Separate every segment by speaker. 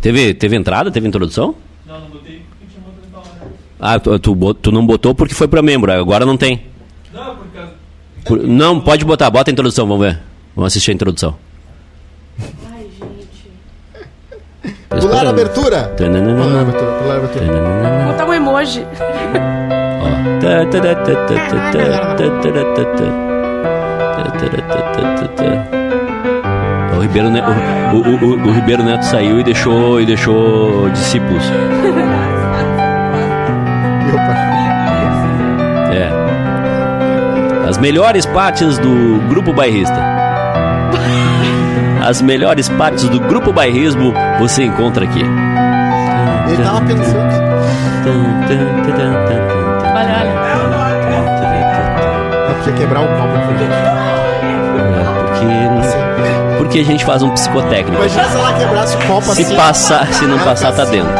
Speaker 1: Teve, teve entrada? Teve introdução?
Speaker 2: Não, não botei porque tinha uma outra palavra.
Speaker 1: Ah, tu, tu, bot- tu não botou porque foi pra membro, agora não tem.
Speaker 2: Não, por causa.
Speaker 1: Por- não, pode botar, bota a introdução, vamos ver. Vamos assistir a introdução.
Speaker 3: Ai, gente.
Speaker 4: Pular a abertura. Pular a
Speaker 1: Tananana,
Speaker 4: abertura, pular a abertura.
Speaker 1: tananana,
Speaker 3: Vou botar um emoji.
Speaker 1: ó. Tá, tá, tá, tá, tá, tá, tá, tá, tá, tá, tá. Tá, tá, tá, tá, tá, tá. O Ribeiro, Ne- o, o- o- o Ribeiro Neto saiu e deixou, e deixou discípulos.
Speaker 4: E opa.
Speaker 1: É. As melhores partes do Grupo Bairrista. As melhores partes do Grupo Bairrismo você encontra aqui. É,
Speaker 4: Ele tava pensando.
Speaker 3: Olha, olha.
Speaker 4: Ela podia quebrar o copo né? aqui, gente.
Speaker 1: Porque,
Speaker 4: Assim.
Speaker 1: porque a gente faz um psicotécnico.
Speaker 4: Imagina se ela quebrasse o copo assim.
Speaker 1: Se passar, se não passar, tá dentro.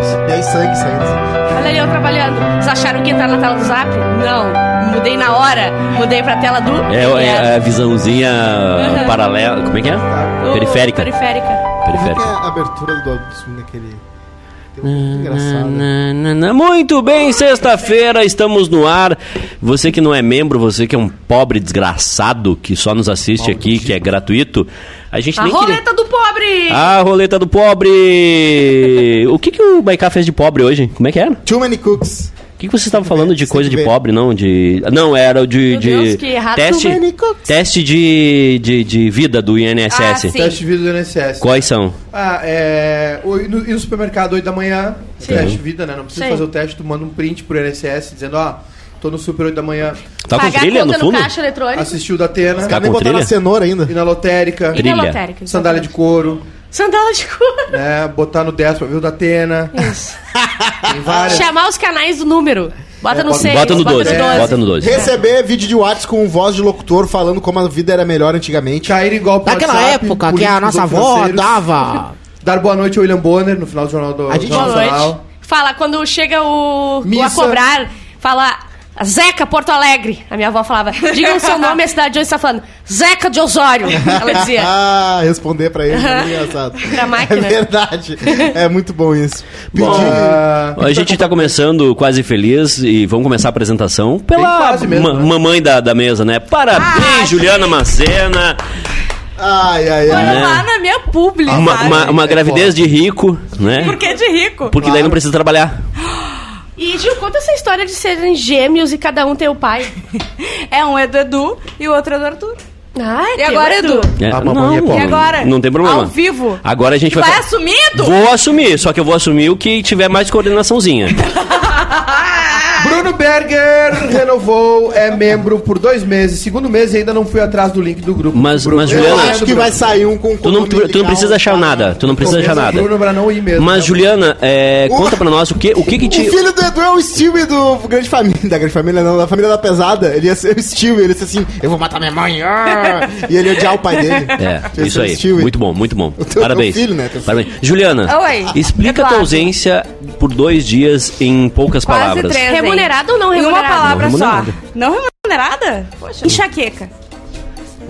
Speaker 1: Isso.
Speaker 4: E aí sangue saindo. assim.
Speaker 3: Olha ali eu trabalhando. Vocês acharam que ia entrar na tela do zap? Não. Mudei na hora. Mudei pra tela do.
Speaker 1: É, é a visãozinha paralela. Como é que é?
Speaker 3: O-
Speaker 1: Periférica.
Speaker 3: Periférica.
Speaker 4: Como é que é
Speaker 1: Periférica.
Speaker 4: a abertura do Adulto daquele. Tem um engraçado.
Speaker 1: Nananana. Muito bem, sexta-feira estamos no ar. Você que não é membro, você que é um pobre desgraçado que só nos assiste aqui, que é gratuito, a gente
Speaker 3: A
Speaker 1: nem queria- Ah,
Speaker 3: roleta do pobre!
Speaker 1: A roleta do pobre! o que, que o Baiká fez de pobre hoje? Como é que era? O
Speaker 4: Too many cooks.
Speaker 1: que, que vocês estavam falando de
Speaker 4: Tem que
Speaker 1: coisa de
Speaker 4: ver.
Speaker 1: pobre, não? De. Não, era o de.
Speaker 3: Meu
Speaker 1: de...
Speaker 3: Deus, que errado.
Speaker 1: teste,
Speaker 3: Too many
Speaker 1: teste de, de, de vida do INSS.
Speaker 3: Ah, sim.
Speaker 5: Teste de vida do INSS.
Speaker 1: Quais são?
Speaker 5: Ah, é. o- E no, e no supermercado, 8 da manhã, teste de vida, né? Não precisa
Speaker 3: Sim.
Speaker 5: fazer o teste, tu manda um print pro INSS dizendo, ó, tô no super 8 da manhã,
Speaker 1: Tá com
Speaker 3: Pagar
Speaker 1: trilha
Speaker 3: a
Speaker 1: no
Speaker 3: conta no,
Speaker 1: fundo?
Speaker 3: caixa eletrônico.
Speaker 5: assistiu da Atena,
Speaker 1: Tá
Speaker 4: Nem
Speaker 1: com
Speaker 4: botaram a
Speaker 1: trilha?
Speaker 4: cenoura ainda.
Speaker 5: e na lotérica,
Speaker 3: E na
Speaker 1: Trilha.
Speaker 3: lotérica. então.
Speaker 5: sandália de couro,
Speaker 3: Sandália de cor.
Speaker 5: né? Botar no 10 pra ver o da Atena.
Speaker 3: Isso.
Speaker 5: Tem várias.
Speaker 3: Chamar os canais do número. Bota no
Speaker 5: bota-
Speaker 3: 6,
Speaker 1: Bota no 12.
Speaker 5: doze.
Speaker 1: Bota no 12.
Speaker 4: Receber vídeo de Whats com voz de locutor falando como a vida era melhor antigamente.
Speaker 5: Cair em golpe no
Speaker 6: Naquela
Speaker 5: WhatsApp,
Speaker 6: época que a
Speaker 5: políticos
Speaker 6: nossa
Speaker 5: ou
Speaker 6: avó
Speaker 5: financeiros.
Speaker 6: dava.
Speaker 5: Dar boa noite ao William Bonner no final do Jornal do
Speaker 6: A gente-
Speaker 5: Jornal
Speaker 3: Boa
Speaker 5: Nacional.
Speaker 3: noite. Fala, quando chega o, o a
Speaker 5: Missa.
Speaker 3: cobrar, fala Zeca Porto Alegre. A minha avó falava, diga o seu nome e a cidade de onde você está falando. Zeca de Osório, ela dizia.
Speaker 4: Ah, responder pra ele é muito engraçado.
Speaker 3: Pra máquina.
Speaker 4: É verdade. É muito bom isso. Pedir.
Speaker 5: Ah,
Speaker 1: A gente tá começando quase feliz e vamos começar a apresentação pela
Speaker 5: quase mesmo,
Speaker 1: ma-
Speaker 5: né?
Speaker 1: mamãe da, da mesa, né? Parabéns,
Speaker 3: Ah,
Speaker 1: Juliana Macena.
Speaker 4: Ai, ai,
Speaker 7: É
Speaker 3: Foi
Speaker 4: ai.
Speaker 7: Ah,
Speaker 3: lá na minha publi,
Speaker 1: Uma,
Speaker 3: sabe?
Speaker 1: uma, uma gravidez de rico, né?
Speaker 3: Porque é de rico.
Speaker 1: Porque daí não precisa trabalhar.
Speaker 3: E, Gil, conta essa história de serem gêmeos e cada um ter o pai.
Speaker 7: É, um é do Edu e o outro é do Arthur.
Speaker 3: Ah,
Speaker 7: E agora, Edu?
Speaker 1: É,
Speaker 5: A mamãe é
Speaker 7: E
Speaker 5: pobre.
Speaker 7: agora?
Speaker 1: Não tem problema.
Speaker 7: Ao vivo?
Speaker 1: Agora a gente vai.
Speaker 7: Vai
Speaker 1: fa-
Speaker 7: assumido?
Speaker 1: Vou assumir, só que eu vou assumir o que tiver mais coordenaçãozinha.
Speaker 5: Bruno Berger renovou, é membro por dois meses. Segundo mês e ainda não fui atrás do link do grupo.
Speaker 1: Mas-
Speaker 5: Bruno-
Speaker 1: mas,
Speaker 4: Eu
Speaker 1: Juliana,
Speaker 4: acho que vai sair um com
Speaker 1: tu, não, tu, tu não precisa achar nada. Tu não precisa achar
Speaker 5: tá Talvez o
Speaker 1: nada.
Speaker 5: Bruno pra Uh! não ir mesmo.
Speaker 1: Mas,
Speaker 5: né?
Speaker 1: Juliana, é, conta pra nós o que, o que, que
Speaker 4: O
Speaker 1: te.
Speaker 4: filho do Edu é o Steve do Grande Família. Da Grande Família, não, da Família da Pesada. Ele ia ser o Steve. Ele ia ser assim: eu vou matar minha mãe. ah! E ele ia odiar o pai dele.
Speaker 1: É,
Speaker 4: Ia
Speaker 1: isso
Speaker 4: ser o
Speaker 1: aí.
Speaker 4: Stewie.
Speaker 1: Muito bom, muito bom.
Speaker 4: teu- teu
Speaker 1: Parabéns.
Speaker 4: filho, né? Teu filho.
Speaker 1: Parabéns. Juliana,
Speaker 7: Oi, é
Speaker 1: explica a tua
Speaker 7: Eduardo.
Speaker 1: ausência por dois dias em poucas
Speaker 7: Quase
Speaker 1: palavras.
Speaker 7: três, hein?
Speaker 3: Remunerado ou não
Speaker 7: Em uma
Speaker 3: remunerado?
Speaker 7: palavra
Speaker 1: Não
Speaker 7: só.
Speaker 1: remunerada.
Speaker 7: Não remunerada? Poxa. Enxaqueca.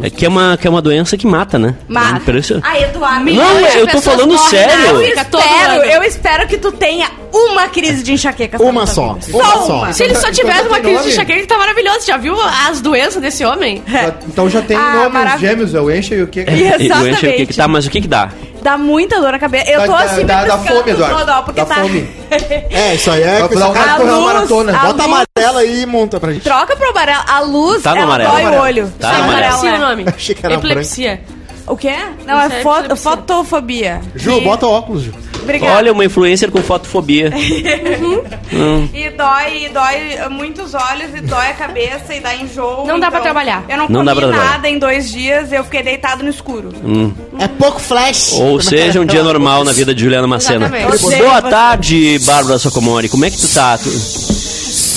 Speaker 1: É que é, uma, que é uma doença que mata, né?
Speaker 7: Mata.
Speaker 1: É impressionante.
Speaker 7: Ai, Eduardo.
Speaker 1: Não,
Speaker 7: olha,
Speaker 1: eu tô
Speaker 3: pessoas
Speaker 1: falando
Speaker 3: morrem na
Speaker 1: sério.
Speaker 7: Eu
Speaker 3: África. Fica todo ano.
Speaker 7: espero, eu espero que tu tenha uma crise de enxaqueca. só
Speaker 4: Uma
Speaker 7: na tua
Speaker 4: só.
Speaker 7: vida.
Speaker 4: Uma
Speaker 7: Só
Speaker 4: só.
Speaker 7: uma.
Speaker 3: Se ele só
Speaker 5: Então
Speaker 3: tivesse
Speaker 5: tem
Speaker 3: uma crise de
Speaker 5: nome?
Speaker 3: enxaqueca, ele tá maravilhoso. Já viu as doenças desse homem?
Speaker 5: Já- então já tem
Speaker 7: Ah,
Speaker 5: nome, os
Speaker 7: maravilha.
Speaker 5: gêmeos, é o Encha e o que?
Speaker 7: Isso.
Speaker 1: E o enche o que que
Speaker 7: Exatamente.
Speaker 1: tá, mas o que que dá?
Speaker 7: Dá muita dor na cabeça. Eu
Speaker 5: Dá-
Speaker 7: tô
Speaker 5: dá-
Speaker 7: assim,
Speaker 5: dá-
Speaker 7: me
Speaker 5: dá
Speaker 7: piscando
Speaker 5: fome, Eduardo.
Speaker 7: toda hora, porque
Speaker 5: Dá
Speaker 7: tá...
Speaker 5: fome.
Speaker 4: É, isso aí é.
Speaker 5: Vai pular um
Speaker 4: cara-
Speaker 5: rato correr
Speaker 7: A
Speaker 5: uma
Speaker 7: luz,
Speaker 5: maratona.
Speaker 7: a-
Speaker 4: Bota a
Speaker 7: luz.
Speaker 4: amarela aí e monta pra gente.
Speaker 7: Troca pro amarelo. A luz,
Speaker 1: Tá no
Speaker 7: ela
Speaker 1: amarelo.
Speaker 7: dói o
Speaker 5: Amarelo.
Speaker 7: olho. né?
Speaker 1: Tá
Speaker 7: Só
Speaker 1: no amarelo.
Speaker 3: Epilepsia Ah, o nome.
Speaker 4: Achei que era branco.
Speaker 3: né? Epilepsia.
Speaker 7: O quê? Não,
Speaker 3: Isso
Speaker 7: é
Speaker 3: é
Speaker 7: fo-
Speaker 3: epilepsia.
Speaker 7: fotofobia.
Speaker 4: Ju, bota o óculos, Ju.
Speaker 7: Obrigada.
Speaker 1: Olha, uma influencer com fotofobia.
Speaker 7: E dói, e dói muitos olhos, e dói a cabeça, e dá enjoo. então,
Speaker 3: Não dá pra trabalhar.
Speaker 7: Eu não,
Speaker 1: Não dá
Speaker 7: comi
Speaker 1: pra trabalhar. Hum.
Speaker 7: nada em dois dias, eu fiquei deitado no escuro.
Speaker 6: É pouco flash.
Speaker 1: Ou
Speaker 7: é
Speaker 1: seja, um dia normal na vida de Juliana Macena.
Speaker 3: Exatamente.
Speaker 7: Você-
Speaker 1: Boa
Speaker 7: você-
Speaker 1: tarde, Bárbara Socomori. Como é que tu tá? Tu-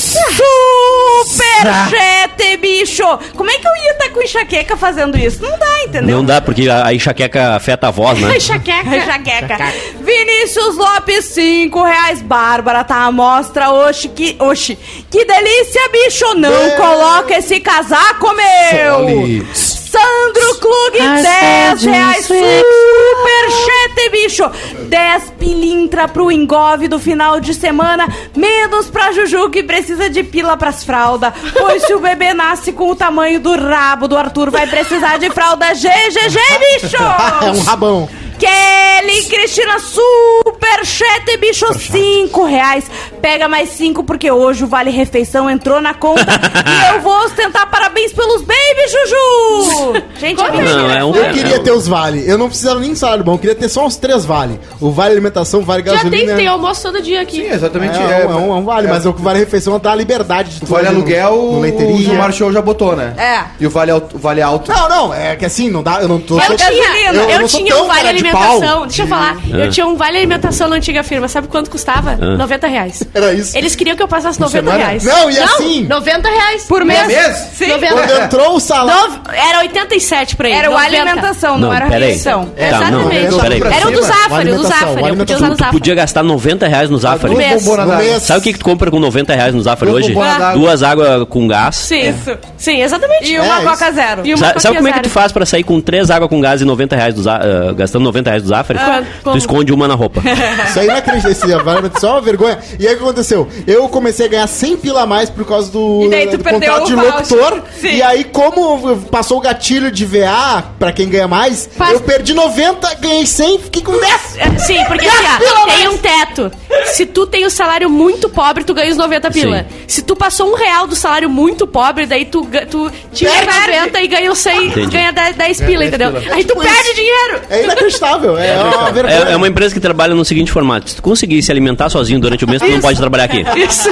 Speaker 7: Superchete, bicho! Como é que eu ia estar com enxaqueca fazendo isso? Não dá, entendeu?
Speaker 1: Não dá, porque a a enxaqueca afeta a voz, né?
Speaker 3: Enxaqueca.
Speaker 7: Enxaqueca. Vinícius Lopes, 5 reais. Bárbara tá à mostra. Oxi, que, oxi, que delícia, bicho! Não coloca esse casaco, meu!
Speaker 5: Olhe.
Speaker 7: Sali, Sandro Klug, 10 reais. Superchat, bicho. 10 pilintra pro engove do final de semana. Menos pra Juju, que precisa de pila pras fraldas. Pois se o bebê nasce com o tamanho do rabo do Arthur, vai precisar de fralda GGG, bicho.
Speaker 4: É um rabão.
Speaker 7: Kelly Cristina Superchat, bicho, 5 reais. Pega mais 5 porque hoje o Vale Refeição entrou na conta. e eu vou ostentar parabéns pelos baby, Juju! Gente, é
Speaker 1: Não,
Speaker 7: mentira.
Speaker 1: é um.
Speaker 4: Eu queria ter os vale. Eu não precisava nem salário bom. Eu queria ter só uns três vale. O vale alimentação, vale
Speaker 3: Já tem,
Speaker 4: gasolina.
Speaker 3: tem almoço todo dia aqui.
Speaker 5: Sim, exatamente.
Speaker 4: É, é, um, é um- é um vale, mas o vale refeição dá a liberdade de tu
Speaker 5: Vale
Speaker 4: fazer no-
Speaker 5: aluguel,
Speaker 4: no
Speaker 5: o
Speaker 4: leiteria.
Speaker 5: Gilmar Show já botou, né?
Speaker 7: É.
Speaker 5: E o Vale Alto. Vale alto.
Speaker 4: Não, não, é que assim, não dá, eu não tô...
Speaker 3: Eu
Speaker 4: sou-
Speaker 3: tinha,
Speaker 4: eu-
Speaker 3: eu,
Speaker 4: eu não sou
Speaker 3: tinha
Speaker 4: tão
Speaker 3: um vale
Speaker 4: cara de
Speaker 3: alimentação.
Speaker 4: pau É.
Speaker 3: Deixa eu falar.
Speaker 1: Ah.
Speaker 3: Eu tinha um vale alimentação na antiga firma. Sabe quanto custava? 90 reais.
Speaker 4: Era isso.
Speaker 3: Eles queriam que eu passasse 90
Speaker 5: semana?
Speaker 3: reais.
Speaker 4: É. Não, e assim?
Speaker 3: 90 reais. Por
Speaker 5: mês? mês?
Speaker 3: Sim.
Speaker 4: Quando
Speaker 3: 90.
Speaker 4: entrou o salário...
Speaker 3: Nove- Era 87 pra ele.
Speaker 7: Era o
Speaker 3: 90.
Speaker 7: alimentação, não, era
Speaker 1: peraí.
Speaker 7: refeição.
Speaker 1: É, Tá, não,
Speaker 3: Exatamente.
Speaker 1: peraí.
Speaker 4: pra
Speaker 3: Era o do
Speaker 4: cima,
Speaker 3: Zafari, o do
Speaker 4: alimentação,
Speaker 3: Zafari. Eu podia usar
Speaker 4: alimentação.
Speaker 3: no
Speaker 1: Tu
Speaker 3: Zafari.
Speaker 1: podia gastar 90 reais no Zafari.
Speaker 5: Duas
Speaker 3: mês.
Speaker 5: bombonas
Speaker 4: No
Speaker 5: d'água.
Speaker 4: mês.
Speaker 1: Sabe o que, que tu compra com 90 reais no Zafari
Speaker 5: Duas
Speaker 1: hoje?
Speaker 5: bombonas
Speaker 3: Ah.
Speaker 5: d'água.
Speaker 1: Duas águas com gás.
Speaker 3: Sim. Sim, exatamente.
Speaker 7: E uma
Speaker 4: É,
Speaker 7: Coca Zero.
Speaker 3: E uma
Speaker 1: Sa-
Speaker 3: coquinha
Speaker 1: sabe como é que
Speaker 3: zero.
Speaker 1: tu faz pra sair com três águas com gás e 90 reais do Za- ah, gastando 90 reais do Zafari?
Speaker 3: Ah,
Speaker 1: tu
Speaker 3: como? É
Speaker 1: esconde uma na roupa.
Speaker 4: Isso aí não acredito, isso é só uma vergonha. E aí o que aconteceu? Eu comecei a ganhar 100 pila a mais por causa do,
Speaker 7: E daí tu
Speaker 4: do
Speaker 7: perdeu
Speaker 4: contrato
Speaker 7: o
Speaker 4: de
Speaker 7: voucher.
Speaker 4: locutor.
Speaker 7: Sim.
Speaker 4: E aí, como passou o gatilho de VA pra quem ganha mais,
Speaker 3: Faz-
Speaker 4: eu perdi 90, ganhei 100, fiquei com 10.
Speaker 3: É, Sim, porque assim, ó, tem um teto. Se tu tem um salário muito pobre, tu ganha os 90 pila.
Speaker 1: Sim.
Speaker 3: Se tu passou um real do salário muito pobre, daí tu, ga- tu tira
Speaker 4: Perde.
Speaker 3: 90 e ganha, os 100,
Speaker 1: Entendi.
Speaker 3: ganha 10, 10 pila, entendeu? Aí tu perde dinheiro.
Speaker 4: É inacreditável, é, uma vergonha.
Speaker 1: É, é uma empresa que trabalha no seguinte formato: se tu conseguir se alimentar sozinho durante o mês, tu não pode trabalhar aqui.
Speaker 3: Isso.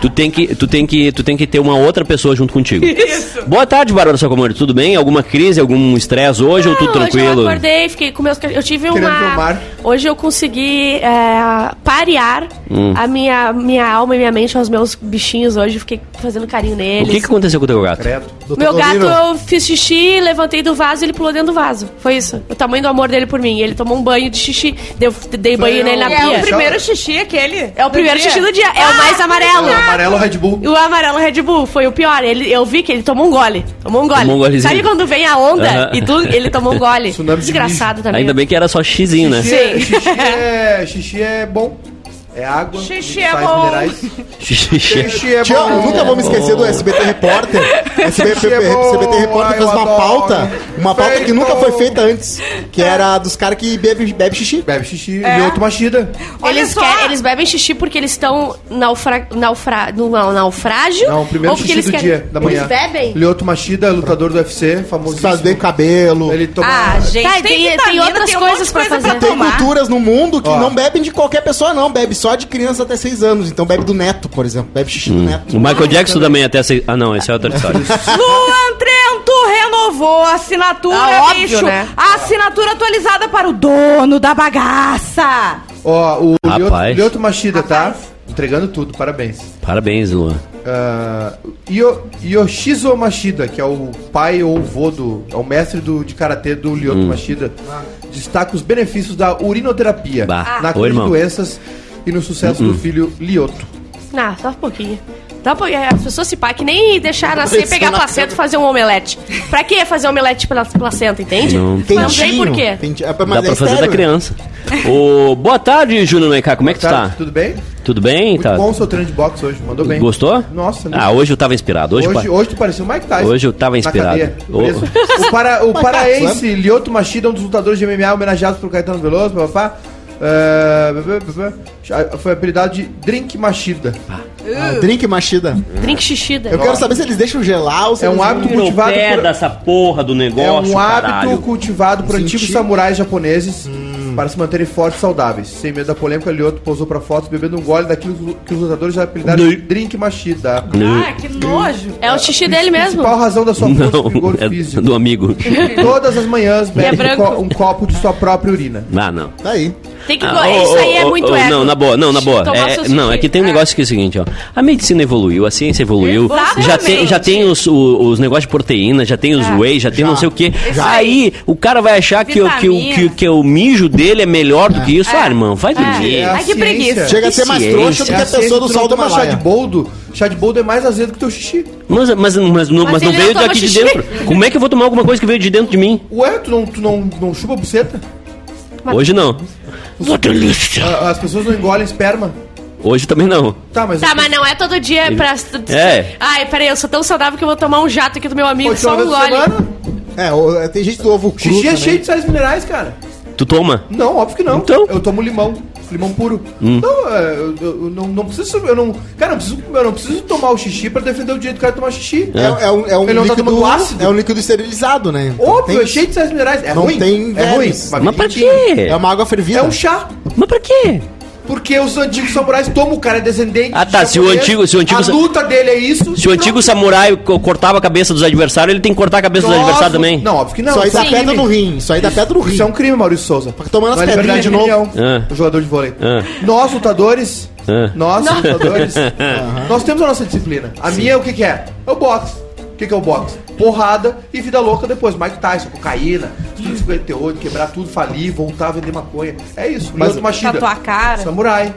Speaker 1: Tu tem que, tu tem que, tu tem que ter uma outra pessoa junto contigo. Isso. Boa tarde, Bárbara Sacomori. Tudo bem? Alguma crise, algum estresse hoje ou tudo
Speaker 3: Não, Ah, Hoje
Speaker 1: tranquilo?
Speaker 3: eu acordei, fiquei com meus cach- Eu tive
Speaker 5: Querendo
Speaker 3: uma.
Speaker 5: filmar.
Speaker 3: Hoje eu consegui é, parear
Speaker 1: Hum.
Speaker 3: a minha, minha alma e minha mente aos meus bichinhos hoje. Fiquei fazendo carinho
Speaker 1: o
Speaker 3: neles.
Speaker 1: que, que aconteceu com o teu gato?
Speaker 5: Credo.
Speaker 3: Meu gato, eu fiz xixi, levantei do vaso e ele pulou dentro do vaso. Foi isso. O tamanho do amor dele por mim. Ele tomou um banho de xixi, deu, dei banho nele na
Speaker 7: E é o
Speaker 3: pia.
Speaker 7: primeiro xixi aquele.
Speaker 3: É o primeiro
Speaker 7: dia.
Speaker 3: xixi do dia. É o mais amarelo.
Speaker 5: É, Amarelo Red Bull.
Speaker 3: O amarelo Red Bull foi o pior. Ele, eu vi que ele tomou um gole. Tomou um gole.
Speaker 1: Tomou um golezinho.
Speaker 3: Sabe quando vem a onda
Speaker 1: Aham.
Speaker 3: e tu, ele tomou um gole?
Speaker 5: Tsunami de
Speaker 3: Desgraçado também.
Speaker 1: Ainda bem que era só xizinho, né?
Speaker 5: Xixi é- Xixi é, xixi é bom. É água.
Speaker 7: Xixi é
Speaker 5: sais
Speaker 7: bom.
Speaker 5: minerais.
Speaker 1: Xixi.
Speaker 5: Xixi é
Speaker 4: Tio, eu
Speaker 5: bom. É
Speaker 4: nunca vou me esquecer do SBT Repórter. SBT,
Speaker 5: bom.
Speaker 4: SBT Repórter
Speaker 5: Ai,
Speaker 4: fez
Speaker 5: eu
Speaker 4: uma
Speaker 5: adoro.
Speaker 4: pauta, uma pauta que
Speaker 5: Feito.
Speaker 4: nunca foi feita antes, que era dos caras que bebe, bebe xixi.
Speaker 5: É. Bebe xixi.
Speaker 3: É.
Speaker 5: E outro machida.
Speaker 7: Olha
Speaker 3: Eles,
Speaker 7: só.
Speaker 3: querem, eles bebem xixi porque eles estão naufra, naufra, no nau- naufrágio?
Speaker 5: Não, É o primeiro
Speaker 3: ou porque eles
Speaker 5: xixi do
Speaker 3: querem...
Speaker 5: dia, da manhã.
Speaker 3: Eles bebem?
Speaker 5: Lioto Machida, lutador do UFC, famoso.
Speaker 4: Faz bem com o cabelo.
Speaker 5: Ele toma...
Speaker 7: Ah, gente,
Speaker 3: Tá, e tem- tem outras
Speaker 7: um monte de
Speaker 3: coisas pra
Speaker 7: coisa
Speaker 3: fazer.
Speaker 4: Tem
Speaker 7: tomar.
Speaker 4: culturas no mundo que
Speaker 5: Ó.
Speaker 4: não bebem de qualquer pessoa, não. Bebe só de criança até 6 anos. Então bebe do neto, por exemplo. Bebe xixi do neto.
Speaker 1: O Michael Jackson também até seis. Ah, não, esse é outra história.
Speaker 7: Luan Trento renovou a assinatura,
Speaker 3: Ah, óbvio,
Speaker 7: bicho.
Speaker 3: né?
Speaker 7: A assinatura atualizada para o dono da bagaça.
Speaker 5: Ó, o Lioto,
Speaker 1: Rapaz.
Speaker 5: Lioto Machida, tá? Entregando tudo, parabéns.
Speaker 1: Parabéns, Luan.
Speaker 5: Ah, Io- Yoshizo Machida, que é o pai ou vô do. é o mestre do, de karatê do
Speaker 1: Hum.
Speaker 5: Lyoto Machida, destaca os benefícios da urinoterapia
Speaker 1: Bah.
Speaker 5: na
Speaker 1: Ah. Ô,
Speaker 5: cura de
Speaker 1: irmão. Uh-uh.
Speaker 5: doenças e no sucesso do filho Lyoto.
Speaker 3: Não, só um pouquinho. Dá um pouquinho. As pessoas se pá que nem deixar nascer, pegar
Speaker 1: tá
Speaker 3: a placenta e fazer um omelete. Pra que fazer omelete pela placenta, entende?
Speaker 1: Não
Speaker 3: Não,
Speaker 1: tem
Speaker 3: sei por quê.
Speaker 4: Pentinho. É, mas
Speaker 1: Dá
Speaker 4: é
Speaker 1: pra fazer da
Speaker 4: estéreo.
Speaker 1: criança. Ô, boa tarde, Júnior Noiká. Como é que tu tá?
Speaker 5: Tudo bem?
Speaker 1: Tudo bem?
Speaker 5: Muito
Speaker 1: Tá.
Speaker 5: bom o seu treino de boxe hoje, mandou bem.
Speaker 1: Gostou?
Speaker 5: Nossa, né?
Speaker 1: Ah, hoje eu tava inspirado. Hoje,
Speaker 5: Hoje,
Speaker 1: pa-
Speaker 5: hoje, tu pareceu o Mike Tyson.
Speaker 1: Hoje eu tava
Speaker 5: Na
Speaker 1: inspirado.
Speaker 5: cadeia,
Speaker 1: Ô.
Speaker 5: preso. O, para, o paraense Lioto Machida, um dos lutadores de MMA homenageados por Caetano Veloso, papá. É, foi apelidado de Drink Machida.
Speaker 4: Ah, drink machida.
Speaker 3: Drink xixida.
Speaker 4: Eu quero saber se eles deixam gelar ou se
Speaker 5: É um
Speaker 4: eles-
Speaker 5: hábito
Speaker 1: Tira o
Speaker 5: cultivado
Speaker 1: pé
Speaker 5: por,
Speaker 1: dessa porra do
Speaker 5: é
Speaker 1: negócio,
Speaker 5: um hábito
Speaker 1: caralho. Hum.
Speaker 5: cultivado por antigos
Speaker 4: Senti.
Speaker 5: samurais japoneses para se manterem fortes e saudáveis. Sem medo da polêmica, Lioto posou para fotos bebendo um gole daquilo que os lutadores já apelidaram de
Speaker 1: Não.
Speaker 5: Drink Machida.
Speaker 7: Ah, que nojo.
Speaker 3: É o xixi dele mesmo.
Speaker 5: Principal razão da sua força e
Speaker 1: Não,
Speaker 5: vigor
Speaker 1: é
Speaker 5: físico.
Speaker 1: do amigo.
Speaker 5: Todas as manhãs bebe um
Speaker 3: é branco.
Speaker 5: co- um copo de sua própria urina.
Speaker 1: Ah, não.
Speaker 4: Tá aí.
Speaker 3: Tem que.
Speaker 1: Ah, ô,
Speaker 3: isso aí
Speaker 1: ô,
Speaker 3: é
Speaker 1: ô,
Speaker 3: muito
Speaker 1: ô,
Speaker 3: ego.
Speaker 1: Não, na boa, não, na boa.
Speaker 3: Tomar
Speaker 1: É,
Speaker 3: seus
Speaker 1: não, é
Speaker 3: suquinhos.
Speaker 1: que tem um negócio que é o seguinte, ó. A medicina evoluiu, a ciência evoluiu. Já tem, já tem os, o- os negócios de proteína, já tem os
Speaker 3: É.
Speaker 1: whey, já tem não sei o quê. Aí o cara vai achar que, o- que, o- que,
Speaker 7: Vitamina.
Speaker 1: que o mijo dele é melhor do que isso. Ah, irmão, vai dormir.
Speaker 5: É a
Speaker 7: Ai, que
Speaker 5: ciência.
Speaker 7: preguiça.
Speaker 4: Chega a ser mais
Speaker 1: Ciência.
Speaker 4: trouxa do que
Speaker 5: É
Speaker 4: a pessoa do
Speaker 5: ciência, tu
Speaker 4: sol
Speaker 5: não
Speaker 4: do
Speaker 5: toma chá de
Speaker 4: Himalaia.
Speaker 5: boldo, chá de boldo é mais azedo que teu xixi.
Speaker 1: Mas, mas, mas, não- mas não
Speaker 3: ele
Speaker 1: veio
Speaker 3: não toma
Speaker 1: daqui de
Speaker 3: xixi.
Speaker 1: dentro. Como é que eu vou tomar alguma coisa que veio de dentro de mim?
Speaker 5: Ué, tu não, tu não, não chupa buceta?
Speaker 1: Hoje não. Uma delícia.
Speaker 5: A- As pessoas não engolem esperma.
Speaker 1: Hoje também não.
Speaker 5: Tá, mas...
Speaker 3: Tá, mas não é todo dia pra.
Speaker 1: É.
Speaker 3: Ai, peraí, eu sou tão saudável que eu vou tomar um jato aqui do meu amigo,
Speaker 5: Pô,
Speaker 3: só um
Speaker 5: vez por
Speaker 3: gole.
Speaker 5: semana,
Speaker 4: É, o- é, tem gente do ovo cru
Speaker 5: xixi é
Speaker 4: também.
Speaker 5: cheio de sais minerais, cara.
Speaker 1: Tu toma?
Speaker 5: Não, óbvio que não.
Speaker 1: Então?
Speaker 5: Eu tomo limão. Limão puro. Não, é, eu, eu- eu não, não preciso. Eu não, cara, eu, preciso, eu não preciso tomar o xixi pra defender o direito do cara de tomar xixi.
Speaker 4: É, é um, é um
Speaker 5: Ele não tá
Speaker 4: líquido
Speaker 5: tomando ácido?
Speaker 4: É um líquido esterilizado, né? Então
Speaker 5: Óbvio,
Speaker 4: tem-
Speaker 5: é cheio de sais minerais. É
Speaker 4: Não
Speaker 5: ruim.
Speaker 4: tem
Speaker 5: é ruim.
Speaker 4: velhos.
Speaker 1: Mas pra
Speaker 5: bonitinho.
Speaker 1: quê?
Speaker 4: É uma água fervida.
Speaker 5: É um chá.
Speaker 1: Mas pra quê?
Speaker 5: Porque os antigos samurais tomam, o cara é descendente.
Speaker 1: Ah, tá,
Speaker 5: de
Speaker 1: se o
Speaker 5: japonês,
Speaker 1: antigo- se o antigo
Speaker 5: A
Speaker 1: sa-
Speaker 5: luta dele é isso.
Speaker 1: Se o antigo samurai co- cortava a cabeça dos adversários, ele tem que cortar a cabeça dos adversários também.
Speaker 5: Não, óbvio que não.
Speaker 4: Só aí
Speaker 5: isso
Speaker 4: dá
Speaker 5: é um
Speaker 4: pedra
Speaker 5: crime.
Speaker 4: no rim. Isso aí dá pedra no rim.
Speaker 5: Isso é um crime, Maurício Souza.
Speaker 4: Tá tomando as
Speaker 5: Na
Speaker 4: pedrinhas de
Speaker 5: liberdade de
Speaker 4: novo.
Speaker 5: opinião, o jogador de vôlei.
Speaker 1: Ah.
Speaker 4: É.
Speaker 5: Nós, lutadores.
Speaker 1: Ah.
Speaker 5: Nós, lutadores. Nós temos a nossa disciplina. A minha, o que, que é? É o boxe. O que, que é o boxe? Porrada e vida louca depois. Mike Tyson, cocaína, Estúdio 58, quebrar tudo, falir, voltar a vender maconha. É isso. Mas Machida.
Speaker 7: Tatuar a cara.
Speaker 5: Samurai.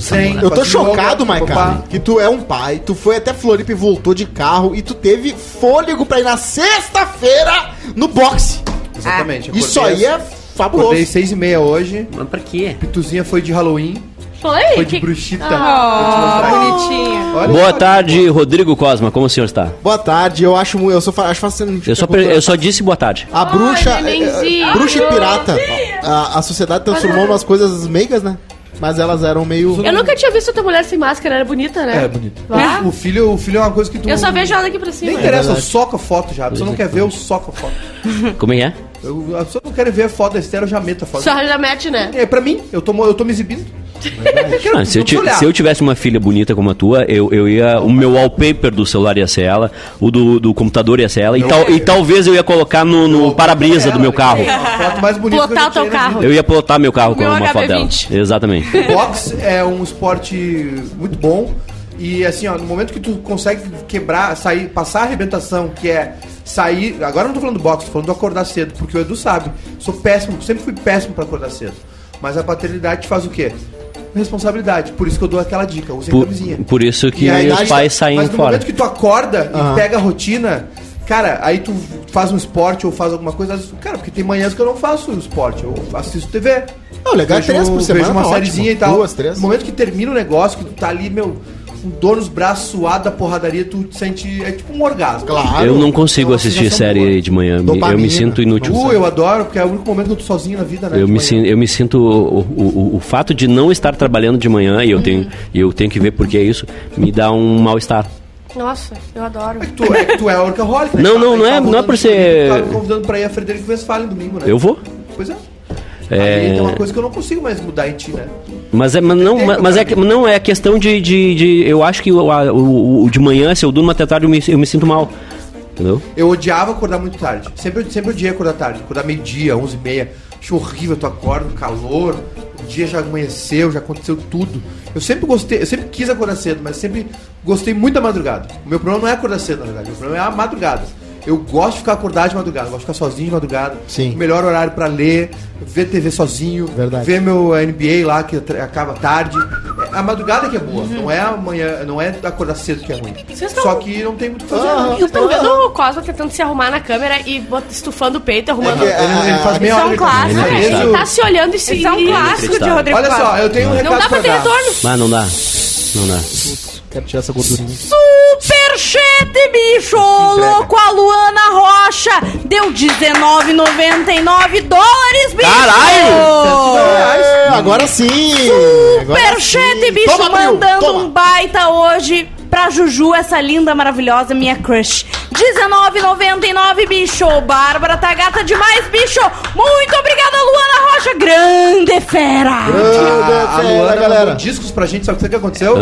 Speaker 5: Zen,
Speaker 4: Eu tô
Speaker 5: fazer yoga,
Speaker 4: chocado,
Speaker 5: papá.
Speaker 4: Maicon, que tu é um pai, tu foi até Floripa e voltou de carro e tu teve fôlego pra ir na sexta-feira no boxe.
Speaker 5: Exatamente.
Speaker 4: É. Isso aí
Speaker 5: acordei- assim.
Speaker 4: é
Speaker 5: Acordei
Speaker 4: fabuloso.
Speaker 5: seis e meia hoje.
Speaker 1: Mas pra quê?
Speaker 5: Pituzinha foi de Halloween.
Speaker 3: Foi?
Speaker 5: Foi de
Speaker 3: Que-
Speaker 5: bruxita.
Speaker 7: Ah,
Speaker 5: Vou te mostrar.
Speaker 7: bonitinho.
Speaker 5: Olha
Speaker 1: Boa
Speaker 5: só.
Speaker 1: tarde, Rodrigo Cosma. Como o senhor está?
Speaker 4: Boa tarde, eu acho mu- eu sou fa- acho fascinante.
Speaker 1: Eu só, per- eu só disse boa tarde.
Speaker 4: A bruxa,
Speaker 3: nenenzinho.
Speaker 4: eh, bruxa e pirata. A, a sociedade transformou umas coisas meigas, né? Mas elas eram meio
Speaker 3: Eu nunca tinha visto outra mulher sem máscara, era bonita, né?
Speaker 5: É, bonito.
Speaker 3: Vá.
Speaker 5: O filho, o filho é uma coisa que tu.
Speaker 3: Eu só vejo ela daqui pra cima.
Speaker 5: Nem interessa,
Speaker 4: verdade.
Speaker 5: soca foto já. A pessoa não quer ver, eu
Speaker 1: então.
Speaker 5: soco a foto.
Speaker 1: Como é que é?
Speaker 5: Eu, a pessoa Hum. não quer ver a foto da Estela, eu já meto a foto.
Speaker 3: Só já mete, né?
Speaker 5: É pra mim, eu tô, mo- eu tô me exibindo. Eu quero-
Speaker 1: Ah, se, eu
Speaker 5: não preciso
Speaker 1: ti-
Speaker 5: olhar.
Speaker 1: se eu tivesse uma filha bonita como a tua, eu, eu ia. O meu wallpaper do celular ia ser ela, o do, do computador ia ser ela, e, tal- e talvez eu ia colocar no, no
Speaker 5: É,
Speaker 1: para-brisa do meu carro.
Speaker 5: A foto mais bonita
Speaker 3: Plotar o
Speaker 5: que
Speaker 3: teu
Speaker 5: eu já tirei na
Speaker 3: carro.
Speaker 5: vida.
Speaker 1: Eu ia plotar meu carro
Speaker 3: O
Speaker 1: com
Speaker 3: meu
Speaker 1: uma foto dela.
Speaker 3: HB20.
Speaker 1: Exatamente.
Speaker 5: Boxe é um esporte muito bom. E assim, ó, no momento que tu consegue quebrar, sair, passar a arrebentação, que é sair. Agora eu não tô falando do boxe, tô falando do acordar cedo, porque o Edu sabe, sou péssimo, sempre fui péssimo pra acordar cedo. Mas a paternidade te faz o quê? Responsabilidade. Por isso que eu dou aquela dica, usem
Speaker 1: Por,
Speaker 5: camisinha.
Speaker 1: por isso que
Speaker 5: E aí,
Speaker 1: os pais saem
Speaker 5: Mas no
Speaker 1: fora.
Speaker 5: momento que tu acorda
Speaker 4: Aham.
Speaker 5: e pega a rotina, cara, aí tu faz um esporte ou faz alguma coisa. às vezes- Cara, porque tem manhãs que eu não faço esporte, eu assisto TV.
Speaker 4: Não, legal, três por semana
Speaker 5: Vejo uma
Speaker 4: tá ótimo.
Speaker 5: sériezinha e tal.
Speaker 4: Duas, três.
Speaker 5: No momento que termina o negócio, que tu tá ali, meu, com dor nos braços, suado da porradaria, tu sente. É tipo um orgasmo.
Speaker 4: claro.
Speaker 1: Eu não consigo
Speaker 5: uma
Speaker 1: assistir
Speaker 5: sensação
Speaker 4: é
Speaker 1: série
Speaker 5: boa.
Speaker 1: de manhã. me- Eu
Speaker 4: Dopamina.
Speaker 1: me sinto inútil.
Speaker 5: Uh, eu adoro, porque é o único momento que eu tô sozinho na vida, né?
Speaker 1: Eu
Speaker 5: de
Speaker 1: me,
Speaker 5: manhã.
Speaker 1: sinto, eu me sinto o, o- o- o fato de não estar trabalhando de manhã
Speaker 5: Uhum.
Speaker 1: e eu tenho e eu tenho que ver porque é isso me dá um mal estar.
Speaker 3: Nossa, eu adoro.
Speaker 5: É que tu é, que tu é orcaholic, né?
Speaker 1: Não,
Speaker 5: Tá-
Speaker 1: não,
Speaker 5: tá
Speaker 1: não é- não é
Speaker 5: rodando
Speaker 1: por
Speaker 5: de domingo,
Speaker 1: ser-
Speaker 5: Tá me convidando pra ir a Frederico Westphalen domingo, né?
Speaker 1: Eu vou,
Speaker 5: Pois é.
Speaker 1: É.
Speaker 5: Aí tem uma coisa que eu não consigo mais mudar em ti, né?
Speaker 1: mas é mas não
Speaker 5: Entendo,
Speaker 1: mas, mas é
Speaker 5: cara.
Speaker 1: que- não é questão de, de, de- eu acho que o, a- o- o de manhã se eu durmo até tarde eu me, eu me sinto mal, entendeu?
Speaker 5: Eu odiava acordar muito tarde. Sempre, sempre odiei acordar tarde. Acordar meio-dia, 11 e meia. Acho horrível, tu acorda, calor. O dia já amanheceu, já aconteceu tudo. Eu sempre gostei, eu sempre quis acordar cedo, mas sempre gostei muito da madrugada. O meu problema não é acordar cedo, na verdade. O meu problema é a madrugada. Eu gosto de ficar acordado de madrugada, eu gosto de ficar sozinho de madrugada.
Speaker 4: Sim.
Speaker 5: O melhor horário pra ler, ver TV sozinho,
Speaker 4: Verdade.
Speaker 5: ver meu NBA lá que tra- acaba tarde. É A madrugada que é boa,
Speaker 4: Uhum.
Speaker 5: não é amanhã, não é acordar cedo que é ruim.
Speaker 3: Vocês tão-
Speaker 5: Só que não tem muito o que fazer.
Speaker 4: Ah,
Speaker 5: né?
Speaker 3: Eu
Speaker 7: Então,
Speaker 3: tô vendo o Cosma tentando se arrumar na câmera e bot- estufando o peito, arrumando.
Speaker 4: É que-
Speaker 5: Ele,
Speaker 3: Ah,
Speaker 5: ele faz meia
Speaker 7: Isso é
Speaker 5: hora
Speaker 7: um
Speaker 5: de-
Speaker 7: clássico,
Speaker 1: Ele
Speaker 3: Ele
Speaker 1: fez
Speaker 5: Isso-
Speaker 1: o-
Speaker 3: tá se olhando e se.
Speaker 7: Isso é um clássico de
Speaker 1: Inacreditável.
Speaker 7: Rodrigo
Speaker 5: Olha só,
Speaker 7: Faro.
Speaker 5: eu tenho um
Speaker 3: Não dá
Speaker 5: recado
Speaker 3: pra
Speaker 5: pra
Speaker 3: ter
Speaker 5: dar.
Speaker 3: retorno.
Speaker 1: Mas não dá, não dá. tipo,
Speaker 4: Quero tirar essa gordurinha.
Speaker 7: Superchat, bicho! Ô, Louco, a Luana Rocha deu 19,99 dólares, bicho!
Speaker 1: Caralho!
Speaker 4: É, agora sim! Agora
Speaker 7: Superchat,
Speaker 4: sim.
Speaker 7: bicho,
Speaker 4: Toma, Bril,
Speaker 7: mandando
Speaker 4: toma.
Speaker 7: um baita hoje pra Juju, essa linda, maravilhosa, minha crush. 19,99, bicho. Bárbara tá gata demais, bicho. Muito obrigada, Luana Rocha. Grande
Speaker 5: Ah,
Speaker 7: fera.
Speaker 5: A, a Luana
Speaker 4: galera.
Speaker 5: mandou discos pra gente, sabe o que aconteceu?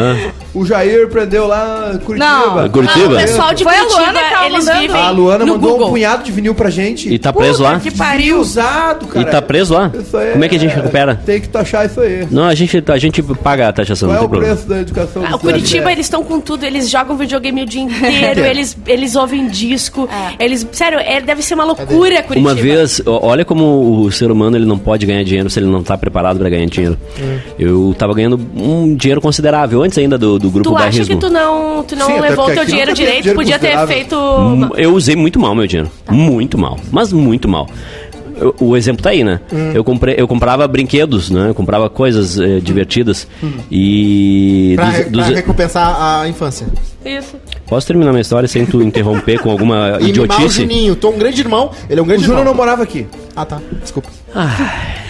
Speaker 5: O Jair prendeu lá em Curitiba.
Speaker 1: Ah, Curitiba?
Speaker 3: o pessoal de
Speaker 7: Foi a
Speaker 3: Curitiba,
Speaker 7: Luana que tava
Speaker 3: eles
Speaker 7: mandando.
Speaker 3: vivem Ah,
Speaker 5: A Luana
Speaker 3: no
Speaker 5: mandou um
Speaker 3: Google.
Speaker 5: punhado de vinil pra gente.
Speaker 1: E tá preso lá?
Speaker 7: Que pariu.
Speaker 5: usado, cara.
Speaker 1: E tá preso lá?
Speaker 5: Isso aí
Speaker 1: Como é que a gente recupera?
Speaker 5: Tem que taxar isso aí.
Speaker 1: Não, a gente, tá, a gente paga a taxação,
Speaker 5: Qual
Speaker 1: não
Speaker 5: é
Speaker 1: tem
Speaker 5: o
Speaker 1: problema.
Speaker 5: preço da educação?
Speaker 3: Ah,
Speaker 5: do
Speaker 3: O Curitiba,
Speaker 5: cidadão?
Speaker 3: eles estão com tudo. Eles jogam videogame o dia inteiro,
Speaker 1: É.
Speaker 3: eles, eles ouvem disco. Eles, sério, é- deve ser uma loucura, Curitiba.
Speaker 1: Uma vez, ó, olha como o ser humano ele não pode ganhar dinheiro se ele não tá preparado pra ganhar dinheiro.
Speaker 3: É.
Speaker 1: Eu tava ganhando um dinheiro considerável antes ainda do, do grupo
Speaker 3: Tu acha
Speaker 1: bairrismo.
Speaker 3: que tu não, tu não
Speaker 5: Sim, até
Speaker 3: levou
Speaker 5: porque
Speaker 3: o teu
Speaker 5: aqui
Speaker 3: dinheiro
Speaker 5: nunca teve
Speaker 3: direito?
Speaker 5: dinheiro
Speaker 3: Podia ter
Speaker 5: considerável.
Speaker 3: feito.
Speaker 1: Hum, Eu usei muito mal meu dinheiro.
Speaker 3: Tá.
Speaker 1: Muito mal. Mas muito mal. Eu- o exemplo tá aí, né?
Speaker 3: Hum.
Speaker 1: Eu, comprei, eu comprava brinquedos, né? Eu comprava coisas eh, divertidas.
Speaker 3: Hum.
Speaker 1: E.
Speaker 4: Pra,
Speaker 1: dos-
Speaker 4: re- pra
Speaker 1: dos-
Speaker 4: recompensar a infância.
Speaker 3: Isso.
Speaker 1: Posso terminar minha história sem tu interromper com alguma
Speaker 4: E mimar o
Speaker 1: idiotice?
Speaker 4: Juninho. Tô um grande irmão. Ele é um
Speaker 5: O
Speaker 4: grande
Speaker 5: Júnior
Speaker 4: irmão.
Speaker 5: não morava aqui.
Speaker 4: Ah, tá. Desculpa.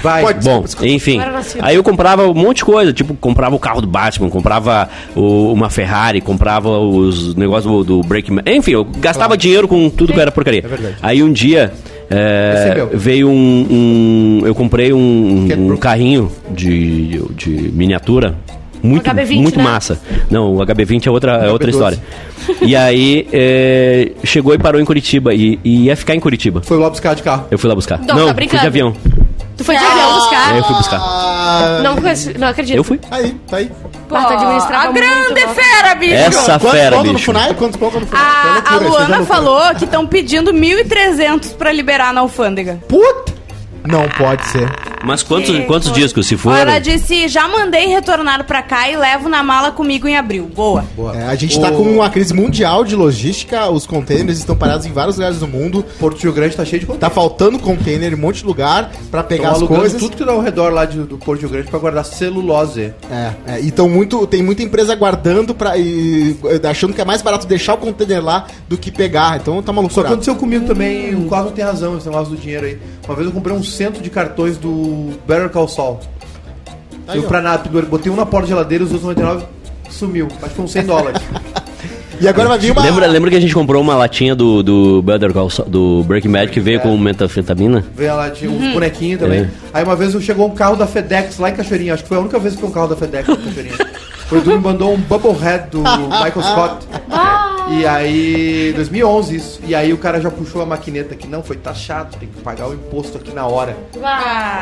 Speaker 5: Vai.
Speaker 4: Pode.
Speaker 1: É, Bom,
Speaker 4: Desculpa, desculpa.
Speaker 1: enfim.
Speaker 3: Agora nasci.
Speaker 1: Aí eu comprava um monte de coisa, tipo, comprava o carro do Batman, comprava o- uma Ferrari, comprava os negócios do, do Breakman. Enfim, eu gastava dinheiro com tudo que era porcaria.
Speaker 5: verdade.
Speaker 1: Aí um dia. é,
Speaker 5: Recebeu.
Speaker 1: veio um, um- Eu comprei um,
Speaker 5: Que-
Speaker 1: um carrinho de, de miniatura. Muito,
Speaker 3: HB20,
Speaker 1: muito
Speaker 3: né?
Speaker 1: massa. Não, o HB20 é outra, é outra
Speaker 5: HB12.
Speaker 1: história. E aí é, chegou e parou em Curitiba. E, e ia ficar em Curitiba.
Speaker 5: Foi lá buscar de carro.
Speaker 1: Eu fui lá buscar.
Speaker 3: Não, tá
Speaker 1: fui
Speaker 3: brincando.
Speaker 1: de avião.
Speaker 3: Tu foi de avião buscar.
Speaker 1: Aí eu fui buscar.
Speaker 4: Ah,
Speaker 3: Não, conheço- não acredito. Ah,
Speaker 1: Eu fui.
Speaker 4: Aí, tá aí.
Speaker 3: Pô, tu administrava
Speaker 7: a grande
Speaker 3: muito, né?
Speaker 7: fera, bicho.
Speaker 1: Essa
Speaker 4: Quanto
Speaker 1: fera,
Speaker 4: ponto no
Speaker 1: bicho.
Speaker 4: Funai? Quantos pontos no Funai? Isso
Speaker 7: A,
Speaker 4: é
Speaker 7: a
Speaker 4: loucura, isso é
Speaker 7: Luana
Speaker 4: loucura.
Speaker 7: falou que estão pedindo 1.300 pra liberar na alfândega.
Speaker 4: Puta! Não pode ser.
Speaker 1: Mas quantos, quantos discos? Se for.
Speaker 7: Ela disse, já mandei retornar pra cá e levo na mala comigo em abril. Boa.
Speaker 4: É, a gente tá
Speaker 5: O-
Speaker 4: com uma crise mundial de logística, os contêineres estão parados em vários lugares do mundo.
Speaker 5: Porto Rio Grande tá cheio de
Speaker 4: Tá
Speaker 5: contato.
Speaker 4: faltando container em um monte de lugar pra pegar as
Speaker 5: alugando
Speaker 4: coisas.
Speaker 5: tudo que tá ao redor lá de- do Porto Rio Grande pra guardar celulose.
Speaker 4: É, é, e tão muito, tem muita empresa guardando pra, e eh, achando que é mais barato deixar o container lá do que pegar. Então tá maluco.
Speaker 5: Só aconteceu comigo também, o Cosmo tem razão, esse negócio do dinheiro aí. Uma vez eu comprei um centro de cartões do Better Call Saul.
Speaker 4: Tá Aí,
Speaker 5: eu
Speaker 4: ó.
Speaker 5: pra nada, botei um na porta da geladeira, os outros 99 sumiu. Acho que foi uns 100 dólares.
Speaker 4: E agora vai vir uma.
Speaker 1: Lembra, lembra que a gente comprou uma latinha do, do Better Call Saul- do Breaking Bad que veio com metanfetamina?
Speaker 5: Veio lá, tinha
Speaker 4: Uhum.
Speaker 5: uns bonequinhos também.
Speaker 1: É.
Speaker 5: Aí uma vez eu- chegou um carro da FedEx lá em Cachoeirinha. Acho que foi a única vez que foi um carro da FedEx em Cachoeirinha. O Edu me mandou um Bubblehead do Michael Scott.
Speaker 4: Ah.
Speaker 5: E aí, 2011 isso. E aí o cara já puxou a maquineta que não, foi taxado, tem que pagar o imposto aqui na hora.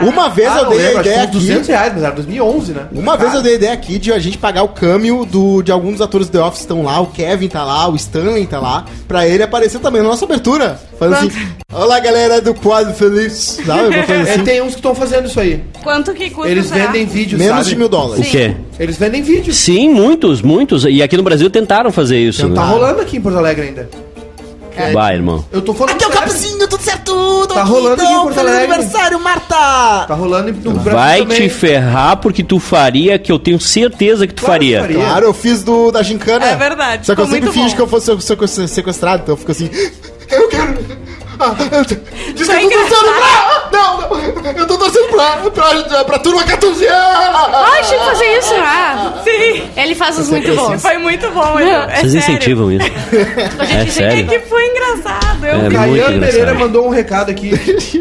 Speaker 4: Uma vez eu
Speaker 5: Ah, não
Speaker 4: dei a
Speaker 5: lembro, acho que
Speaker 4: ideia
Speaker 5: uns 200
Speaker 4: aqui.
Speaker 5: reais, mas era 2011, né?
Speaker 4: Uma vez eu dei a ideia aqui de a gente pagar o câmbio do, de alguns dos atores do The Office estão lá, o Kevin tá lá, o Stanley tá lá, pra ele aparecer também na nossa abertura. Fazendo assim, olá galera do quadro feliz, sabe? Uma coisa
Speaker 5: É,
Speaker 4: assim.
Speaker 5: tem uns que estão fazendo isso aí.
Speaker 7: Quanto que custa,
Speaker 5: Eles
Speaker 7: será?
Speaker 5: vendem vídeo,
Speaker 4: Menos
Speaker 5: sabe?
Speaker 4: de mil dólares.
Speaker 1: O quê?
Speaker 5: Eles vendem vídeo.
Speaker 1: Sim, muitos, muitos. E aqui no Brasil tentaram fazer isso.
Speaker 4: Ah.
Speaker 5: Tá
Speaker 1: Né?
Speaker 5: rolando aqui em Porto Alegre ainda.
Speaker 1: Vai, irmão.
Speaker 5: Eu tô falando
Speaker 6: Aqui é o
Speaker 5: sério.
Speaker 6: capuzinho, tudo certo.
Speaker 5: Tá rolando aqui em
Speaker 6: então,
Speaker 5: Porto
Speaker 6: feliz
Speaker 5: Alegre.
Speaker 6: aniversário, Marta.
Speaker 5: Tá rolando no Brasil
Speaker 1: Vai
Speaker 5: também.
Speaker 1: te ferrar porque tu faria que eu tenho certeza que tu
Speaker 5: Claro que
Speaker 1: faria.
Speaker 5: faria.
Speaker 4: Claro, eu fiz do da gincana.
Speaker 7: É verdade,
Speaker 4: Só que
Speaker 7: ficou
Speaker 4: eu sempre
Speaker 7: muito
Speaker 4: fingi
Speaker 7: bom.
Speaker 4: que eu fosse sequ- sequ- sequestrado, então eu fico assim. Eu quero. Ah, eu t- Diz que
Speaker 7: é
Speaker 4: eu tô torcendo
Speaker 7: engraçado.
Speaker 4: pra. Não, não, eu tô torcendo pra, pra, pra turma 14 anos.
Speaker 3: Ai, tinha que fazer isso. Ah,
Speaker 7: Sim.
Speaker 3: ele faz os muito bons.
Speaker 7: Foi muito bom, Edu. É
Speaker 1: Vocês
Speaker 7: sério.
Speaker 1: incentivam isso.
Speaker 3: A gente
Speaker 1: É
Speaker 3: tem
Speaker 1: sério?
Speaker 7: Que foi engraçado.
Speaker 1: É
Speaker 7: Eu vi.
Speaker 1: muito
Speaker 5: Caian Pereira
Speaker 1: engraçado.
Speaker 5: mandou um recado aqui.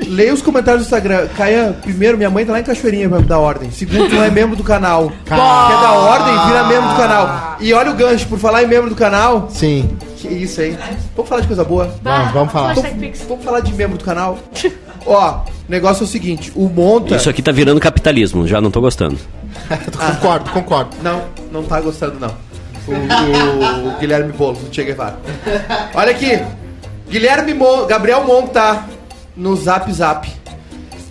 Speaker 5: Leia os comentários do Instagram. Caian, primeiro, minha mãe tá lá em Cachoeirinha pra me dar ordem. Segundo, não é membro do canal. Quer dar ordem, vira membro do canal. E olha o gancho, por falar em membro do canal.
Speaker 4: Sim.
Speaker 5: Que isso aí. Vamos falar de coisa boa.
Speaker 4: Vamos, vamos falar.
Speaker 3: Hashtag Pix.
Speaker 5: Vamos falar de membro do canal. Ó, o negócio é o seguinte: o Monta.
Speaker 1: Isso aqui tá virando capitalismo, já não tô gostando.
Speaker 4: Concordo, concordo.
Speaker 5: Não, não tá gostando, não. O, o- o Guilherme Boulos, o Che Guevara. Olha aqui. Guilherme Mo, Gabriel Monta no Zap Zap.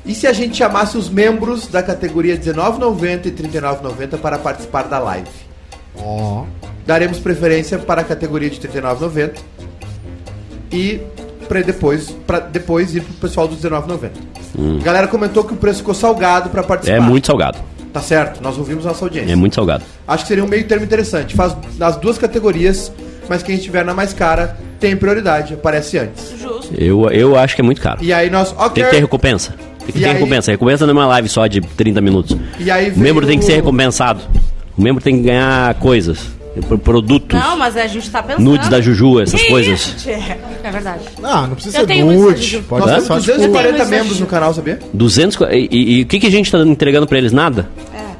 Speaker 5: E se a gente chamasse os membros da categoria R$19,90 e R$39,90 para participar da live? Daremos preferência para a categoria de R$39,90 e para depois, pra depois ir pro pessoal dos R$19,90. A galera comentou que o preço ficou salgado para participar.
Speaker 1: Hum. É muito salgado.
Speaker 5: Tá certo, nós ouvimos nossa audiência.
Speaker 1: É muito salgado.
Speaker 5: Acho que seria um meio termo interessante. Faz nas duas categorias, mas quem estiver na mais cara tem prioridade, aparece antes.
Speaker 1: Eu, eu acho que é muito caro.
Speaker 5: E aí nós.
Speaker 1: Tem
Speaker 5: Ok.
Speaker 1: que ter recompensa. Tem que
Speaker 5: É. E
Speaker 1: ter
Speaker 5: aí-
Speaker 1: recompensa. Recompensa não é uma live só de 30 minutos.
Speaker 5: E aí
Speaker 1: O membro tem
Speaker 5: veio-
Speaker 1: que ser recompensado. O membro tem que ganhar coisas. por produtos.
Speaker 7: Não, mas a gente tá pensando.
Speaker 1: Nudes da Juju, essas
Speaker 7: Que
Speaker 1: coisas.
Speaker 7: isso, tia?
Speaker 3: É verdade.
Speaker 4: Ah, não precisa
Speaker 3: Eu
Speaker 4: ser
Speaker 3: tenho muito
Speaker 4: nude.
Speaker 3: sujo.
Speaker 4: Pode
Speaker 1: Nós
Speaker 4: ser
Speaker 1: temos
Speaker 4: só, tipo,
Speaker 3: Eu tenho um
Speaker 5: 240
Speaker 3: isso
Speaker 5: membros
Speaker 3: aqui.
Speaker 5: no canal, sabia?
Speaker 1: 200 co- e, e- e o que, que a gente tá entregando pra eles? Nada?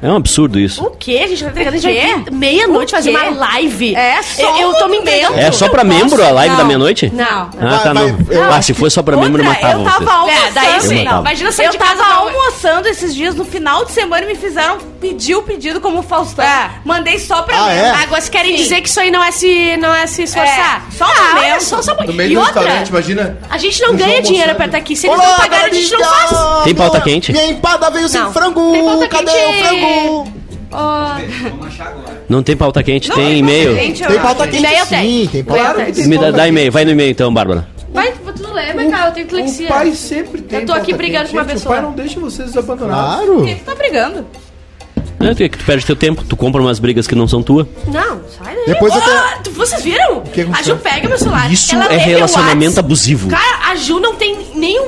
Speaker 1: É, um absurdo isso.
Speaker 3: O quê? A gente tá entregando
Speaker 7: O quê?
Speaker 3: de meia-noite
Speaker 7: O
Speaker 3: fazer
Speaker 7: quê?
Speaker 3: uma live.
Speaker 7: É só
Speaker 3: Eu, eu tô
Speaker 7: um
Speaker 3: me
Speaker 7: momento.
Speaker 3: entendendo.
Speaker 1: É só pra
Speaker 3: Eu posso-
Speaker 1: membro a live
Speaker 3: Não.
Speaker 1: da meia-noite?
Speaker 3: Não.
Speaker 1: Ah, tá,
Speaker 4: Vai,
Speaker 1: não.
Speaker 4: vai, eu
Speaker 1: ah, se fosse só pra membro, eu
Speaker 7: Outra,
Speaker 1: matava
Speaker 7: eu tava
Speaker 1: você.
Speaker 3: É,
Speaker 7: almoçando.
Speaker 3: daí sim.
Speaker 1: matava.
Speaker 3: Não. Imagina se
Speaker 7: Eu
Speaker 3: de
Speaker 7: tava
Speaker 3: casa
Speaker 7: almoçando esses dias no final de semana e me fizeram pedir o pedido como Faustão.
Speaker 3: É.
Speaker 7: Mandei só pra
Speaker 4: Ah,
Speaker 7: mim.
Speaker 4: é?
Speaker 3: Agora, se querem
Speaker 7: Sim.
Speaker 3: dizer que isso aí não é se, não é se esforçar.
Speaker 7: É, só um
Speaker 3: ah,
Speaker 7: momento.
Speaker 3: é só, só...
Speaker 5: No meio
Speaker 3: e
Speaker 5: do
Speaker 3: outra,
Speaker 5: restaurante, imagina.
Speaker 3: a gente não
Speaker 5: No
Speaker 3: ganha
Speaker 5: jogo
Speaker 3: dinheiro
Speaker 5: mostrando.
Speaker 3: pra estar aqui. Se eles não pagarem, a gente não
Speaker 4: Gabriel!
Speaker 3: faz.
Speaker 1: Tem pauta
Speaker 4: Minha-
Speaker 1: quente?
Speaker 4: Minha empada veio sem
Speaker 3: Não. Tem
Speaker 4: frango!
Speaker 3: pauta
Speaker 4: Cadê
Speaker 3: quente?
Speaker 4: o frango?
Speaker 1: Não tem pauta quente,
Speaker 7: Não,
Speaker 1: tem
Speaker 7: mas,
Speaker 1: e-mail.
Speaker 7: gente, eu
Speaker 4: Tem
Speaker 7: acho.
Speaker 4: pauta quente
Speaker 3: E-mail tem.
Speaker 4: sim, tem pauta
Speaker 3: Claro que
Speaker 1: Me
Speaker 5: um
Speaker 1: dá, dá e-mail, vai no e-mail então, Bárbara.
Speaker 3: Vai, tu não lembra, cara? Eu tenho
Speaker 5: O
Speaker 3: dislexia.
Speaker 5: pai sempre tem.
Speaker 3: Eu tô aqui
Speaker 5: pauta
Speaker 3: brigando
Speaker 5: quente.
Speaker 3: com uma
Speaker 5: Gente,
Speaker 3: pessoa.
Speaker 5: O pai não deixa vocês abandonados.
Speaker 4: Claro!
Speaker 7: Por que que tá brigando?
Speaker 1: É, tu, tu perde teu tempo, tu compra umas brigas que não são tuas.
Speaker 3: Não, sai daí.
Speaker 4: Depois eu
Speaker 3: Ah, tu- Vocês viram?
Speaker 4: que
Speaker 3: a
Speaker 4: aconteceu?
Speaker 3: Ju pega meu
Speaker 7: Ah,
Speaker 3: celular.
Speaker 1: Isso
Speaker 3: ela
Speaker 1: é
Speaker 3: lê meu
Speaker 1: relacionamento
Speaker 3: WhatsApp.
Speaker 1: abusivo.
Speaker 3: Cara, a Ju não tem
Speaker 7: um
Speaker 3: nenhum.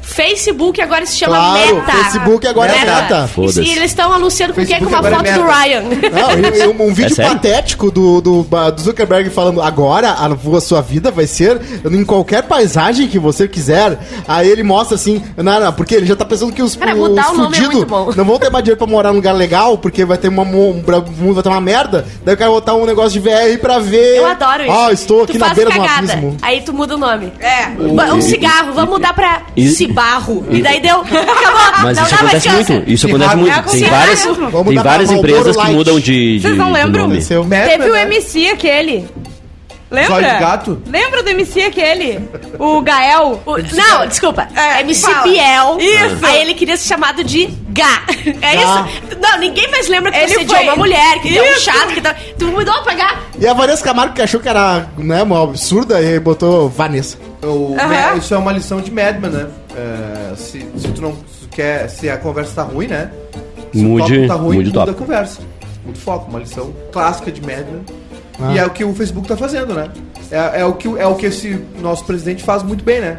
Speaker 3: Facebook agora se chama
Speaker 4: Claro,
Speaker 3: Meta.
Speaker 4: Facebook agora é Meta.
Speaker 1: Foda-se.
Speaker 3: E eles estão anunciando com o que é com
Speaker 5: Facebook
Speaker 3: uma foto
Speaker 5: agora é
Speaker 3: do
Speaker 5: Meta.
Speaker 3: Ryan.
Speaker 4: Não, e- e um, um vídeo
Speaker 1: sério?
Speaker 4: patético do, do, ba- do Zuckerberg falando agora a, vo- sua vida vai ser em qualquer paisagem que você quiser. Aí ele mostra assim, não, não, porque ele já tá pensando que os,
Speaker 3: Cara,
Speaker 4: os
Speaker 3: mudar o nome é
Speaker 4: fudidos
Speaker 3: muito bom.
Speaker 4: não vão ter mais dinheiro pra morar num lugar legal, porque vai ter uma, mo- um, bra- o mundo vai ter uma merda. Daí o cara vai botar um negócio de VR pra ver.
Speaker 3: Eu adoro isso.
Speaker 4: Ah, estou
Speaker 3: Tu
Speaker 4: aqui na
Speaker 3: faz
Speaker 4: beira
Speaker 3: cagada,
Speaker 4: do abismo.
Speaker 3: Aí tu muda o nome.
Speaker 7: É.
Speaker 3: Um cigarro, vamos mudar pra
Speaker 1: e-
Speaker 3: cibarro. E daí deu. Acabou.
Speaker 1: Mas isso
Speaker 3: não dá mais
Speaker 1: acontece
Speaker 3: câncer.
Speaker 1: muito. Isso
Speaker 5: Se
Speaker 1: acontece
Speaker 5: rasga,
Speaker 1: muito. Tem
Speaker 3: se
Speaker 1: várias,
Speaker 3: rasga.
Speaker 4: Vamos
Speaker 1: tem
Speaker 4: mudar pra
Speaker 1: várias
Speaker 4: Marlboro
Speaker 1: empresas que
Speaker 4: Light.
Speaker 1: mudam de. de-
Speaker 7: Vocês não
Speaker 1: de
Speaker 7: lembram?
Speaker 1: nome.
Speaker 4: Esse é o
Speaker 5: um
Speaker 7: Teve o
Speaker 5: né?
Speaker 7: MC aquele. Lembra?
Speaker 5: Zóio de gato?
Speaker 7: Lembra do MC aquele? O Gael?
Speaker 3: O- Não, desculpa.
Speaker 7: É,
Speaker 3: MC
Speaker 7: fala.
Speaker 3: Biel.
Speaker 7: Isso.
Speaker 3: Aí ele queria ser chamado de Gá.
Speaker 4: Gá.
Speaker 3: É isso? Não, ninguém mais lembra que
Speaker 7: Ele
Speaker 3: você
Speaker 7: foi-
Speaker 3: foi... uma mulher, que deu um
Speaker 7: Isso.
Speaker 3: chato, que tal. Tu mudou pra Gá.
Speaker 4: E a Vanessa Camargo que achou que era né, uma absurda e botou Vanessa.
Speaker 5: O-
Speaker 7: Aham.
Speaker 5: Isso é uma lição de Madman, né? É, se, se tu não se tu quer, se a conversa tá ruim, né? Se
Speaker 1: Mude-
Speaker 5: o tópico tá ruim,
Speaker 1: mude o
Speaker 5: muda a
Speaker 1: tópico.
Speaker 5: conversa. Muito foco, uma lição clássica de Madman.
Speaker 4: Ah.
Speaker 5: E é o que o Facebook tá fazendo, né? É, é o que, o- é o que esse nosso presidente faz muito bem, né?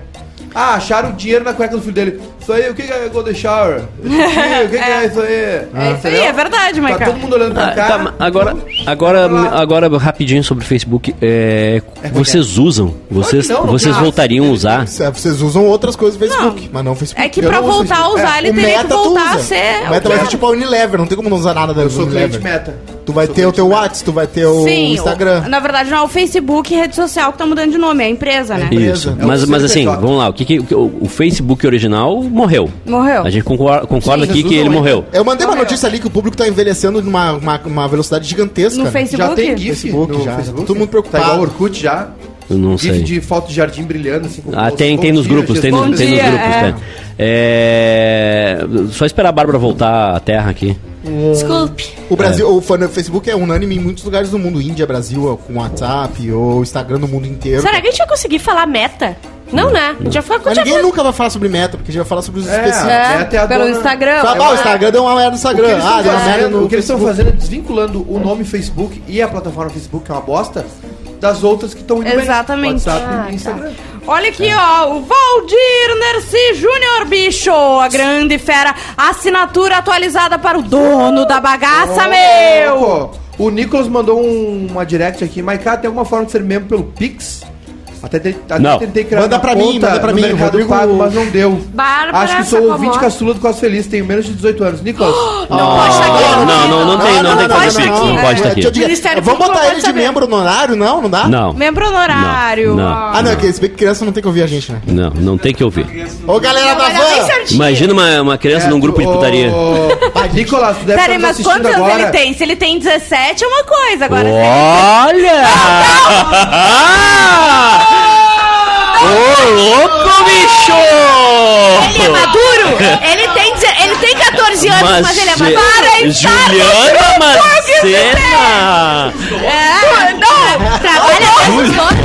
Speaker 5: Ah, acharam o dinheiro na cueca do filho dele. Isso aí, o que que é Golden Shower? Isso aqui, o que que é isso aí?
Speaker 7: É isso aí, é verdade,
Speaker 5: Tá
Speaker 7: Michael.
Speaker 5: todo mundo olhando pra
Speaker 1: Ah,
Speaker 5: cá.
Speaker 1: tá, mas agora, agora,
Speaker 5: Olá.
Speaker 1: agora, rapidinho sobre o Facebook. É, vocês usam? Vocês,
Speaker 5: não, não
Speaker 1: vocês
Speaker 5: tem.
Speaker 1: voltariam a usar?
Speaker 4: Cê- Vocês usam outras coisas do Facebook, mas não o Facebook.
Speaker 7: É que
Speaker 4: Eu
Speaker 7: pra
Speaker 4: não uso
Speaker 7: voltar a
Speaker 4: Facebook.
Speaker 7: usar, ele
Speaker 4: o
Speaker 7: teria que
Speaker 4: Meta tu
Speaker 7: voltar a
Speaker 4: usa.
Speaker 7: ser
Speaker 4: O Meta vai
Speaker 7: o-
Speaker 4: ser tipo a Unilever, não tem como não usar nada da
Speaker 5: Eu
Speaker 7: Ah,
Speaker 5: sou cliente
Speaker 7: tá,
Speaker 4: Unilever.
Speaker 5: meta.
Speaker 4: Tu vai
Speaker 5: Sou
Speaker 4: ter o
Speaker 5: cliente
Speaker 4: teu
Speaker 5: meta.
Speaker 4: WhatsApp, tu vai ter o
Speaker 7: Sim,
Speaker 4: Instagram.
Speaker 7: o- na verdade não é o Facebook e rede social que tá mudando de nome, é a empresa, né?
Speaker 4: empresa.
Speaker 1: Isso.
Speaker 5: É um
Speaker 1: Mas, mas assim,
Speaker 5: CNPJ.
Speaker 1: vamos lá. O, que que- o, o Facebook original morreu.
Speaker 7: Morreu.
Speaker 1: A gente concorda, concorda
Speaker 5: Sim, é.
Speaker 1: aqui
Speaker 5: vocês
Speaker 1: que ele
Speaker 5: usam
Speaker 1: morreu.
Speaker 4: Eu mandei uma
Speaker 7: Olha.
Speaker 4: notícia ali que o público tá envelhecendo numa uma, uma velocidade gigantesca. né?
Speaker 7: No
Speaker 5: Já
Speaker 7: Facebook?
Speaker 5: tem GIF
Speaker 4: Facebook,
Speaker 5: no
Speaker 4: já,
Speaker 5: Facebook?
Speaker 4: todo mundo preocupado.
Speaker 5: Tá igual Orkut já?
Speaker 1: Eu não
Speaker 5: GIF
Speaker 1: sei.
Speaker 5: de foto de jardim brilhando. Assim, com- assim,
Speaker 1: Ah, tem,
Speaker 5: Bom
Speaker 1: tem nos
Speaker 5: dia,
Speaker 1: grupos, tem,
Speaker 5: Jesus.
Speaker 1: nos-
Speaker 7: Bom
Speaker 1: tem nos
Speaker 7: dia,
Speaker 1: grupos.
Speaker 7: é.
Speaker 1: tem. É, só esperar a Bárbara voltar à terra aqui.
Speaker 3: Desculpe.
Speaker 4: O Brasil, o fan- o Facebook é unânime em muitos lugares do mundo. Índia, Brasil, é com WhatsApp, ou Instagram no mundo inteiro.
Speaker 3: Será que a gente vai conseguir falar meta? Não, né? Já foi
Speaker 4: Mas
Speaker 3: já
Speaker 4: ninguém
Speaker 3: foi-
Speaker 4: nunca vai falar sobre meta, porque a gente vai falar sobre os
Speaker 5: É,
Speaker 4: específicos.
Speaker 5: é até a
Speaker 7: pelo
Speaker 5: dona-
Speaker 7: Instagram. É
Speaker 4: Fala,
Speaker 7: eu
Speaker 4: "Ah, o
Speaker 7: acho.
Speaker 4: Instagram deu uma merda no
Speaker 5: O que
Speaker 4: Instagram.
Speaker 5: eles
Speaker 4: Ah, deu
Speaker 5: estão
Speaker 4: uma merda
Speaker 5: fazendo,
Speaker 4: no
Speaker 5: o que eles estão
Speaker 4: Facebook.
Speaker 5: fazendo é desvinculando o nome Facebook e a plataforma Facebook, que é uma bosta, das outras que estão indo bem.
Speaker 7: Exatamente.
Speaker 5: WhatsApp
Speaker 3: Ah, tá.
Speaker 5: e Instagram.
Speaker 7: Olha aqui, ó, o Valdir Nerci Júnior, bicho, a grande fera, assinatura atualizada para o dono da bagaça, meu!
Speaker 5: Ô, O Nicolas mandou um- uma direct aqui. Maiká, tem alguma forma de ser membro pelo Pix? Até, te- até
Speaker 1: Não.
Speaker 5: tentei criar
Speaker 4: Manda
Speaker 5: uma
Speaker 4: pra mim,
Speaker 5: conta
Speaker 4: manda pra
Speaker 5: no
Speaker 4: mim,
Speaker 5: Mercado
Speaker 4: Rodrigo-
Speaker 5: Pago, mas não deu.
Speaker 7: Bárbara
Speaker 5: Acho que sou
Speaker 7: Sacomori.
Speaker 5: ouvinte caçula do Quase Feliz, tenho menos de 18 anos. Nicolas,
Speaker 4: Ah,
Speaker 1: não, não, não, não tem, não tem
Speaker 7: não
Speaker 1: coisa
Speaker 7: pode
Speaker 1: assim,
Speaker 7: estar aqui.
Speaker 1: não pode estar aqui.
Speaker 4: Deixa eu dizer,
Speaker 7: Ministério
Speaker 4: Vamos
Speaker 7: Público
Speaker 4: botar
Speaker 7: pode
Speaker 4: ele de
Speaker 7: saber.
Speaker 4: membro honorário, não? Não dá?
Speaker 7: Ah,
Speaker 1: Não.
Speaker 7: Membro honorário.
Speaker 1: Não, não.
Speaker 7: ó.
Speaker 4: Ah, não, é que se bem que criança não tem que ouvir a gente, né?
Speaker 1: Não, não tem que ouvir.
Speaker 4: Ô, galera da
Speaker 7: Olha, bem
Speaker 4: van!
Speaker 7: certinho.
Speaker 1: Imagina uma, uma criança num grupo de putaria.
Speaker 5: Ô, Nicolas, tu deve
Speaker 7: Peraí,
Speaker 5: estar nos
Speaker 7: mas
Speaker 5: assistindo
Speaker 7: quantos anos ele
Speaker 5: agora.
Speaker 7: tem? Se ele tem 17 é uma coisa, agora se ele-
Speaker 1: Olha! Ô, louco, bicho!
Speaker 3: Ele
Speaker 5: Tá
Speaker 3: é maduro? ele, tem, deze- ele tem 14 anos, mas, ele é
Speaker 1: Ju-
Speaker 3: maduro. Para, hein?
Speaker 1: Juliana Macena!
Speaker 3: É, não, trabalha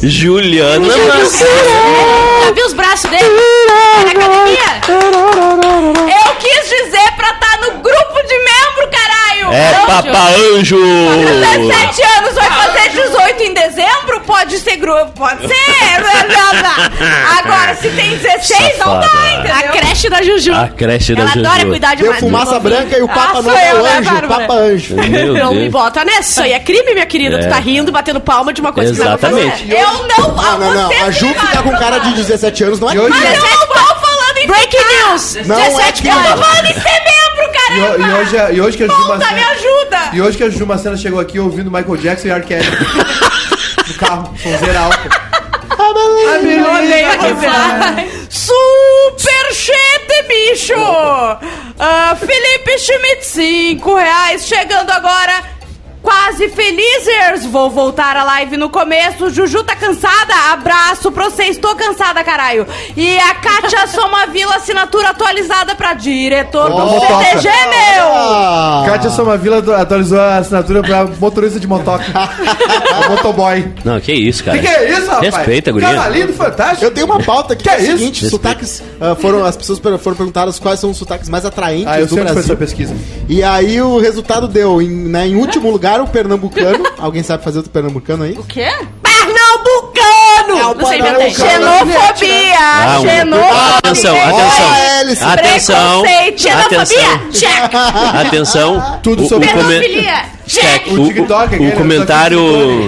Speaker 1: Júlio. Juliana Macena!
Speaker 3: Já viu os braços dele? Na academia?
Speaker 7: Eu quis dizer pra estar no grupo de membro, caralho!
Speaker 1: É
Speaker 7: Não,
Speaker 1: Papa Anjo!
Speaker 7: Ju. 17 anos, vai fazer 18 em dezembro, pode ser grupo, pode ser. blá, blá, blá. Agora, se tem 16, não
Speaker 1: Safada.
Speaker 7: dá, entendeu?
Speaker 3: A creche da Juju.
Speaker 4: Ah,
Speaker 1: A creche da
Speaker 3: Ela
Speaker 1: Juju.
Speaker 3: adora cuidar de
Speaker 4: Deu
Speaker 3: uma-
Speaker 4: fumaça branca e o Papa
Speaker 7: Ah,
Speaker 4: não
Speaker 7: sou
Speaker 4: é
Speaker 7: eu,
Speaker 4: o
Speaker 7: né,
Speaker 4: anjo, o
Speaker 7: Bárbara?
Speaker 4: Papa anjo.
Speaker 1: Meu
Speaker 3: Não me
Speaker 1: Deus.
Speaker 3: bota nessa. E é crime, minha querida. Tu tá rindo, batendo palma de uma coisa
Speaker 1: Exatamente.
Speaker 3: que não é pra fazer. Eu não.
Speaker 4: Ah, não, não. A Ju que tá com cara de 17 anos não é
Speaker 5: E hoje-
Speaker 4: crime.
Speaker 5: Mas
Speaker 7: Eu Ah, não tô falando em
Speaker 3: Breaking news.
Speaker 4: Não é
Speaker 3: 17
Speaker 4: crime.
Speaker 3: anos.
Speaker 7: Falando em ser membro,
Speaker 5: E,
Speaker 7: caramba!
Speaker 5: ho- e hoje, é a- e hoje que a Ju
Speaker 7: Volta, me
Speaker 5: Macena,
Speaker 7: ajuda!
Speaker 5: e hoje que a Ju Macena chegou aqui ouvindo Michael Jackson e R. Kelly. no carro, sonzeira alta. A
Speaker 7: Olha que vai. Superchete, bicho! Ah, Felipe Schmidt, 5 reais. Chegando agora, quase felizers. Vou voltar a live no começo. Juju tá cansada? Abraço pra vocês. Tô cansada, caralho. E a Kátia Somavila, assinatura atualizada pra diretor
Speaker 5: Ó,
Speaker 7: do CTG, meu!
Speaker 4: Ah,
Speaker 5: Kátia Somavila atu- atualizou a assinatura pra motorista de motoca. É o motoboy.
Speaker 1: Não, que isso, cara.
Speaker 5: Que que é isso, rapaz?
Speaker 1: Respeita, guria.
Speaker 5: Cavalido fantástico.
Speaker 4: Eu tenho uma pauta aqui que
Speaker 5: Que
Speaker 4: é o
Speaker 5: isso?
Speaker 4: seguinte: sotaques. ah, foram, as pessoas per- foram perguntadas quais são os sotaques mais atraentes
Speaker 5: Ah, eu
Speaker 4: do
Speaker 5: sei onde foi essa
Speaker 4: Brasil.
Speaker 5: pesquisa.
Speaker 4: E aí o resultado deu, em, né, em último lugar, o pernambucano. Alguém sabe fazer outro pernambucano aí?
Speaker 7: O quê?
Speaker 3: Pernambucano!
Speaker 4: É o
Speaker 3: não sei
Speaker 4: Pernambucano.
Speaker 3: inventar.
Speaker 7: Xenofobia!
Speaker 1: Ah, um-
Speaker 7: Xenofobia!
Speaker 1: Atenção,
Speaker 4: Olha, Hélice.
Speaker 1: atenção. Atenção.
Speaker 7: Preconceito.
Speaker 1: Atenção.
Speaker 3: Xenofobia? Check!
Speaker 1: Atenção.
Speaker 5: Tudo
Speaker 1: o,
Speaker 5: sobre
Speaker 1: o come-
Speaker 3: Pedofilia?
Speaker 1: Check.
Speaker 3: Check!
Speaker 1: O,
Speaker 5: TikTok, né?
Speaker 1: o,
Speaker 5: aquele,
Speaker 1: o comentário.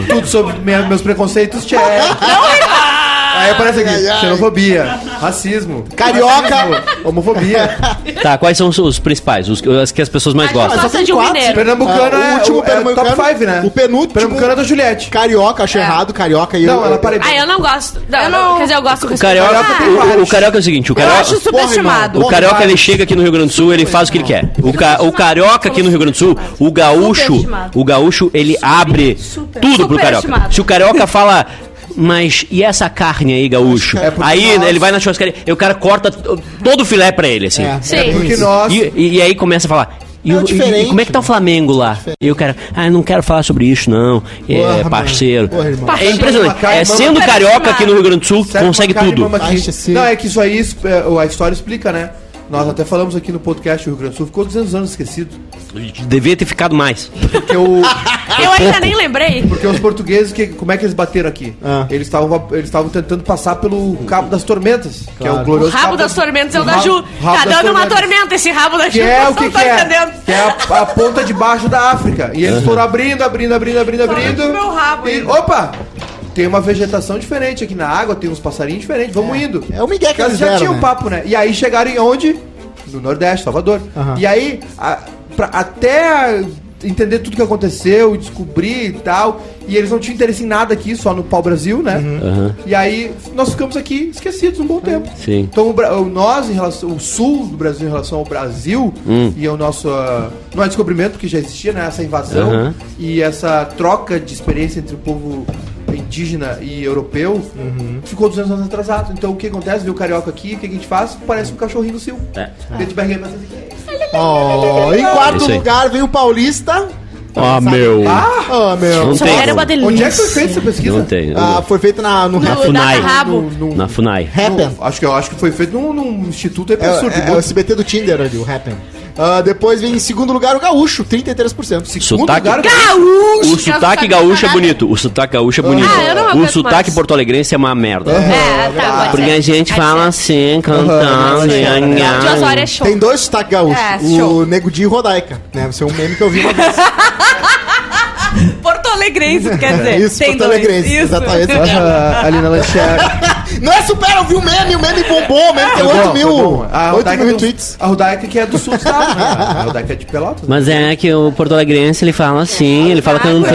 Speaker 5: TikTok, Tudo sobre me- meus preconceitos, check. Aí aparece
Speaker 4: Ai, ai.
Speaker 5: aqui, xenofobia, racismo,
Speaker 4: Carioca.
Speaker 5: homofobia.
Speaker 1: Tá, quais são os, os principais? Os, as que as pessoas mais
Speaker 3: Mas
Speaker 1: gostam.
Speaker 3: só tem mineiro.
Speaker 5: Pernambucano
Speaker 4: Ah,
Speaker 5: é, o último
Speaker 4: pernambucano-
Speaker 5: top 5, né?
Speaker 4: O penúltimo.
Speaker 5: Pernambucano é da Juliette.
Speaker 4: Carioca, acho errado, carioca e
Speaker 5: Não, ela é parei.
Speaker 3: Ah, eu não gosto. Não,
Speaker 7: Eu não-
Speaker 3: Quer dizer, eu gosto
Speaker 1: O carioca, o, o carioca é o seguinte, o
Speaker 7: Eu
Speaker 1: carioca.
Speaker 7: acho subestimado.
Speaker 1: O carioca ele chega aqui no Rio Grande do Sul, ele faz o que ele quer. O, ca- o carioca aqui no Rio Grande do Sul, o gaúcho,
Speaker 7: Superestimado.
Speaker 1: o gaúcho ele abre tudo pro carioca.
Speaker 7: Superestimado.
Speaker 1: Se o carioca fala mas e essa carne aí, gaúcho?
Speaker 4: É porque
Speaker 1: aí
Speaker 4: nós-
Speaker 1: ele vai na churrascaria e o cara corta t- todo o filé pra ele, assim.
Speaker 4: É,
Speaker 3: Sim.
Speaker 4: é
Speaker 5: Porque
Speaker 4: porque nós.
Speaker 5: nós...
Speaker 1: E, e- e aí começa a falar. E,
Speaker 4: É
Speaker 1: o- e- e
Speaker 4: diferente,
Speaker 1: como é que tá o Flamengo lá? E o cara, ah, eu não quero falar sobre isso, não. É
Speaker 4: Porra, mano.
Speaker 1: parceiro.
Speaker 4: Porra, irmão.
Speaker 1: é impressionante.
Speaker 5: Macaco,
Speaker 1: É,
Speaker 5: mano.
Speaker 1: sendo carioca aqui no Rio Grande do Sul,
Speaker 5: Serve
Speaker 1: consegue
Speaker 5: uma carne,
Speaker 1: tudo.
Speaker 5: mama aqui.
Speaker 4: Acha assim.
Speaker 5: Não, é que isso aí, isso, é, a história explica, né? Nós até falamos aqui no podcast o Rio Grande do Sul, ficou 200 anos esquecido.
Speaker 1: Devia ter ficado mais.
Speaker 4: Tá,
Speaker 5: Porque, o-
Speaker 3: Eu ainda nem lembrei.
Speaker 5: porque os portugueses, que, como é que eles bateram aqui?
Speaker 4: Ah.
Speaker 5: Eles estavam eles estavam tentando passar pelo Cabo das Tormentas, que é o
Speaker 3: O
Speaker 5: glorioso
Speaker 3: rabo
Speaker 5: Cabo
Speaker 3: das tormentas é o da
Speaker 5: rabo-
Speaker 3: Ju.
Speaker 5: rabo
Speaker 3: Tá
Speaker 5: das
Speaker 3: dando uma
Speaker 5: tormentas.
Speaker 3: tormenta esse rabo da Ju.
Speaker 5: Que é o
Speaker 3: vocês
Speaker 5: que,
Speaker 3: não
Speaker 5: que
Speaker 3: tá
Speaker 5: é?
Speaker 3: entendendo.
Speaker 5: Que é a, a ponta de baixo da África. E eles foram abrindo, abrindo, abrindo, abrindo, abrindo.
Speaker 7: do meu rabo
Speaker 5: e,
Speaker 7: ainda.
Speaker 5: opa! Tem uma vegetação diferente aqui na água, tem uns passarinhos diferentes, vamos indo.
Speaker 4: É o Miguel que
Speaker 5: Porque eles
Speaker 4: eles
Speaker 5: já
Speaker 4: deram,
Speaker 5: tinham
Speaker 4: né?
Speaker 5: papo, né? E aí chegaram em onde? No Nordeste, Salvador.
Speaker 4: Aham.
Speaker 5: E aí, a- pra- até entender tudo que aconteceu, e descobrir e tal. E eles não tinham interesse em nada aqui, só no pau-brasil, né?
Speaker 4: Uhum.
Speaker 1: Aham.
Speaker 5: E aí nós ficamos aqui esquecidos um bom tempo.
Speaker 1: Sim.
Speaker 5: Então o Bra- o nós em relação o sul do Brasil em relação ao Brasil
Speaker 1: Hum.
Speaker 5: e ao nosso ah, não é descobrimento que já existia né essa invasão
Speaker 1: Aham.
Speaker 5: e essa troca de experiência entre o povo indígena e europeu ficou 200 anos atrasado. Então o que acontece? Vê o carioca aqui, o que a gente faz? Parece um cachorrinho do cio.
Speaker 1: É.
Speaker 5: Dentro de barriga, mas assim,
Speaker 4: Ó, em quarto
Speaker 1: Isso aí.
Speaker 4: lugar vem o paulista.
Speaker 1: Ah, meu.
Speaker 4: tá, Ah, meu.
Speaker 1: Não tem.
Speaker 3: Era uma delícia.
Speaker 5: Onde é que foi feita essa pesquisa?
Speaker 1: Não tem.
Speaker 4: Ah, foi feito na, no
Speaker 1: na
Speaker 4: Happen.
Speaker 1: FUNAI.
Speaker 3: Rabo.
Speaker 5: No- no-
Speaker 1: Na FUNAI.
Speaker 4: Happen.
Speaker 5: no- acho que eu acho que foi feito num, num instituto
Speaker 4: É,
Speaker 5: aí pra surdo.
Speaker 4: é, é o SBT do Tinder ali, o Happen. Ah, depois vem em segundo lugar o gaúcho, 33%.
Speaker 5: Segundo
Speaker 1: Sotaque-
Speaker 5: lugar,
Speaker 1: O
Speaker 3: Gaúcho!
Speaker 1: sotaque gaúcho é bonito. O sotaque gaúcho é bonito.
Speaker 3: Ah, eu não
Speaker 1: o
Speaker 3: aguento
Speaker 1: sotaque
Speaker 3: mais.
Speaker 1: porto-alegrense é uma merda.
Speaker 3: É, tá, pode
Speaker 1: Porque
Speaker 3: ser.
Speaker 1: a gente
Speaker 3: Pode
Speaker 1: fala assim, cantando. nha, nha.
Speaker 3: De Osório é show.
Speaker 4: Tem dois sotaques gaúchos.
Speaker 7: É,
Speaker 4: o
Speaker 7: show.
Speaker 4: Nego Di e Rodaica. Né? Isso é um meme que eu vi uma vez.
Speaker 7: Porto Alegrense, quer dizer.
Speaker 4: Isso,
Speaker 7: tem
Speaker 4: Porto
Speaker 7: dois.
Speaker 4: Alegrense.
Speaker 7: Isso.
Speaker 4: Exatamente.
Speaker 5: Ah, ali na lanchonete.
Speaker 4: Não é super, eu vi o meme, o meme bombou, o meme tem
Speaker 5: É, Foi
Speaker 4: 8
Speaker 5: bom,
Speaker 4: mil,
Speaker 5: foi bom. A
Speaker 4: 8
Speaker 5: Rodaica
Speaker 4: mil
Speaker 5: do-
Speaker 4: retweets.
Speaker 5: A Rodaica que é do sul do estado, né? A Rodaica é de Pelotas. né?
Speaker 1: Mas é que o porto-alegrense ele fala assim, ele fala cantando. né?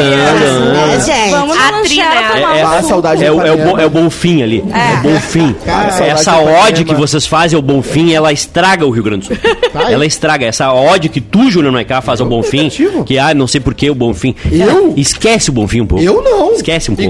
Speaker 7: É, Vamos na
Speaker 3: Atriz,
Speaker 7: lanchonete
Speaker 3: né?
Speaker 7: tomar
Speaker 5: É, é,
Speaker 7: um
Speaker 5: a saudade
Speaker 1: É,
Speaker 5: do
Speaker 1: o- é, o,
Speaker 5: Ipanema.
Speaker 1: bo- é o Bonfim ali. É, o Bonfim.
Speaker 4: Cara,
Speaker 1: essa
Speaker 5: saudade do
Speaker 1: ode que
Speaker 5: Ipanema.
Speaker 1: vocês fazem ao Bonfim, ela estraga o Rio Grande do Sul.
Speaker 5: Tá
Speaker 4: Vai.
Speaker 1: ela estraga. Essa ode que tu, Júlio Noicar, faz ao Bonfim.
Speaker 5: tentativo.
Speaker 1: Que, ah, não sei por que o Bonfim.
Speaker 5: Eu?
Speaker 1: Esquece o Bonfim um pouco.
Speaker 5: Eu não.
Speaker 1: Esquece um pouco.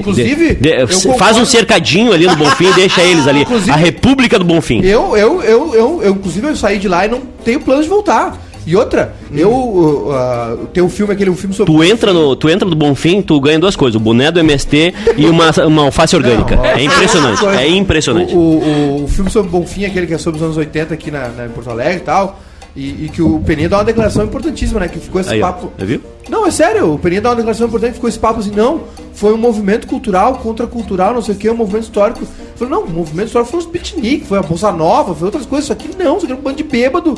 Speaker 1: De-
Speaker 5: Inclusive,
Speaker 1: de-
Speaker 5: eu
Speaker 1: faz
Speaker 5: concordo.
Speaker 1: um cercadinho ali no Bonfim e deixa eles ali.
Speaker 5: Inclusive-
Speaker 1: a República do Bonfim.
Speaker 5: Eu, eu, eu, eu, eu, inclusive, eu saí de lá e não tenho plano de voltar. E outra,
Speaker 4: Hum.
Speaker 5: eu, uh, ah, tem um filme, aquele um filme sobre...
Speaker 1: Tu entra, no, tu entra no Bonfim, tu ganha duas coisas: o boné do MST e uma, uma alface orgânica.
Speaker 5: Não, ó.
Speaker 1: é impressionante. É impressionante.
Speaker 5: O, o, o filme sobre Bonfim, aquele que é sobre os anos 80 aqui na, na- em Porto Alegre e tal, e, e que o Peninha dá uma declaração importantíssima, né? Que ficou esse
Speaker 1: Aí, ó.
Speaker 5: papo...
Speaker 1: Viu?
Speaker 5: Não, é sério, o Peninha dá uma declaração importante, ficou esse papo assim, não, foi um movimento cultural, contracultural, não sei o que, um movimento histórico. Falei, não, o movimento histórico foi os beatnik, foi a Bolsa Nova, foi outras coisas. Isso aqui não, isso aqui é um bando de bêbado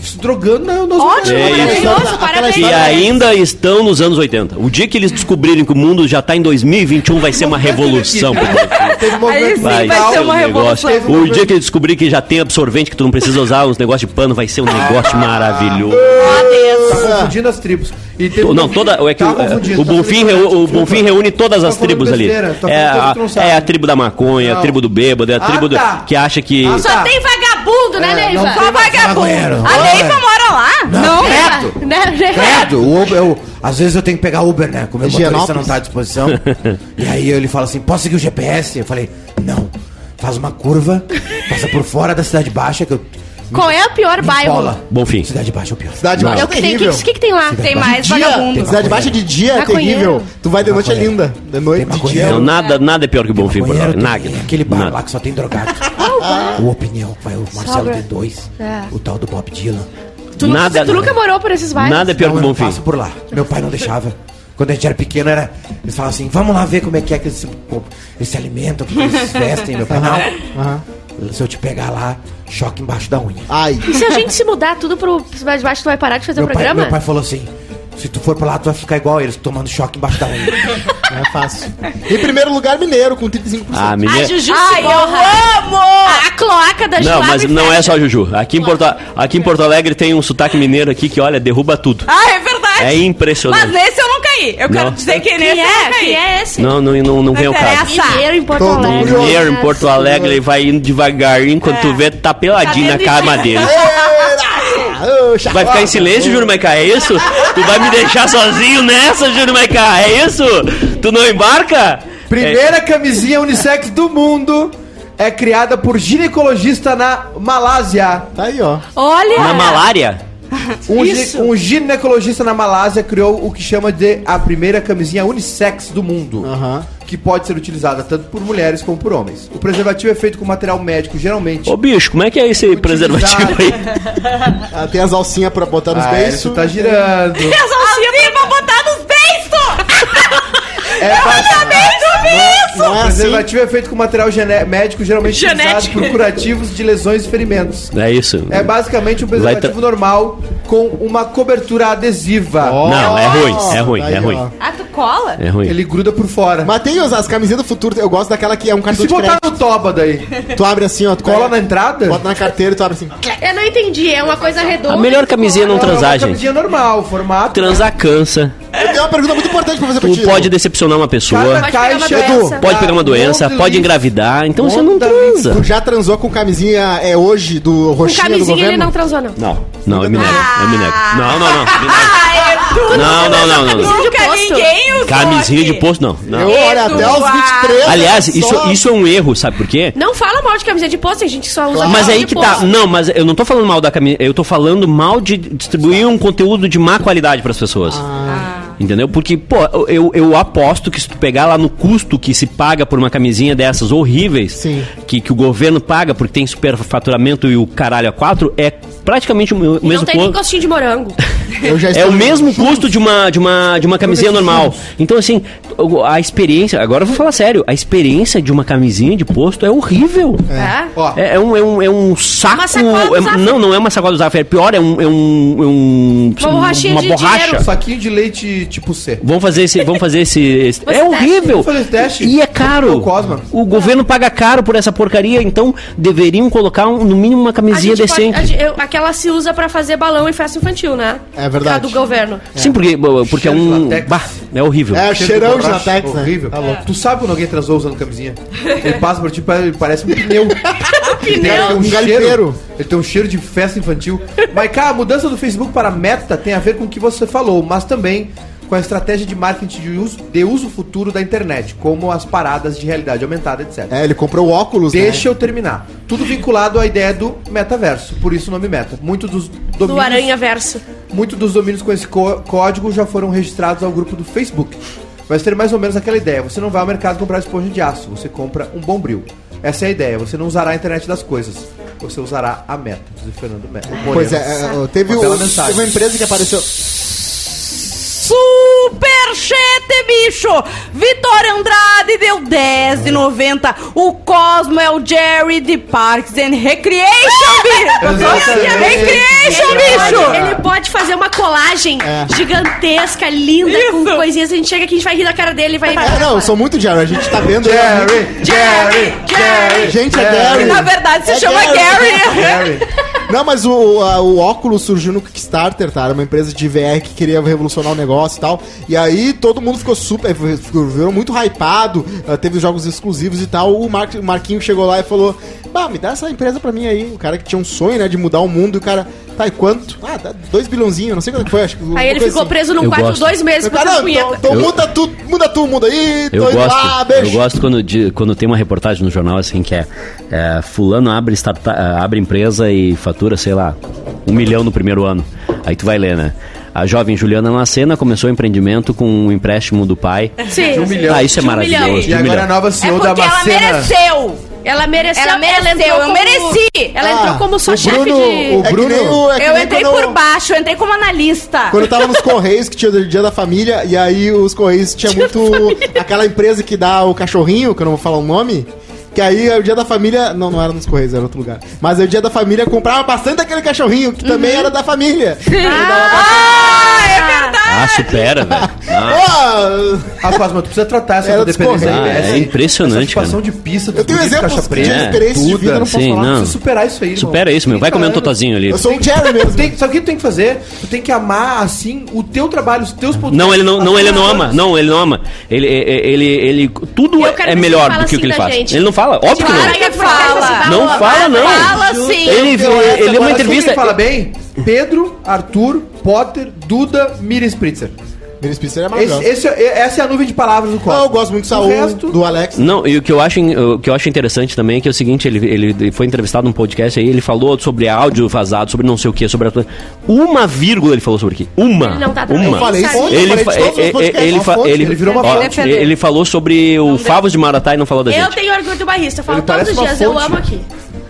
Speaker 5: se drogando na, nos
Speaker 7: Ótimo,
Speaker 1: É isso.
Speaker 7: maravilhoso,
Speaker 1: E
Speaker 7: parabéns.
Speaker 1: ainda estão nos anos 80. O dia que eles descobrirem que o mundo já tá em 2021 vai ser uma revolução. pro mundo.
Speaker 5: Teve um
Speaker 7: Aí
Speaker 5: movimento
Speaker 7: sim
Speaker 1: Vai,
Speaker 7: vai
Speaker 1: ser
Speaker 7: ser
Speaker 1: um
Speaker 7: uma
Speaker 5: Tá
Speaker 1: negócio.
Speaker 7: revolução.
Speaker 1: O dia que eu descobrir que já tem absorvente, que tu não precisa usar uns negócios de pano, vai ser um negócio maravilhoso.
Speaker 5: Tá confundindo as tribos. E teve
Speaker 1: Não,
Speaker 5: um-
Speaker 1: toda. É que
Speaker 5: Tá
Speaker 1: o, é,
Speaker 5: confundindo,
Speaker 1: o
Speaker 5: tá
Speaker 1: Bonfim,
Speaker 5: falando-
Speaker 1: reu- o Bonfim reúne todas
Speaker 5: Tá
Speaker 1: as tribos
Speaker 5: falando
Speaker 1: ali.
Speaker 5: besteira, tá
Speaker 1: É
Speaker 5: falando coisa
Speaker 1: a,
Speaker 5: que tu não sabe.
Speaker 1: é a tribo da maconha, a
Speaker 5: Não.
Speaker 1: tribo do bêbado, é a
Speaker 5: Ah,
Speaker 1: tribo do-
Speaker 5: tá.
Speaker 1: que acha que.
Speaker 5: Ah,
Speaker 3: Só tem vagabundo, né, Neiva?
Speaker 5: não
Speaker 7: Só É, vagabundo. A Neiva mora lá?
Speaker 3: Não,
Speaker 5: Credo.
Speaker 3: né, Neiva?
Speaker 5: Credo, o Uber, eu, às vezes eu tenho que pegar Uber, né? Como meu
Speaker 1: É
Speaker 5: motorista
Speaker 4: Higienópolis.
Speaker 5: não tá à disposição. e aí ele fala assim, posso seguir o GPS? Eu falei, não. Faz uma curva, passa por fora da Cidade Baixa, que eu...
Speaker 3: Qual é o pior bairro?
Speaker 5: Bola.
Speaker 1: Bonfim.
Speaker 5: Cidade Baixa é o pior.
Speaker 4: Cidade Baixa
Speaker 3: Eu
Speaker 4: é
Speaker 3: que tenho-
Speaker 4: terrível.
Speaker 3: que, que, que tem lá?
Speaker 7: Tem mais
Speaker 4: Dia-
Speaker 3: um.
Speaker 7: vagabundo.
Speaker 4: Cidade Baixa de dia é
Speaker 3: Maconheiro.
Speaker 4: terrível. Tu vai de noite é linda. De noite,
Speaker 5: Tem
Speaker 4: de dia.
Speaker 1: Não, nada, nada é pior que o Bonfim, por
Speaker 5: um- Banheiro
Speaker 1: favor.
Speaker 5: tem-
Speaker 1: Nada.
Speaker 5: é Aquele bar lá
Speaker 1: nada.
Speaker 5: que só tem drogado. o Opinião, vai o Marcelo
Speaker 3: É Sobra.
Speaker 5: D2,
Speaker 3: É.
Speaker 5: o tal do Bob Dylan.
Speaker 3: Tu, nunca-
Speaker 1: Nada-
Speaker 3: tu nunca morou por esses bairros?
Speaker 1: Nada é pior
Speaker 5: Não,
Speaker 1: que o
Speaker 5: eu não
Speaker 1: Bonfim.
Speaker 5: passo por lá. Meu pai não deixava. Quando a gente era pequeno, era, eles falavam assim, vamos lá ver como é que é que eles se, como- eles se alimentam, como eles vestem, meu pai. Não. Se eu te pegar lá, choque embaixo da unha.
Speaker 4: Ai.
Speaker 3: E se a gente se mudar tudo pro Cidade Baixa, tu vai parar de fazer o
Speaker 5: Meu pai,
Speaker 3: programa?
Speaker 5: meu pai falou assim, se tu for pra lá, tu vai ficar igual eles, tomando choque embaixo da unha.
Speaker 4: Não é fácil. Em primeiro lugar, mineiro, com 35%.
Speaker 1: Ah,
Speaker 3: A
Speaker 1: menina.
Speaker 3: Juju
Speaker 7: Ai,
Speaker 3: se
Speaker 7: eu
Speaker 3: borra.
Speaker 7: amo!
Speaker 3: A cloaca da
Speaker 1: Não,
Speaker 3: Juju
Speaker 1: mas
Speaker 3: abre e
Speaker 1: não é
Speaker 3: fecha.
Speaker 1: só Juju. Aqui em, Porto, aqui em Porto Alegre tem um sotaque mineiro aqui que, olha, derruba tudo.
Speaker 7: Ah, é verdade.
Speaker 1: É
Speaker 7: Mas
Speaker 1: impressionante.
Speaker 7: nesse eu não caí. Eu quero
Speaker 1: Não.
Speaker 7: dizer que nesse
Speaker 3: Quem é?
Speaker 7: eu não caí.
Speaker 3: Quem é esse?
Speaker 1: Não, não, não, não vem o
Speaker 7: Não
Speaker 1: caso.
Speaker 7: interessa.
Speaker 3: Mineiro em Porto
Speaker 4: Todo
Speaker 3: Alegre.
Speaker 4: curioso.
Speaker 1: Mineiro em Porto Alegre ele vai indo devagarinho, quando
Speaker 3: É.
Speaker 1: tu vê, tá peladinho
Speaker 7: Tá
Speaker 1: na
Speaker 7: vendo?
Speaker 1: cama dele.
Speaker 4: Ah, ô,
Speaker 1: Tu vai ficar em silêncio, Júlio Maiká, é isso? Tu vai me deixar sozinho nessa, Júlio Maiká, é isso? Tu não embarca? É,
Speaker 5: Primeira camisinha unissex do mundo é criada por ginecologista na Malásia.
Speaker 4: Tá aí, ó.
Speaker 1: É,
Speaker 3: Olha!
Speaker 1: na malária?
Speaker 5: Um, gi- um ginecologista na Malásia criou o que chama de a primeira camisinha unissex do mundo,
Speaker 4: Aham.
Speaker 5: que pode ser utilizada tanto por mulheres como por homens. O preservativo é feito com material médico, geralmente.
Speaker 1: Ô bicho, como é que é esse preservativo aí?
Speaker 4: Ah, tem as alcinhas pra botar nos
Speaker 5: Ah, isso
Speaker 4: beiços.
Speaker 5: tá girando.
Speaker 7: As alcinhas pra botar nos beiços!
Speaker 5: É pra-
Speaker 7: Ah,
Speaker 4: Não é
Speaker 5: O
Speaker 4: assim.
Speaker 5: preservativo é feito com material gene- médico, geralmente utilizado
Speaker 7: Genético.
Speaker 5: por curativos de lesões e ferimentos.
Speaker 1: É isso.
Speaker 5: É basicamente um preservativo
Speaker 1: Vai tra-
Speaker 5: normal com uma cobertura adesiva.
Speaker 1: Não, é ruim,
Speaker 4: Nossa,
Speaker 1: é ruim,
Speaker 4: tá
Speaker 1: é
Speaker 4: aí,
Speaker 1: ruim.
Speaker 4: ó.
Speaker 7: Ah, tu cola?
Speaker 1: É ruim.
Speaker 5: Ele gruda por fora.
Speaker 4: Mas tem as, as camisetas do futuro, eu gosto daquela que é um
Speaker 5: E
Speaker 4: cartão
Speaker 5: se
Speaker 4: de
Speaker 5: botar
Speaker 4: crédito.
Speaker 5: no toba daí?
Speaker 4: Tu abre assim, ó. Tu
Speaker 5: Cola na
Speaker 4: pega,
Speaker 5: entrada?
Speaker 4: Bota na carteira e tu abre assim.
Speaker 3: Eu não entendi, é uma coisa redonda.
Speaker 1: A melhor camisinha é não transar,
Speaker 5: uma
Speaker 1: gente.
Speaker 5: camisinha normal, formato.
Speaker 1: Transar cansa.
Speaker 4: Eu tenho uma pergunta muito importante pra fazer pra
Speaker 1: Tu
Speaker 4: ti.
Speaker 1: pode
Speaker 4: Edu.
Speaker 1: decepcionar uma pessoa.
Speaker 5: Cada
Speaker 7: pegar uma
Speaker 5: caixa um
Speaker 7: doença.
Speaker 1: Pode pegar uma doença,
Speaker 5: Monte
Speaker 1: pode
Speaker 5: lixo.
Speaker 1: engravidar, então você não
Speaker 5: Monte de lixo.
Speaker 1: transa.
Speaker 4: Tu já transou com camisinha é hoje do
Speaker 3: Com
Speaker 4: roxinha do
Speaker 3: camisinha ele
Speaker 4: governo?
Speaker 3: não transou, não.
Speaker 1: Não, não, eu me nego, eu me nego. Não, não, não, me nego.
Speaker 7: Ah, Edu!
Speaker 1: Não, não, não, não, não.
Speaker 3: Camisinha de
Speaker 7: Nunca
Speaker 3: posto.
Speaker 7: ninguém usou
Speaker 1: Camisinha
Speaker 7: aqui.
Speaker 1: de posto, não. não.
Speaker 4: Eu olho até os 23.
Speaker 1: Aliás,
Speaker 4: né? só-
Speaker 1: isso, isso é um erro, sabe por quê?
Speaker 3: Não fala mal de camisinha de posto, tem gente que só usa
Speaker 1: Mas
Speaker 3: camisinha
Speaker 1: aí
Speaker 3: de
Speaker 1: que
Speaker 3: posto.
Speaker 1: tá. Não, mas eu não tô falando mal da camisa. Eu tô falando mal de distribuir um conteúdo de má qualidade pras pessoas.
Speaker 3: Ah.
Speaker 1: Entendeu? Porque, pô, eu, eu aposto que se tu pegar lá no custo que se paga por uma camisinha dessas horríveis,
Speaker 4: Sim.
Speaker 1: Que, que o governo paga porque tem superfaturamento e o caralho a quatro, é praticamente o me-
Speaker 3: E não
Speaker 1: mesmo
Speaker 3: tem nem
Speaker 1: custo.
Speaker 3: gostinho de morango.
Speaker 4: Eu já
Speaker 1: É
Speaker 4: estou-
Speaker 1: o mesmo custo de uma, de uma, de uma camisinha normal. Então, assim, a experiência. Agora eu vou falar sério. A experiência de uma camisinha de posto é horrível.
Speaker 3: tá?
Speaker 5: Ó,
Speaker 1: É, é um, é, um, é um saco.
Speaker 3: Uma sacola do
Speaker 1: é-
Speaker 3: Zafre.
Speaker 1: não, não é uma sacola do Zafre. É pior, é um. É um, é um
Speaker 3: Uma borrachinha de dinheiro.
Speaker 5: um saquinho de leite tipo C.
Speaker 1: Vamos fazer esse. Vamos fazer esse. esse-
Speaker 3: Você
Speaker 1: é
Speaker 3: testa.
Speaker 1: horrível!
Speaker 5: Vamos fazer esse teste.
Speaker 1: E é caro.
Speaker 5: O Cosma.
Speaker 1: O governo paga caro por essa porcaria, então deveriam colocar um- no mínimo uma
Speaker 3: A
Speaker 1: camisinha
Speaker 3: gente pode-
Speaker 1: decente.
Speaker 3: a gente- eu- aquela se usa pra fazer balão em festa infantil, né?
Speaker 4: É verdade.
Speaker 3: Aquela do governo.
Speaker 1: Sim, porque, porque é
Speaker 5: Cheiro de
Speaker 1: um.
Speaker 5: latex.
Speaker 1: Bah, é horrível.
Speaker 4: É, cheirão de
Speaker 5: borracha,
Speaker 4: latex, né?
Speaker 5: Horrível.
Speaker 4: Tá louco.
Speaker 5: Tu sabe quando alguém transou usando camisinha? Ele passa por ti, pa- ele parece um pneu. Ele tem
Speaker 4: Um garimpeiro.
Speaker 5: cheiro, ele tem um cheiro de festa infantil. Mas, cara, a mudança do Facebook para meta tem a ver com o que você falou, mas também com a estratégia de marketing de uso, de uso futuro da internet, como as paradas de realidade aumentada, etc.
Speaker 4: É, ele comprou o óculos,
Speaker 5: Deixa eu terminar. Tudo vinculado à ideia do metaverso, por isso o nome meta. Muitos dos
Speaker 3: Do
Speaker 5: domínios
Speaker 3: Aranha Verso.
Speaker 5: Muitos dos domínios com esse có- código já foram registrados ao grupo do Facebook. Vai ser mais ou menos aquela ideia. Você não vai ao mercado comprar esponja de aço, você compra um bombril. Essa é a ideia. Você não usará a internet das coisas. Você usará a meta, diz o Fernando Meta.
Speaker 4: Pois é, é, é, teve,
Speaker 5: Uma
Speaker 4: o,
Speaker 5: bela
Speaker 4: teve
Speaker 5: mensagem.
Speaker 4: uma empresa que apareceu.
Speaker 7: Superchete, bicho! bicho! Vitória Andrade deu 10 de 90. O Cosmo é o Jerry de Parks and Recreation, bicho!
Speaker 5: Exatamente.
Speaker 7: Recreation, bicho!
Speaker 3: Ele pode fazer uma colagem
Speaker 4: É.
Speaker 3: gigantesca, linda, com
Speaker 7: Isso.
Speaker 3: coisinhas. A gente chega aqui, a gente vai rir da cara dele, vai.
Speaker 4: É, não, eu sou muito Jerry. A gente tá vendo. ele.
Speaker 5: é. Jerry, Jerry, Jerry.
Speaker 4: Gente, é
Speaker 5: Jerry.
Speaker 4: Gary.
Speaker 7: Na verdade, se
Speaker 4: É
Speaker 7: chama
Speaker 4: Gary.
Speaker 7: Gary.
Speaker 4: Não, mas o, a- o óculos surgiu no Kickstarter, tá? Era uma empresa de VR que queria revolucionar o negócio e tal. E aí todo mundo ficou super. Ficou, virou muito hypado, eh, teve os jogos exclusivos e tal. O, Mar, o Marquinho chegou lá e falou: Bah, me dá essa empresa pra mim aí. O cara que tinha um sonho, né, de mudar o mundo. E o cara, tá, e quanto? Ah, dá dois bilhãozinhos, não sei quanto foi, acho que. um assim."
Speaker 3: Aí ele ficou preso num
Speaker 1: Eu
Speaker 3: quarto
Speaker 1: gosto.
Speaker 3: dois meses
Speaker 4: preso.
Speaker 3: por causa
Speaker 4: Cara,
Speaker 3: de punheta.
Speaker 4: então, então
Speaker 1: Eu-
Speaker 4: muda tu, muda tu, muda aí,
Speaker 1: Eu
Speaker 4: dois
Speaker 1: gosto,
Speaker 4: lá,
Speaker 1: eu
Speaker 4: beijo.
Speaker 1: gosto quando, de- quando tem uma reportagem no jornal assim que é, é, fulano abre, startu- ah, abre empresa e fatura, sei lá, um milhão no primeiro ano. Aí tu vai ler, né? A jovem Juliana Lacena começou o empreendimento com um empréstimo do pai.
Speaker 3: Sim.
Speaker 5: Um milhão.
Speaker 1: Ah, isso é
Speaker 3: De um
Speaker 1: maravilhoso.
Speaker 3: milhão.
Speaker 5: E
Speaker 1: de um
Speaker 5: agora a
Speaker 1: milhão.
Speaker 5: nova
Speaker 7: É
Speaker 5: CEO assim, da
Speaker 7: porque ela
Speaker 5: Macena.
Speaker 7: mereceu!
Speaker 3: Ela mereceu,
Speaker 7: Ela mereceu,
Speaker 3: entrou
Speaker 7: eu mereci.
Speaker 3: Ela
Speaker 4: Ah,
Speaker 3: entrou como só
Speaker 4: o
Speaker 3: chefe
Speaker 4: Bruno-
Speaker 3: de.
Speaker 4: o
Speaker 5: É que
Speaker 4: Bruno,
Speaker 5: nem o-
Speaker 4: é que
Speaker 7: Eu
Speaker 4: nem
Speaker 7: entrei
Speaker 4: quando-
Speaker 7: por baixo, eu entrei como analista.
Speaker 4: Quando eu tava nos Correios, que tinha o dia da família, e aí os Correios tinha muito. aquela empresa que dá o cachorrinho, que eu não vou falar o nome. Que aí o dia da família. Não, não era nos Correios, era outro lugar. Mas o dia da família comprava bastante aquele cachorrinho, que também era da família.
Speaker 7: Ah, é verdade!
Speaker 1: Ah, supera, velho. Ah,
Speaker 4: Ó,
Speaker 5: Ah, Cosma, tu precisa tratar essa
Speaker 4: Era
Speaker 5: tua dependência
Speaker 4: discorrente.
Speaker 5: da IBS,
Speaker 1: Ah, é impressionante,
Speaker 5: Essa situação de pista,
Speaker 4: eu tenho
Speaker 5: de
Speaker 4: exemplos
Speaker 5: caixa
Speaker 4: de
Speaker 5: preta.
Speaker 1: É,
Speaker 4: experiência de
Speaker 5: tudo,
Speaker 4: vida, eu não posso
Speaker 1: sim,
Speaker 4: falar.
Speaker 1: não.
Speaker 5: Precisa superar isso aí, irmão.
Speaker 1: supera isso, meu. Vai comer um
Speaker 5: 30 anos.
Speaker 1: totozinho ali.
Speaker 4: Então, é, Eu sou o Jerry mesmo.
Speaker 5: Tem, sabe o que tu tem que fazer? Tu tem que amar, assim, o teu trabalho, os teus pontos
Speaker 1: Não, ele não,
Speaker 5: As
Speaker 1: não,
Speaker 5: tuas
Speaker 1: ele não
Speaker 5: horas.
Speaker 1: ama. Não, ele não ama. Ele, ele, ele, ele- tudo
Speaker 3: Eu quero
Speaker 1: é
Speaker 3: ver se
Speaker 1: melhor
Speaker 3: ele
Speaker 1: do
Speaker 3: fala
Speaker 1: que o que ele
Speaker 3: assim da
Speaker 1: faz.
Speaker 3: gente.
Speaker 1: Ele não fala, óbvio que
Speaker 7: Claro
Speaker 1: não.
Speaker 7: que fala.
Speaker 1: Não fala, não.
Speaker 7: Fala sim.
Speaker 1: Ele,
Speaker 5: Então, essa
Speaker 1: ele é uma
Speaker 5: agora,
Speaker 1: entrevista.
Speaker 5: quem fala bem? Pedro, Arthur, Potter, Duda, Mira Spritzer.
Speaker 4: Mini Spitzer é
Speaker 5: Esse,
Speaker 4: maravilhoso.
Speaker 5: esse é- essa é a nuvem de palavras do Cosma.
Speaker 4: Não, eu gosto muito do
Speaker 5: O
Speaker 4: Saul,
Speaker 5: resto...
Speaker 4: do Alex.
Speaker 1: Não, e o que eu acho, o que eu acho interessante também é que é o seguinte, ele, ele foi entrevistado num podcast aí, ele falou sobre áudio vazado, sobre não sei o que, sobre a... uma vírgula ele falou sobre aqui. Uma.
Speaker 3: Ele não tá atrás,
Speaker 1: uma.
Speaker 4: Eu falei isso,
Speaker 3: Sabe?
Speaker 4: eu
Speaker 1: Ele,
Speaker 4: falei
Speaker 1: fa-
Speaker 4: de todos os
Speaker 1: ele,
Speaker 4: podcasts,
Speaker 1: ele,
Speaker 4: uma
Speaker 1: fa-
Speaker 4: fonte.
Speaker 1: ele-
Speaker 5: ele virou uma
Speaker 1: ó,
Speaker 3: fonte.
Speaker 1: ele- ele falou sobre o Favos de Maratá e não falou da
Speaker 3: Eu
Speaker 1: gente.
Speaker 3: tenho orgulho do barrista, eu falo
Speaker 4: Ele
Speaker 3: todos
Speaker 4: parece
Speaker 3: os
Speaker 4: uma
Speaker 3: dias, eu
Speaker 4: fonte.
Speaker 3: amo aqui.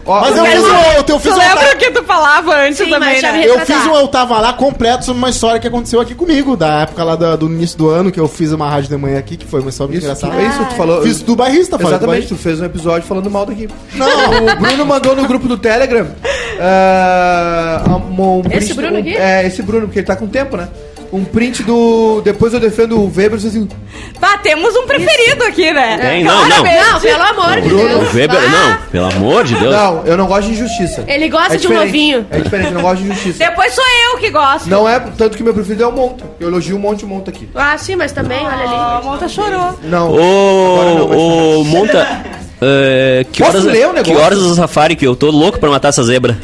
Speaker 5: Ó,
Speaker 4: Mas eu fiz, um- eu, tenho- eu fiz
Speaker 7: Tu
Speaker 4: um
Speaker 7: lembra
Speaker 4: altar-
Speaker 7: o que tu falava antes
Speaker 3: Sim,
Speaker 7: também,
Speaker 3: mas já
Speaker 7: né?
Speaker 3: me-
Speaker 4: Eu fiz um Eu Tava Lá completo sobre uma história que aconteceu aqui comigo, da época lá da- do, início do ano, que eu fiz uma rádio de manhã aqui, que foi uma história
Speaker 5: Isso,
Speaker 4: engraçada.
Speaker 5: é isso que tu falou.
Speaker 4: Fiz do bairrista, falei do
Speaker 5: Exatamente,
Speaker 4: bairrista.
Speaker 5: tu fez um episódio falando mal daqui.
Speaker 4: tá Não.
Speaker 5: o Bruno mandou no grupo do Telegram. ah, um um
Speaker 3: Esse Bruno
Speaker 5: um-
Speaker 3: aqui?
Speaker 5: É, esse Bruno, porque ele tá com tempo, né? Um print do. Depois eu defendo o Weber, vocês assim.
Speaker 7: Tá, temos um preferido aqui, né?
Speaker 1: Tem, não, não.
Speaker 7: Claramente.
Speaker 3: Não, pelo amor de
Speaker 5: Bruno,
Speaker 3: Deus.
Speaker 1: O Weber,
Speaker 3: Ah,
Speaker 1: não, pelo amor de Deus.
Speaker 5: Não, eu não gosto de injustiça.
Speaker 3: Ele gosta de um
Speaker 5: diferente.
Speaker 3: novinho.
Speaker 5: É diferente, eu não gosto de injustiça.
Speaker 7: Depois sou eu que gosto.
Speaker 5: Não é, tanto que meu preferido é o Monta. Eu elogio o Monte o Monta aqui.
Speaker 3: Ah, sim, mas também, olha
Speaker 7: Ah,
Speaker 3: ali.
Speaker 7: a Monta chorou.
Speaker 5: Não. Agora não vai
Speaker 1: Ô, ô, monta. é, que,
Speaker 5: Posso
Speaker 1: horas,
Speaker 5: ler o negócio?
Speaker 1: que horas é o safari que eu tô louco pra matar essa zebra?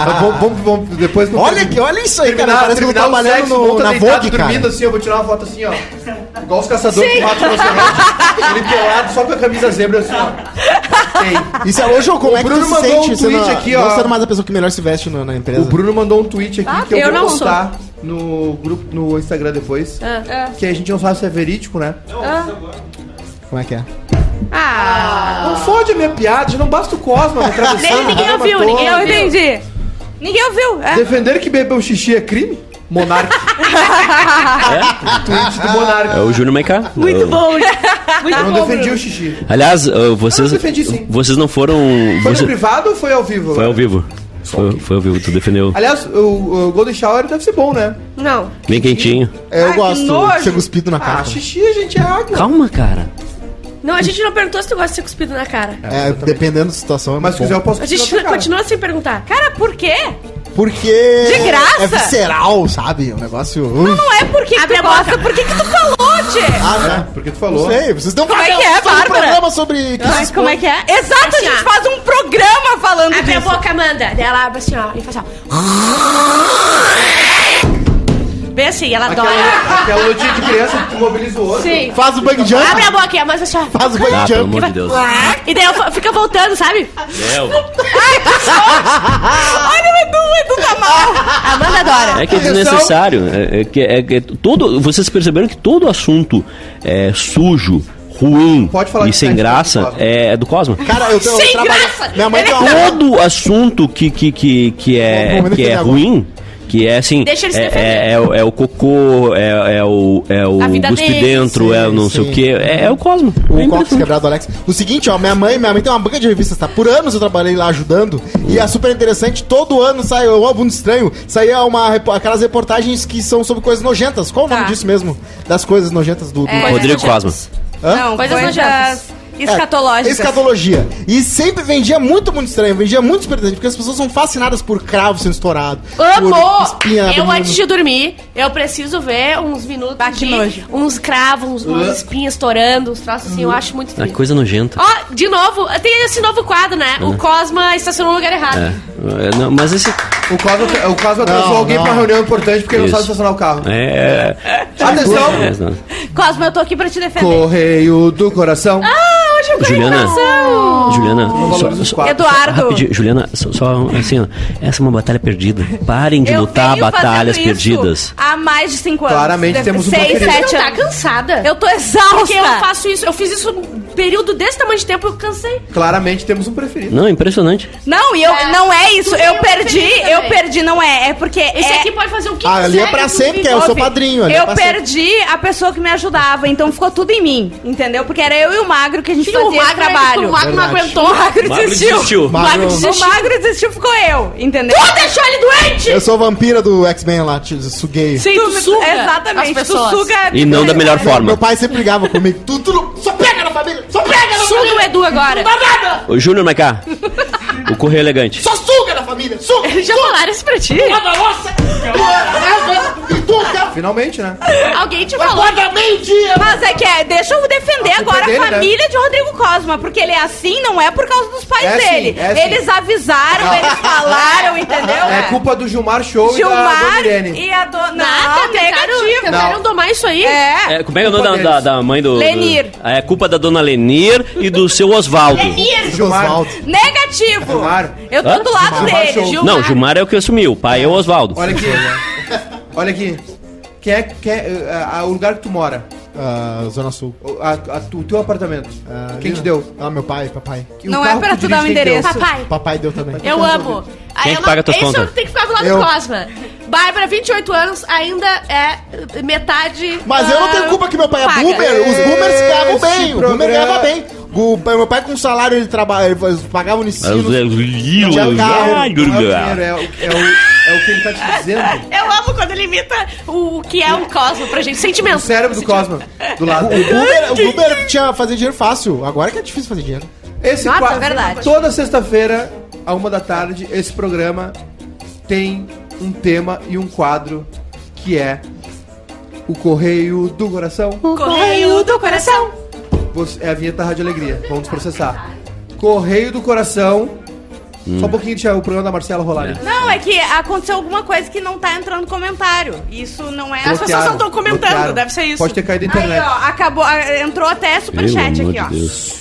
Speaker 5: Mas vamos, vamos, vamos, depois quando
Speaker 4: Olha, que, olha isso aí,
Speaker 5: terminar,
Speaker 4: cara. Parece que eu tô
Speaker 5: terminar o
Speaker 4: trabalhando
Speaker 5: sexo,
Speaker 4: no,
Speaker 5: monta
Speaker 4: na
Speaker 5: deitado,
Speaker 4: Vogue,
Speaker 5: dormindo
Speaker 4: cara.
Speaker 5: assim, eu vou tirar uma foto assim, ó. Igual os caçadores que matam os Ele pelado só com a camisa zebra assim, ó. Tem.
Speaker 4: Isso é hoje, como é que
Speaker 5: assim. Bruno
Speaker 4: tu se
Speaker 5: mandou um
Speaker 4: sente sendo,
Speaker 5: tweet
Speaker 4: a-
Speaker 5: aqui,
Speaker 4: não
Speaker 5: ó.
Speaker 4: sendo mais a pessoa que melhor se veste na, na empresa?
Speaker 5: O Bruno mandou um tweet aqui
Speaker 7: Ah,
Speaker 5: que eu,
Speaker 7: eu
Speaker 5: vou
Speaker 7: não sou.
Speaker 5: postar no grupo, no Instagram depois.
Speaker 7: Ah,
Speaker 5: Que a gente não sabe se é verídico, né?
Speaker 4: Como é que é?
Speaker 3: Ah.
Speaker 5: Não fode a minha piada, já não basta o Cosma me atravessar.
Speaker 3: Nem-
Speaker 5: no
Speaker 3: ninguém
Speaker 5: programa
Speaker 3: ouviu,
Speaker 5: todo.
Speaker 3: ninguém
Speaker 7: Eu entendi. Ninguém ouviu. É.
Speaker 5: Defender que beber um xixi é crime? Monarque. Tweet do
Speaker 1: É
Speaker 5: Monarque.
Speaker 1: o Júnior Maiká. Muito
Speaker 3: Bom, muito
Speaker 5: Eu não
Speaker 3: Tá bom.
Speaker 5: defendi o xixi.
Speaker 1: Aliás, uh, vocês,
Speaker 5: Eu defendi, sim.
Speaker 1: vocês não foram.
Speaker 5: Foi
Speaker 1: você-
Speaker 5: no né? privado ou foi ao vivo?
Speaker 1: foi ao vivo. Foi, foi ao vivo, tu defendeu.
Speaker 5: Aliás, o, o Golden Shower deve ser bom, né?
Speaker 3: Não.
Speaker 1: Bem quentinho.
Speaker 4: É, eu
Speaker 7: Ai, que
Speaker 4: gosto
Speaker 7: nojo.
Speaker 4: de ser cuspido na cara.
Speaker 5: Ah, xixi, gente, é água.
Speaker 1: Calma, cara.
Speaker 3: Não, a gente não perguntou se tu gosta de ser cuspido na cara.
Speaker 4: é, dependendo da situação, é
Speaker 5: Mas se
Speaker 4: muito
Speaker 5: quiser
Speaker 4: bom.
Speaker 5: eu posso
Speaker 3: A
Speaker 5: tirar
Speaker 3: gente
Speaker 5: outra cara.
Speaker 3: continua sem perguntar.
Speaker 7: Cara, por quê?
Speaker 5: um-
Speaker 4: Porque...
Speaker 7: De graça?
Speaker 4: É visceral, sabe? O negócio... uh,
Speaker 7: Não é por que que
Speaker 3: Abre
Speaker 7: tu
Speaker 3: a boca.
Speaker 7: gosta, por que que tu falou, Tchê?
Speaker 4: Ah,
Speaker 5: É,
Speaker 4: tá.
Speaker 5: porque tu
Speaker 4: Não
Speaker 5: falou.
Speaker 4: sei, vocês estão
Speaker 7: Como é
Speaker 4: fazendo
Speaker 7: que
Speaker 4: todo
Speaker 7: é,
Speaker 4: um
Speaker 7: Bárbara?
Speaker 4: programa sobre... que
Speaker 7: Mas
Speaker 4: se-
Speaker 7: como é que é? Exato, a
Speaker 3: Assim,
Speaker 7: gente
Speaker 3: ó.
Speaker 7: faz um programa falando
Speaker 3: Abre a
Speaker 7: disso.
Speaker 3: boca, Amanda. Daí ela abre assim, ó, e faz assim, ó. Bem assim, ela adora.
Speaker 5: Aquela, aquela notinha de criança que tu mobiliza o outro.
Speaker 3: Sim.
Speaker 4: Faz o bug jump,
Speaker 3: Abre a boca e a Amanda assim, ó.
Speaker 4: faz o bug
Speaker 1: Ah, pelo
Speaker 4: jump.
Speaker 1: amor de Deus.
Speaker 3: E daí eu fa- fica voltando, sabe?
Speaker 7: Olha
Speaker 3: é
Speaker 7: o Edu, o Edu tá mal.
Speaker 3: A Amanda adora.
Speaker 1: É que é desnecessário. É, é que é, que é todo, vocês perceberam que todo assunto é sujo, ruim
Speaker 5: Pode falar
Speaker 1: e
Speaker 5: que
Speaker 1: sem
Speaker 5: tá
Speaker 1: graça
Speaker 5: falando do Cosma.
Speaker 1: é, é do Cosma.
Speaker 4: Cara, eu, eu
Speaker 3: Sem
Speaker 4: trabalho...
Speaker 3: graça.
Speaker 4: Minha mãe tem uma
Speaker 7: tá-
Speaker 1: todo assunto que, que, que, que
Speaker 4: Bom,
Speaker 1: é,
Speaker 4: vamos
Speaker 1: que é
Speaker 4: entender agora.
Speaker 1: ruim, que é assim.
Speaker 3: Deixa ele se
Speaker 1: é,
Speaker 3: defender.
Speaker 1: é, é o- é o cocô, é, é o é o
Speaker 3: A vida
Speaker 1: Guspe
Speaker 3: deles.
Speaker 1: Dentro, é o não
Speaker 4: Sim,
Speaker 1: sei o
Speaker 4: sim.
Speaker 1: quê. É, é o Cosmo. É
Speaker 4: O Cox
Speaker 1: impressionante.
Speaker 4: quebrado Alex. O seguinte, ó, minha mãe, minha mãe tem uma banca de revistas, tá? Por anos eu trabalhei lá ajudando. E é super interessante, todo ano sai o álbum estranho, saía uma repo- aquelas reportagens que são sobre coisas nojentas. Qual o nome
Speaker 3: Tá.
Speaker 4: disso mesmo? Das coisas nojentas do. do...
Speaker 7: É.
Speaker 1: Rodrigo Cosmo.
Speaker 4: Hã?
Speaker 7: Não,
Speaker 3: Coisas É,
Speaker 7: coisas,
Speaker 3: nojentas.
Speaker 7: escatológicas.
Speaker 4: Escatologia. E sempre vendia muito, muito estranho. Vendia muito superintendente, porque as pessoas são fascinadas por cravo sendo estourado.
Speaker 3: Amor!
Speaker 4: Por espinha na
Speaker 3: eu
Speaker 4: menina.
Speaker 3: antes de dormir, eu preciso ver uns minutos
Speaker 7: Ah,
Speaker 3: de
Speaker 7: que nojo.
Speaker 3: uns cravos, uns, uns espinhos estourando, uns troços assim, eu acho muito
Speaker 1: Ah, que
Speaker 3: triste.
Speaker 1: coisa nojenta.
Speaker 3: Ó, de novo, tem esse novo quadro, né? O Cosma estacionou no lugar errado.
Speaker 1: É, é, não, mas esse.
Speaker 5: O Cosmo, o Cosmo atrasou
Speaker 4: Não,
Speaker 5: alguém
Speaker 4: não.
Speaker 5: pra uma reunião importante porque ele não
Speaker 1: Isso.
Speaker 5: sabe estacionar o carro.
Speaker 1: É.
Speaker 5: Atenção!
Speaker 1: é, não.
Speaker 7: Cosmo, eu tô aqui pra te defender.
Speaker 5: Correio do coração.
Speaker 3: Ah,
Speaker 1: Juliana. Juliana, só,
Speaker 5: valoriza os
Speaker 1: só-
Speaker 5: quatro.
Speaker 7: Eduardo.
Speaker 1: rapidinho, Juliana, só, só assim, ó, essa é uma batalha perdida. Parem de
Speaker 7: eu
Speaker 1: lutar
Speaker 7: venho
Speaker 1: batalhas
Speaker 7: fazendo isso
Speaker 1: perdidas.
Speaker 7: Há mais de 5 anos.
Speaker 5: Claramente temos uma
Speaker 7: Seis,
Speaker 5: querida.
Speaker 7: sete
Speaker 3: Você não tá
Speaker 7: anos.
Speaker 3: cansada?
Speaker 7: Eu tô exausta.
Speaker 3: Porque eu faço isso, eu fiz isso num período desse tamanho de tempo, eu cansei.
Speaker 5: Claramente temos um preferido.
Speaker 1: Não, é impressionante.
Speaker 7: Não, e eu,
Speaker 3: É.
Speaker 7: não é isso.
Speaker 3: Tu tem
Speaker 7: Eu
Speaker 3: um
Speaker 7: perdi,
Speaker 3: preferido
Speaker 7: eu
Speaker 3: também.
Speaker 7: perdi, não é. É porque.
Speaker 3: Esse
Speaker 7: é-
Speaker 3: aqui pode fazer o que
Speaker 4: Ah, ali é
Speaker 3: quiser,
Speaker 4: pra
Speaker 3: eu
Speaker 4: sempre,
Speaker 3: duvido.
Speaker 4: é, eu sou
Speaker 7: Ouve,
Speaker 4: padrinho. ali é
Speaker 7: Eu
Speaker 4: pra sempre.
Speaker 7: perdi a pessoa que me ajudava, então ficou tudo em mim, entendeu? Porque era eu e o Magro que a gente
Speaker 3: Sim,
Speaker 7: fazia
Speaker 3: o um magro,
Speaker 7: esse trabalho.
Speaker 3: O magro não
Speaker 4: Verdade.
Speaker 3: aguentou. O magro
Speaker 1: Magro desistiu.
Speaker 3: O magro
Speaker 4: Magro-
Speaker 3: desistiu.
Speaker 7: O Magro desistiu, ficou eu, entendeu?
Speaker 3: Tu deixou ele doente!
Speaker 4: Eu sou a vampira do X-Men lá, te- suguei.
Speaker 3: Sim, tu suga
Speaker 7: Exatamente,
Speaker 3: as pessoas.
Speaker 7: tu suga...
Speaker 1: E não da melhor
Speaker 4: Meu
Speaker 1: forma.
Speaker 4: pai sempre brigava comigo. Tu, tu não- só pega na família! Só pega na
Speaker 3: Suga o Edu agora.
Speaker 1: Ô, Júnior Macá, o Correio Elegante.
Speaker 4: Só suga na família! Suga!
Speaker 3: Já falaram isso pra ti?
Speaker 4: E tu, cara,
Speaker 5: Finalmente, né?
Speaker 3: Alguém te falou.
Speaker 7: Mas é que é, deixa eu defender
Speaker 5: A culpa
Speaker 7: agora
Speaker 5: é dele,
Speaker 7: a família de Rodrigo Cosma, porque ele é assim, não é por causa dos pais
Speaker 5: É assim,
Speaker 7: dele.
Speaker 5: é assim.
Speaker 7: Eles avisaram, eles falaram, entendeu?
Speaker 5: É culpa do Gilmar Show e da
Speaker 7: Gilmar
Speaker 5: Dona Irene.
Speaker 7: e a dona...
Speaker 3: Nada,
Speaker 7: Não,
Speaker 3: tentaram,
Speaker 7: negativo.
Speaker 3: tentaram domar isso aí.
Speaker 7: É.
Speaker 1: É, como é que é o nome da,
Speaker 5: Culpa
Speaker 1: da-
Speaker 5: deles.
Speaker 1: da mãe do.
Speaker 7: Lenir.
Speaker 1: do- é culpa da dona Lenir e do seu Oswaldo.
Speaker 5: Gilmar.
Speaker 4: Oswaldo.
Speaker 7: Negativo.
Speaker 5: É Gilmar.
Speaker 7: Eu tô
Speaker 1: Hã?
Speaker 7: do lado
Speaker 5: Gilmar
Speaker 7: dele.
Speaker 5: Show.
Speaker 7: Gil-
Speaker 1: Não, Gilmar é o que assumiu. O pai é o Oswaldo.
Speaker 5: Olha aqui. Olha aqui. Quem é, quem é, ah, ah, o lugar que tu mora?
Speaker 4: Ah, Zona Sul.
Speaker 5: O, a, a- tu- o teu apartamento?
Speaker 4: Ah,
Speaker 5: quem
Speaker 4: ali,
Speaker 5: te
Speaker 4: né?
Speaker 5: deu?
Speaker 4: Ah, meu pai, papai.
Speaker 5: E o
Speaker 7: Não é
Speaker 5: carro
Speaker 7: pra
Speaker 5: que
Speaker 7: tu
Speaker 5: dirige,
Speaker 7: dar o
Speaker 5: quem deu?
Speaker 7: endereço.
Speaker 3: Papai,
Speaker 4: Papai deu também.
Speaker 3: eu amo.
Speaker 1: Quem é que
Speaker 3: Ela-
Speaker 1: paga tuas
Speaker 3: esse
Speaker 1: contas?
Speaker 3: eu tenho que ficar do lado
Speaker 4: Eu.
Speaker 3: do Cosma. Bárbara, 28 anos, ainda é metade.
Speaker 4: Mas eu não
Speaker 3: ah,
Speaker 4: tenho culpa que meu pai é
Speaker 3: paga.
Speaker 4: boomer. Os boomers ganhavam bem.
Speaker 5: Esse
Speaker 4: O boomer
Speaker 5: programa-
Speaker 4: ganhava bem. O pai- meu pai com salário, ele trabalha, ele pagava
Speaker 1: É o- é
Speaker 4: unicino.
Speaker 1: o-
Speaker 4: Tinha um carro.
Speaker 5: Não é o dinheiro, é o, é o- é o que ele tá te dizendo.
Speaker 3: Eu amo quando ele imita o, o que é o Cosmo pra gente.
Speaker 5: O
Speaker 3: Sentimento.
Speaker 5: cérebro do Cosma, do lado.
Speaker 4: O boomer, o boomer tinha fazer dinheiro fácil. Agora que é difícil fazer dinheiro.
Speaker 5: Esse
Speaker 7: Nossa,
Speaker 5: quadro-
Speaker 7: é verdade.
Speaker 5: Toda sexta-feira, à uma da tarde, esse programa tem um tema e um quadro que é o Correio do Coração.
Speaker 7: Correio do coração.
Speaker 5: Você- É a vinheta Rádio Alegria. Vamos processar. Correio do Coração. Só um pouquinho, deixa o programa da Marcela rolar. ali.
Speaker 7: Não, é que aconteceu alguma coisa que não tá entrando comentário. Isso não é. As pessoas
Speaker 5: Bloquearam,
Speaker 7: não estão comentando,
Speaker 5: bloquearam.
Speaker 7: deve ser isso.
Speaker 5: Pode ter caído a
Speaker 7: Aí,
Speaker 5: internet.
Speaker 7: ó, acabou. a- Entrou até superchat
Speaker 1: Pelo
Speaker 7: aqui, ó.
Speaker 1: amor de Deus.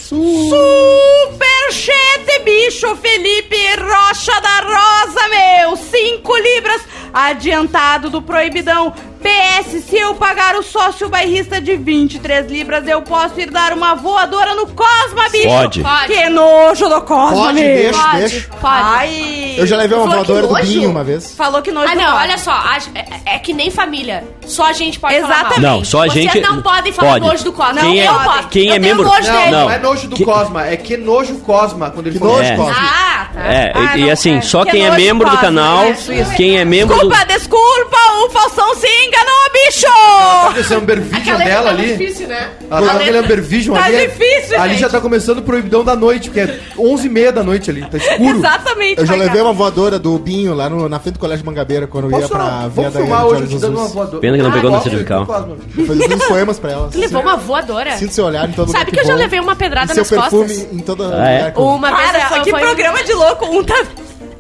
Speaker 7: Superchat, bicho! Felipe Rocha da Rosa, meu! 5 libras adiantado do proibidão. PS, se eu pagar o sócio bairrista de 23 libras, eu posso ir dar uma voadora no Cosma, bicho!
Speaker 1: Pode.
Speaker 3: Pode.
Speaker 7: Que nojo do Cosma,
Speaker 4: Pode,
Speaker 7: meu.
Speaker 4: deixa,
Speaker 3: Pode,
Speaker 4: deixa.
Speaker 3: pode.
Speaker 7: Ai!
Speaker 4: Eu já levei uma
Speaker 3: Falou que
Speaker 4: voadora do
Speaker 3: nojo.
Speaker 4: Binho uma vez.
Speaker 7: Falou que nojo
Speaker 3: Ah,
Speaker 7: do
Speaker 3: não,
Speaker 7: Cosma.
Speaker 3: olha só. a- é, é que nem família. Só a gente pode falar.
Speaker 7: Exatamente.
Speaker 3: mal.
Speaker 1: Não, só a
Speaker 3: Vocês
Speaker 1: gente-
Speaker 3: não podem falar
Speaker 1: pode.
Speaker 3: nojo do Cosmo.
Speaker 1: Quem
Speaker 3: não,
Speaker 1: é-
Speaker 3: eu posso.
Speaker 1: quem
Speaker 3: eu
Speaker 1: é
Speaker 3: tenho
Speaker 1: membro-
Speaker 3: Nojo
Speaker 5: Não,
Speaker 3: dele.
Speaker 5: não,
Speaker 1: Não.
Speaker 5: é nojo do
Speaker 1: Que-
Speaker 5: Cosma, é que nojo Cosma quando ele
Speaker 4: Que
Speaker 5: falou
Speaker 4: nojo,
Speaker 5: isso.
Speaker 1: Cosma.
Speaker 7: Ah, tá.
Speaker 1: É,
Speaker 7: Ah,
Speaker 1: e, e
Speaker 7: não,
Speaker 1: assim,
Speaker 7: é.
Speaker 1: só
Speaker 7: Que
Speaker 1: quem é
Speaker 7: nojo
Speaker 1: membro do
Speaker 7: Cosma,
Speaker 1: canal,
Speaker 7: é isso, isso.
Speaker 1: quem é membro do...
Speaker 7: Desculpa, desculpa, o Falsão se enganou, bicho!
Speaker 5: Esse Amber Vision
Speaker 3: Aquela
Speaker 5: dela
Speaker 3: letra tá
Speaker 5: ali.
Speaker 3: difícil, né?
Speaker 5: Ela tá com aquele Amber Vision
Speaker 7: Tá
Speaker 5: ali. é-
Speaker 7: difícil,
Speaker 5: Ali
Speaker 7: gente.
Speaker 5: já tá começando o proibidão da noite, que é 11h30 da noite ali, tá escuro.
Speaker 7: Exatamente,
Speaker 4: Eu já
Speaker 7: vai,
Speaker 4: levei
Speaker 7: cara.
Speaker 4: uma voadora do Binho lá no- na frente do Colégio Mangabeira quando eu ia
Speaker 5: Posso
Speaker 4: pra
Speaker 5: não?
Speaker 4: Via
Speaker 5: Vamos
Speaker 4: da
Speaker 5: filmar
Speaker 4: de
Speaker 5: hoje
Speaker 4: Olhos
Speaker 5: te dando uma
Speaker 4: Azuis.
Speaker 5: voadora.
Speaker 1: Pena que não pegou na
Speaker 5: Cosma,
Speaker 1: cervical.
Speaker 5: Ah, Cosma.
Speaker 4: Eu fazia uns poemas pra ela.
Speaker 3: Tu levou uma voadora?
Speaker 4: Sinto seu olhar em todo lugar
Speaker 3: É. Sabe que eu já
Speaker 4: vou.
Speaker 3: levei uma pedrada
Speaker 4: E seu
Speaker 3: nas
Speaker 4: perfume
Speaker 3: costas?
Speaker 4: em todo
Speaker 1: Ah, é?
Speaker 4: lugar que eu
Speaker 3: Uma vez
Speaker 7: Cara, só
Speaker 3: eu-
Speaker 7: que
Speaker 3: foi-
Speaker 7: programa de louco, um tá...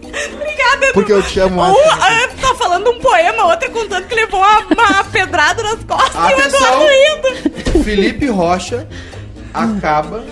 Speaker 7: Obrigada, Edu.
Speaker 4: Porque eu te amo,
Speaker 7: Um
Speaker 4: Arthur.
Speaker 7: ah, tá falando um poema, outro contando que levou uma, uma pedrada nas costas
Speaker 5: Atenção.
Speaker 7: e o Eduardo rindo.
Speaker 5: Felipe Rocha acaba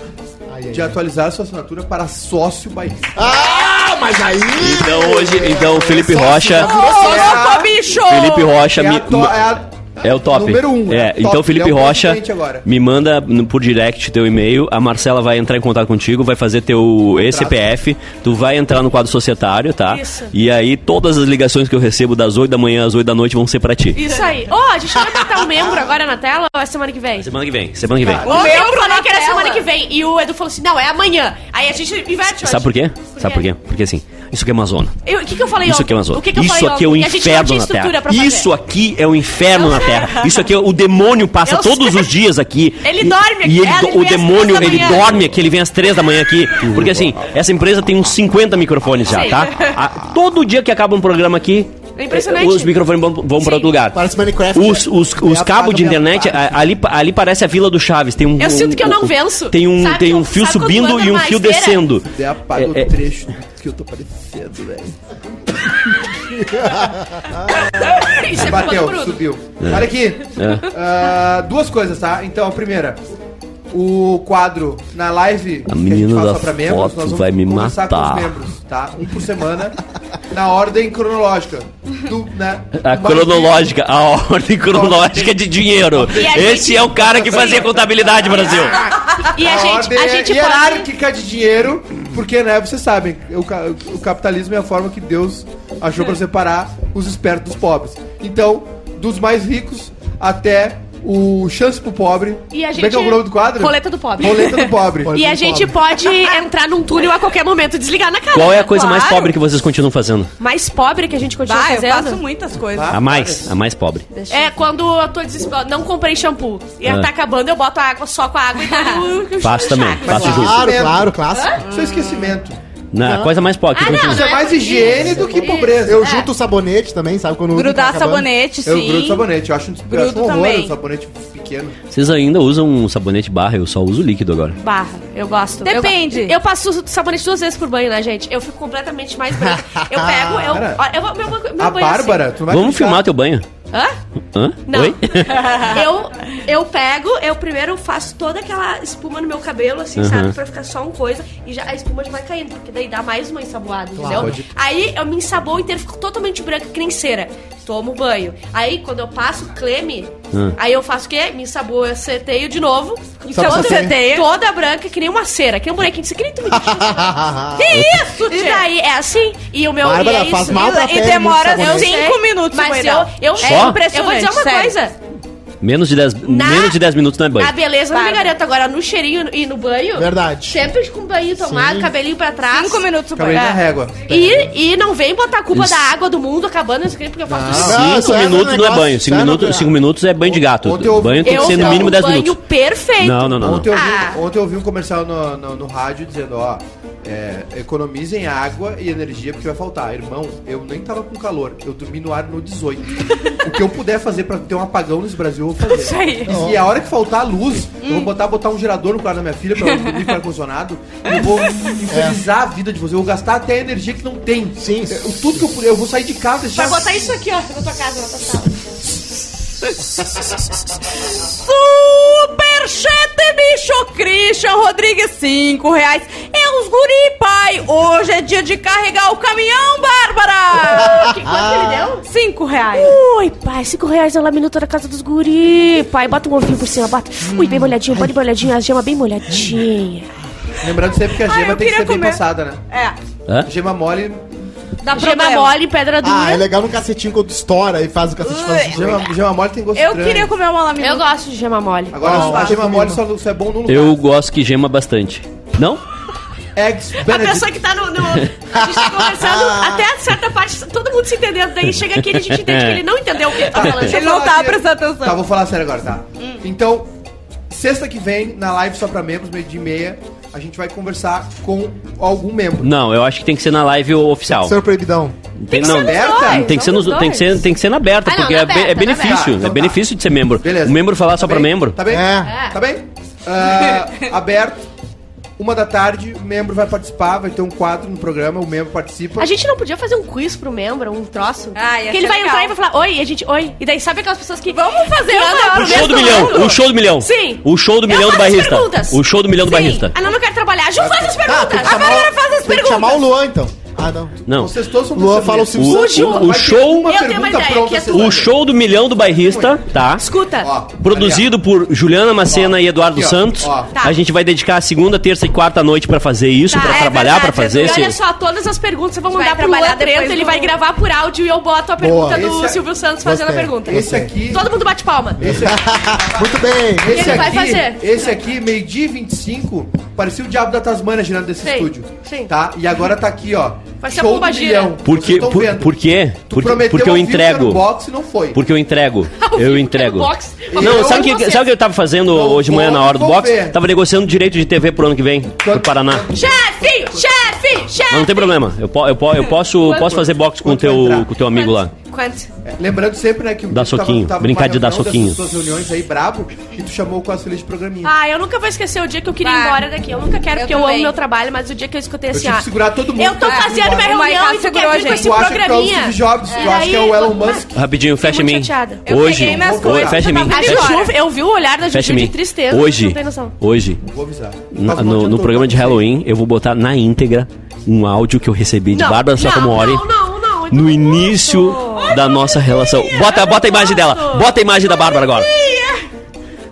Speaker 4: Ai, ai,
Speaker 5: de
Speaker 1: É.
Speaker 4: ai.
Speaker 5: atualizar sua assinatura para sócio bairrista.
Speaker 4: Ah, mas aí...
Speaker 1: Então hoje, então Felipe
Speaker 4: Só
Speaker 1: Rocha,
Speaker 7: Ô, louco, bicho!
Speaker 1: Felipe Rocha,
Speaker 5: É a
Speaker 1: me-
Speaker 5: to- é a
Speaker 1: É o top.
Speaker 5: Número um,
Speaker 1: É,
Speaker 5: é o top.
Speaker 1: então, Felipe
Speaker 5: Ele é o
Speaker 1: Rocha,
Speaker 5: presidente agora.
Speaker 1: me manda no- por direct teu e-mail. A Marcela vai entrar em contato contigo, vai fazer teu ECPF. Tu vai entrar no quadro societário, tá?
Speaker 3: Isso.
Speaker 1: E aí, todas as ligações que eu recebo das 8 da manhã às 8 da noite vão ser pra ti.
Speaker 3: Isso aí. Ô, a gente vai botar um membro agora na tela ou é semana que vem?
Speaker 1: Semana que vem, semana que vem.
Speaker 3: Ontem eu
Speaker 7: Membro
Speaker 3: falei
Speaker 7: na
Speaker 3: que era
Speaker 7: tela.
Speaker 3: semana que vem e o Edu falou assim: não, é amanhã. Aí a gente inverte hoje.
Speaker 1: Sabe por quê?
Speaker 3: Por
Speaker 1: Sabe
Speaker 3: quê?
Speaker 1: por quê? Porque assim, isso aqui é uma zona.
Speaker 3: Eu- O que, que eu falei
Speaker 1: Isso
Speaker 3: ontem?
Speaker 1: aqui é uma zona.
Speaker 3: O que, que eu
Speaker 1: isso
Speaker 3: falei
Speaker 1: aqui é um
Speaker 3: ontem? E a gente
Speaker 1: inferno
Speaker 3: não tinha
Speaker 1: na
Speaker 3: estrutura
Speaker 1: Terra.
Speaker 3: pra fazer.
Speaker 1: Isso aqui é um inferno na Terra. Isso aqui é o demônio passa
Speaker 3: Eu
Speaker 1: todos
Speaker 3: sei.
Speaker 1: os dias aqui.
Speaker 3: Ele
Speaker 1: E-
Speaker 3: dorme aqui.
Speaker 1: E ele
Speaker 3: É,
Speaker 1: do-
Speaker 3: ele
Speaker 1: o
Speaker 3: vem às
Speaker 1: demônio,
Speaker 3: três da
Speaker 1: ele
Speaker 3: manhã.
Speaker 1: dorme aqui, ele vem às três da manhã aqui. Porque assim, essa empresa tem uns 50 microfones já,
Speaker 3: Sim.
Speaker 1: tá? A- todo dia que acaba um programa aqui. eh,
Speaker 3: É impressionante.
Speaker 1: Os microfones vão, vão
Speaker 3: Sim.
Speaker 1: para outro lugar.
Speaker 4: Parece Minecraft.
Speaker 1: Os, os,
Speaker 4: É
Speaker 1: os
Speaker 4: a
Speaker 1: cabos de
Speaker 4: paga, minha
Speaker 1: internet,
Speaker 4: paga.
Speaker 1: a- ali, ali parece a Vila do Chaves. Tem um,
Speaker 3: Eu sinto que eu não
Speaker 1: um-
Speaker 3: venço.
Speaker 1: Tem um,
Speaker 3: Sabe
Speaker 1: tem
Speaker 3: que-
Speaker 1: um fio
Speaker 3: sabe quando
Speaker 1: subindo
Speaker 3: anda
Speaker 1: e um
Speaker 3: numa
Speaker 1: fio
Speaker 3: esteira?
Speaker 1: descendo.
Speaker 5: Até apaga
Speaker 1: É- é-
Speaker 5: o trecho que eu tô parecendo, velho.
Speaker 3: Isso é culpa do
Speaker 5: Bateu,
Speaker 3: Bruno.
Speaker 5: subiu. Olha aqui.
Speaker 1: É.
Speaker 5: Ah, duas coisas, tá? Então, a primeira. O quadro na live que
Speaker 1: menina
Speaker 5: faz
Speaker 1: da foto vai me
Speaker 5: conversar
Speaker 1: matar.
Speaker 5: Com os membros, tá? Um por semana, na ordem cronológica. Do, né?
Speaker 1: A
Speaker 5: Do mais
Speaker 1: cronológica, a ordem cronológica de dinheiro.
Speaker 3: E a
Speaker 1: Esse
Speaker 3: gente-
Speaker 1: é o cara que fazia contabilidade, Brasil.
Speaker 3: E a
Speaker 5: A
Speaker 3: gente,
Speaker 5: Tá ordem é
Speaker 3: a gente pode.
Speaker 5: hierárquica de dinheiro, porque, né, vocês sabem, o, ca- o capitalismo é a forma que Deus achou pra separar os espertos dos pobres. Então, dos mais ricos até o chance pro pobre.
Speaker 3: E a
Speaker 5: Como é que é
Speaker 3: gente-
Speaker 5: o nome do quadro?
Speaker 3: Roleta do pobre.
Speaker 5: Roleta do pobre.
Speaker 3: E a gente pode entrar num túnel a qualquer momento e desligar na cara.
Speaker 1: Qual é a coisa mais
Speaker 3: Claro.
Speaker 1: pobre que vocês continuam fazendo?
Speaker 3: Mais pobre que a gente continua
Speaker 7: Bah, Tá, eu
Speaker 3: fazendo?
Speaker 7: faço um muitas coisas.
Speaker 5: Ah,
Speaker 1: A mais, a mais pobre.
Speaker 3: É, quando eu tô desesperada, não comprei shampoo e
Speaker 1: Ah.
Speaker 3: tá acabando, eu boto a água só com a água e dou o
Speaker 1: Faço também, faço
Speaker 5: Claro.
Speaker 1: justo.
Speaker 4: Claro, claro, clássico.
Speaker 5: Isso é esquecimento.
Speaker 1: Na, a coisa mais pobre que
Speaker 3: Ah, não,
Speaker 1: continua.
Speaker 5: Isso é mais higiene do que pobreza.
Speaker 3: É.
Speaker 4: Eu junto o sabonete também, sabe? Quando
Speaker 7: Grudar
Speaker 4: tá acabando.
Speaker 7: sabonete, sim.
Speaker 5: Eu grudo sabonete, eu acho um, eu acho
Speaker 7: Grudo
Speaker 5: um horror
Speaker 7: também.
Speaker 5: um sabonete pequeno.
Speaker 1: Vocês ainda usam um sabonete barra, eu só uso líquido agora.
Speaker 3: Barra, eu gosto.
Speaker 7: Depende.
Speaker 3: Eu, go- eu passo sabonete duas vezes por banho, né, gente? Eu fico completamente mais branca. Eu pego, eu.
Speaker 5: Cara,
Speaker 3: ó, eu vou- meu, meu
Speaker 5: A
Speaker 3: banho é assim.
Speaker 5: Bárbara, tu não vai
Speaker 1: Vamos
Speaker 5: acreditar.
Speaker 1: filmar teu banho?
Speaker 3: Hã?
Speaker 1: Hã?
Speaker 3: Não.
Speaker 1: Oi?
Speaker 3: eu, eu pego, eu primeiro faço toda aquela espuma no meu cabelo, assim,
Speaker 1: Uhum.
Speaker 3: sabe? Pra ficar só uma coisa. E já a espuma já vai caindo, porque daí dá mais uma ensaboada, entendeu?
Speaker 5: pode.
Speaker 3: Aí eu me ensaboo inteiro, fico totalmente branca, que nem cera. Tomo banho. Aí quando eu passo creme,
Speaker 1: Hum.
Speaker 3: aí eu faço o quê? Me ensaboo, eu seteio de novo.
Speaker 4: Só pra
Speaker 3: Então
Speaker 4: ser-
Speaker 3: toda branca, que nem uma cera, que nem um bonequinho. Você que nem tu me Que isso, E daí, é assim. E o meu.
Speaker 4: Bárbara,
Speaker 3: e é isso.
Speaker 4: faz mal pra
Speaker 7: E
Speaker 4: pele
Speaker 7: demora
Speaker 4: muito sabonete.
Speaker 7: cinco
Speaker 3: Sei,
Speaker 7: minutos,
Speaker 3: mas eu,
Speaker 7: Moira.
Speaker 3: eu,
Speaker 1: tá Só?
Speaker 3: eu vou dizer uma
Speaker 7: sério.
Speaker 3: coisa.
Speaker 1: Menos de 10
Speaker 3: Na-
Speaker 1: menos de 10 minutos não é
Speaker 3: A
Speaker 1: banho.
Speaker 3: beleza não me
Speaker 7: Bárbara.
Speaker 3: garanto agora no cheirinho e no banho.
Speaker 4: Verdade.
Speaker 3: Sempre com o banho tomado,
Speaker 4: Sim.
Speaker 3: cabelinho pra trás.
Speaker 7: Cinco minutos o
Speaker 5: Acabei
Speaker 4: né?
Speaker 7: banho.
Speaker 3: É.
Speaker 5: na régua.
Speaker 3: E, e não vem botar a culpa
Speaker 1: Isso.
Speaker 3: da água do mundo acabando isso aqui, porque eu faço isso.
Speaker 4: Não,
Speaker 1: 5
Speaker 4: isso é
Speaker 1: minutos não é
Speaker 4: negócio-
Speaker 1: banho, 5
Speaker 4: isso é
Speaker 1: minutos,
Speaker 4: natural.
Speaker 1: cinco minutos é banho de gato.
Speaker 5: Ontem eu-
Speaker 1: Banho tem que
Speaker 3: Eu
Speaker 1: ser no
Speaker 3: dou
Speaker 1: mínimo
Speaker 3: um
Speaker 1: 10
Speaker 3: banho
Speaker 1: minutos.
Speaker 3: perfeito.
Speaker 1: Não, não, não. não.
Speaker 5: Ontem, eu vi,
Speaker 3: Ah.
Speaker 5: ontem eu ouvi um comercial no, no, no rádio dizendo, ó, é, economizem água e energia porque vai faltar. Irmão, eu nem tava com calor, eu dormi no ar no 18. o que eu puder fazer pra ter um apagão nesse Brasil, eu vou fazer.
Speaker 7: Isso aí. Hum.
Speaker 5: E, e a hora que faltar a luz, eu vou botar, botar um gerador no quarto da minha filha pra ela dormir com ar-condicionado. e Eu vou infernizar a vida de vocês, eu vou gastar até a energia que não tem.
Speaker 4: Sim.
Speaker 5: Eu, tudo que eu puder, eu vou sair de casa e
Speaker 3: Vai
Speaker 5: deixar...
Speaker 3: botar isso aqui, ó, na tua casa, assim. na tua sala.
Speaker 7: Superchat, bicho! Christian Rodrigues, 5 reais. É os guri, pai! Hoje é dia de carregar o caminhão, Bárbara!
Speaker 3: Que
Speaker 4: Ah.
Speaker 3: quanto que ele deu? Uh,
Speaker 7: 5 reais.
Speaker 3: Ui, pai, cinco reais na laminuta da casa dos guri. Pai, bota um ovinho por cima, bota.
Speaker 1: Hum.
Speaker 3: Ui, bem molhadinho, bota bem molhadinho, a gema bem molhadinha.
Speaker 5: Lembrando sempre que a
Speaker 7: Ai,
Speaker 5: gema tem
Speaker 7: eu
Speaker 5: que
Speaker 7: queria
Speaker 5: ser bem
Speaker 7: comer.
Speaker 5: passada, né?
Speaker 7: É.
Speaker 1: Hã?
Speaker 5: Gema mole,
Speaker 7: Dá
Speaker 3: Gema
Speaker 7: problema.
Speaker 3: mole, pedra dura.
Speaker 4: Ah, é legal no cacetinho quando estoura e faz o cacete fazer.
Speaker 5: gema, gema mole tem gosto
Speaker 7: Eu
Speaker 5: estranho.
Speaker 7: queria comer uma laminuta.
Speaker 3: Ah, Eu gosto de gema mole.
Speaker 5: Agora,
Speaker 4: Não,
Speaker 5: a
Speaker 4: acho
Speaker 5: gema
Speaker 4: que
Speaker 5: mole
Speaker 4: não.
Speaker 5: só, só é bom no lugar.
Speaker 1: Eu gosto que gema bastante. Não?
Speaker 5: Eggs
Speaker 3: A
Speaker 5: Benedict.
Speaker 3: pessoa que tá no, no- A gente tá conversando até certa parte, todo mundo se entendendo. Daí chega aqui e a gente entende que ele não entendeu o que ele tá Hum. falando.
Speaker 7: Ele não
Speaker 5: falar
Speaker 7: tava
Speaker 5: aqui.
Speaker 7: prestando atenção.
Speaker 5: Tá, vou falar sério agora, tá? Então, sexta que vem, na live só pra membros, meio dia e meia, a gente vai conversar com algum membro.
Speaker 1: Não, eu acho que tem que ser na live oficial.
Speaker 4: Senhor Proibidão.
Speaker 1: Tem,
Speaker 3: que ser
Speaker 1: não,
Speaker 3: nos
Speaker 5: aberta?
Speaker 3: dois,
Speaker 1: Tem que, ser
Speaker 3: não
Speaker 1: nos- tem, que ser,
Speaker 3: dois.
Speaker 1: tem que ser na aberta,
Speaker 3: Ah, não,
Speaker 1: porque
Speaker 3: na
Speaker 1: é, be- é
Speaker 3: aberta, na
Speaker 1: benefício.
Speaker 5: aberta. Tá, então
Speaker 1: é
Speaker 5: tá.
Speaker 1: benefício de ser membro. O membro falar só
Speaker 5: Tá
Speaker 1: pra
Speaker 5: bem?
Speaker 1: membro.
Speaker 5: Tá bem?
Speaker 4: É.
Speaker 5: Tá bem? Ah, aberto, uma da tarde, o membro vai participar, vai ter um quadro no programa, o membro participa.
Speaker 3: A gente não podia fazer um quiz pro membro, um troço?
Speaker 7: Ah, ia
Speaker 3: que ele
Speaker 7: ser
Speaker 3: vai
Speaker 7: legal.
Speaker 3: entrar e vai falar, oi, e a gente, oi. E daí sabe aquelas pessoas que.
Speaker 7: Vamos fazer
Speaker 3: Que
Speaker 7: uma
Speaker 3: andam pro
Speaker 1: O show do
Speaker 3: mesmo
Speaker 1: milhão,
Speaker 3: ângulo?
Speaker 1: o show do milhão.
Speaker 3: Tá. Sim.
Speaker 1: O show do
Speaker 3: Eu
Speaker 1: milhão do
Speaker 3: faço as
Speaker 1: barrista.
Speaker 3: perguntas.
Speaker 1: O show do tá, milhão do
Speaker 3: Sim.
Speaker 1: barrista.
Speaker 3: Ah, não, não quero trabalhar. Ju, faz as
Speaker 4: Ah,
Speaker 3: perguntas.
Speaker 4: tem que
Speaker 3: a
Speaker 4: chamar
Speaker 3: galera
Speaker 4: o-
Speaker 3: faz as
Speaker 4: Tem que
Speaker 3: perguntas.
Speaker 4: chamar o Luan, então. Ah, não.
Speaker 1: Não.
Speaker 5: Vocês todos são
Speaker 4: Luan fala o
Speaker 5: testemunhas.
Speaker 1: O-
Speaker 4: Silvio Santos.
Speaker 1: o- o show-
Speaker 5: Vai
Speaker 3: Eu tenho
Speaker 5: ter
Speaker 3: uma
Speaker 5: pergunta
Speaker 3: ideia,
Speaker 5: pronta,
Speaker 3: que é
Speaker 5: vocês
Speaker 1: O
Speaker 5: vão
Speaker 1: show do milhão do bairrista, tá?
Speaker 3: Escuta.
Speaker 5: ver. Ó,
Speaker 1: Produzido por Juliana Macena
Speaker 5: Ó,
Speaker 1: e Eduardo
Speaker 5: aqui, ó.
Speaker 1: Santos.
Speaker 5: Ó.
Speaker 1: A gente vai dedicar a segunda, terça e quarta noite pra fazer isso,
Speaker 3: Tá,
Speaker 1: pra
Speaker 3: é
Speaker 1: trabalhar, pra
Speaker 3: verdade,
Speaker 1: fazer
Speaker 3: E
Speaker 1: esse.
Speaker 3: olha só, todas as perguntas eu vou
Speaker 7: A gente
Speaker 3: mandar
Speaker 7: vai
Speaker 3: pro Luan
Speaker 7: trabalhar depois
Speaker 3: Trento, ele
Speaker 7: no-
Speaker 3: vai gravar por áudio e eu boto a pergunta do
Speaker 1: é-
Speaker 5: Esse-
Speaker 3: Silvio Santos fazendo a
Speaker 4: Gostei.
Speaker 3: pergunta.
Speaker 5: Esse aqui.
Speaker 3: Todo mundo bate palma.
Speaker 5: Esse aqui.
Speaker 4: Muito bem.
Speaker 5: Esse
Speaker 3: ele vai
Speaker 5: aqui,
Speaker 3: fazer?
Speaker 5: Esse aqui, meio-dia e 25, parecia o diabo da Tasmania girando desse
Speaker 3: Sim,
Speaker 5: estúdio.
Speaker 3: sim.
Speaker 5: Tá? E agora tá aqui, ó.
Speaker 3: Parecia a pomba gira.
Speaker 1: Por quê?
Speaker 5: Vocês tão
Speaker 1: Por,
Speaker 5: vendo.
Speaker 1: por quê?
Speaker 5: Tu
Speaker 1: Porque-
Speaker 5: prometeu
Speaker 1: porque eu
Speaker 5: ao vivo que era um
Speaker 1: entrego.
Speaker 5: no box e não foi.
Speaker 1: Porque eu entrego.
Speaker 3: Ao vivo, né?
Speaker 1: Eu
Speaker 3: que
Speaker 1: entrego.
Speaker 3: no box.
Speaker 1: Não,
Speaker 5: Eu-
Speaker 1: sabe o que,
Speaker 3: vocês.
Speaker 1: sabe o que eu tava fazendo
Speaker 5: Não
Speaker 1: hoje de manhã na hora do
Speaker 5: vou
Speaker 1: box?
Speaker 5: ver.
Speaker 1: Tava negociando direito de TV pro ano que vem, pro Paraná.
Speaker 3: Chefe! Chefe! Chefe!
Speaker 1: Mas não tem problema. Eu, po- eu, po- eu posso, posso fazer box com o
Speaker 5: Quanto vai
Speaker 1: teu,
Speaker 5: entrar?
Speaker 1: com o teu amigo lá.
Speaker 3: Quanto?
Speaker 5: É, Lembrando sempre, né, que o
Speaker 1: Dá
Speaker 5: Tito
Speaker 1: soquinho, brincar de
Speaker 5: numa
Speaker 1: dar
Speaker 5: reunião
Speaker 1: soquinho.
Speaker 5: dessas suas reuniões aí, brabo, e tu chamou o Quase Feliz de programinha.
Speaker 3: Ah, eu nunca vou esquecer o dia que eu queria ir
Speaker 7: Vai.
Speaker 3: embora daqui. Eu nunca quero,
Speaker 7: Eu
Speaker 3: porque eu
Speaker 7: também.
Speaker 3: amo meu trabalho, mas o dia que eu escutei
Speaker 5: eu
Speaker 3: assim,
Speaker 5: tive
Speaker 3: ó.
Speaker 5: que segurar todo mundo.
Speaker 3: Eu tô
Speaker 5: pra ir
Speaker 3: fazendo
Speaker 5: embora.
Speaker 3: minha
Speaker 7: O Maiká
Speaker 3: reunião e tu
Speaker 7: segurou
Speaker 3: quer
Speaker 7: a
Speaker 3: vir com
Speaker 7: gente.
Speaker 3: esse
Speaker 5: Tu acha que é o
Speaker 3: programinha.
Speaker 5: Steve Jobs, tu
Speaker 3: É,
Speaker 5: acha que é o
Speaker 3: aí-
Speaker 5: Elon Musk.
Speaker 1: Rapidinho, fecha em
Speaker 3: muito
Speaker 1: mim.
Speaker 3: chateada.
Speaker 7: Eu
Speaker 1: Hoje,
Speaker 7: peguei minhas
Speaker 1: hoje
Speaker 7: coisas,
Speaker 1: fecha em
Speaker 7: eu
Speaker 1: mim.
Speaker 7: tava
Speaker 3: A
Speaker 7: indo
Speaker 1: Fecha,
Speaker 7: embora.
Speaker 3: Juju, eu vi o olhar da
Speaker 1: fecha
Speaker 3: Juju
Speaker 1: em
Speaker 3: de
Speaker 1: mim.
Speaker 3: tristeza.
Speaker 1: Hoje,
Speaker 3: Não tem noção.
Speaker 1: hoje,
Speaker 5: Vou avisar.
Speaker 1: na-
Speaker 5: Faz
Speaker 1: no,
Speaker 5: um monte
Speaker 1: no
Speaker 5: todo
Speaker 1: programa
Speaker 5: mundo.
Speaker 1: de Halloween, eu vou botar na íntegra um áudio que eu recebi de
Speaker 3: Não,
Speaker 1: Bárbara
Speaker 3: não,
Speaker 1: Sacomori
Speaker 3: não, não, não, eu
Speaker 1: no
Speaker 3: não
Speaker 1: início
Speaker 3: gosto.
Speaker 1: da nossa relação. Bota, bota a imagem dela. Bota a imagem da Bárbara agora.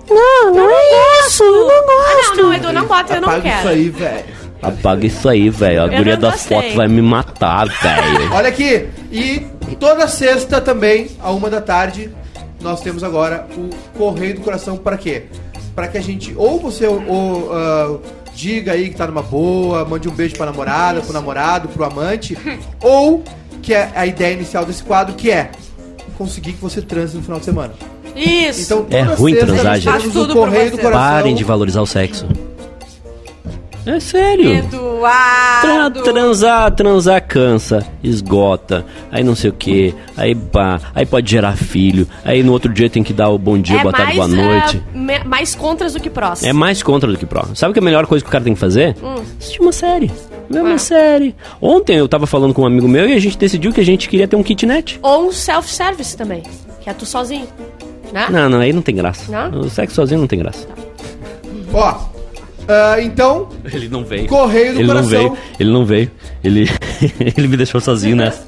Speaker 6: Não, não é isso. Eu não
Speaker 3: Ah,
Speaker 6: gosto.
Speaker 3: não, não, Edu, não bota, eu não
Speaker 5: Apaga isso
Speaker 3: quero.
Speaker 5: aí, velho.
Speaker 1: Apaga isso aí, velho. A
Speaker 3: Eu
Speaker 1: guria
Speaker 3: não
Speaker 1: da
Speaker 3: gostei.
Speaker 1: foto vai me matar, velho.
Speaker 5: Olha aqui, e toda sexta também, à uma da tarde, nós temos agora o Correio do Coração para quê? Para que a gente, ou você ou, ah, diga aí que tá numa boa, mande um beijo pra namorada, pro namorado, pro amante, ou que é a ideia inicial desse quadro, que é conseguir que você transe no final de semana.
Speaker 3: Isso.
Speaker 5: Então,
Speaker 1: É ruim
Speaker 5: nós
Speaker 1: transar, gente.
Speaker 5: temos
Speaker 7: Faz
Speaker 5: o
Speaker 7: tudo
Speaker 5: Correio
Speaker 7: pra
Speaker 5: do
Speaker 7: você.
Speaker 5: Coração.
Speaker 1: Parem de valorizar o sexo. É sério. Tra-
Speaker 7: Eduardo.
Speaker 1: transar, transar cansa, esgota, aí não sei o que, aí pá, aí pode gerar filho, aí no outro dia tem que dar o bom
Speaker 3: É
Speaker 1: dia, boa tarde, boa noite.
Speaker 3: ah, me- mais contras do que prós.
Speaker 1: É mais contra do que pró. Sabe que é a melhor coisa que o cara tem que fazer?
Speaker 3: Hum.
Speaker 1: Assistir uma série. Ver
Speaker 3: Ah.
Speaker 1: uma série. Ontem eu tava falando com um amigo meu e a gente decidiu que a gente queria ter um kitnet.
Speaker 3: Ou um self-service também, que é tu sozinho. Né?
Speaker 1: Não, não, aí não tem graça.
Speaker 3: Não?
Speaker 1: O sexo sozinho não tem graça.
Speaker 5: Ó, ah, então,
Speaker 1: Ele não veio.
Speaker 5: Correio do
Speaker 1: Ele não
Speaker 5: Coração.
Speaker 1: veio. Ele não veio. Ele, ele me deixou sozinho né? nessa.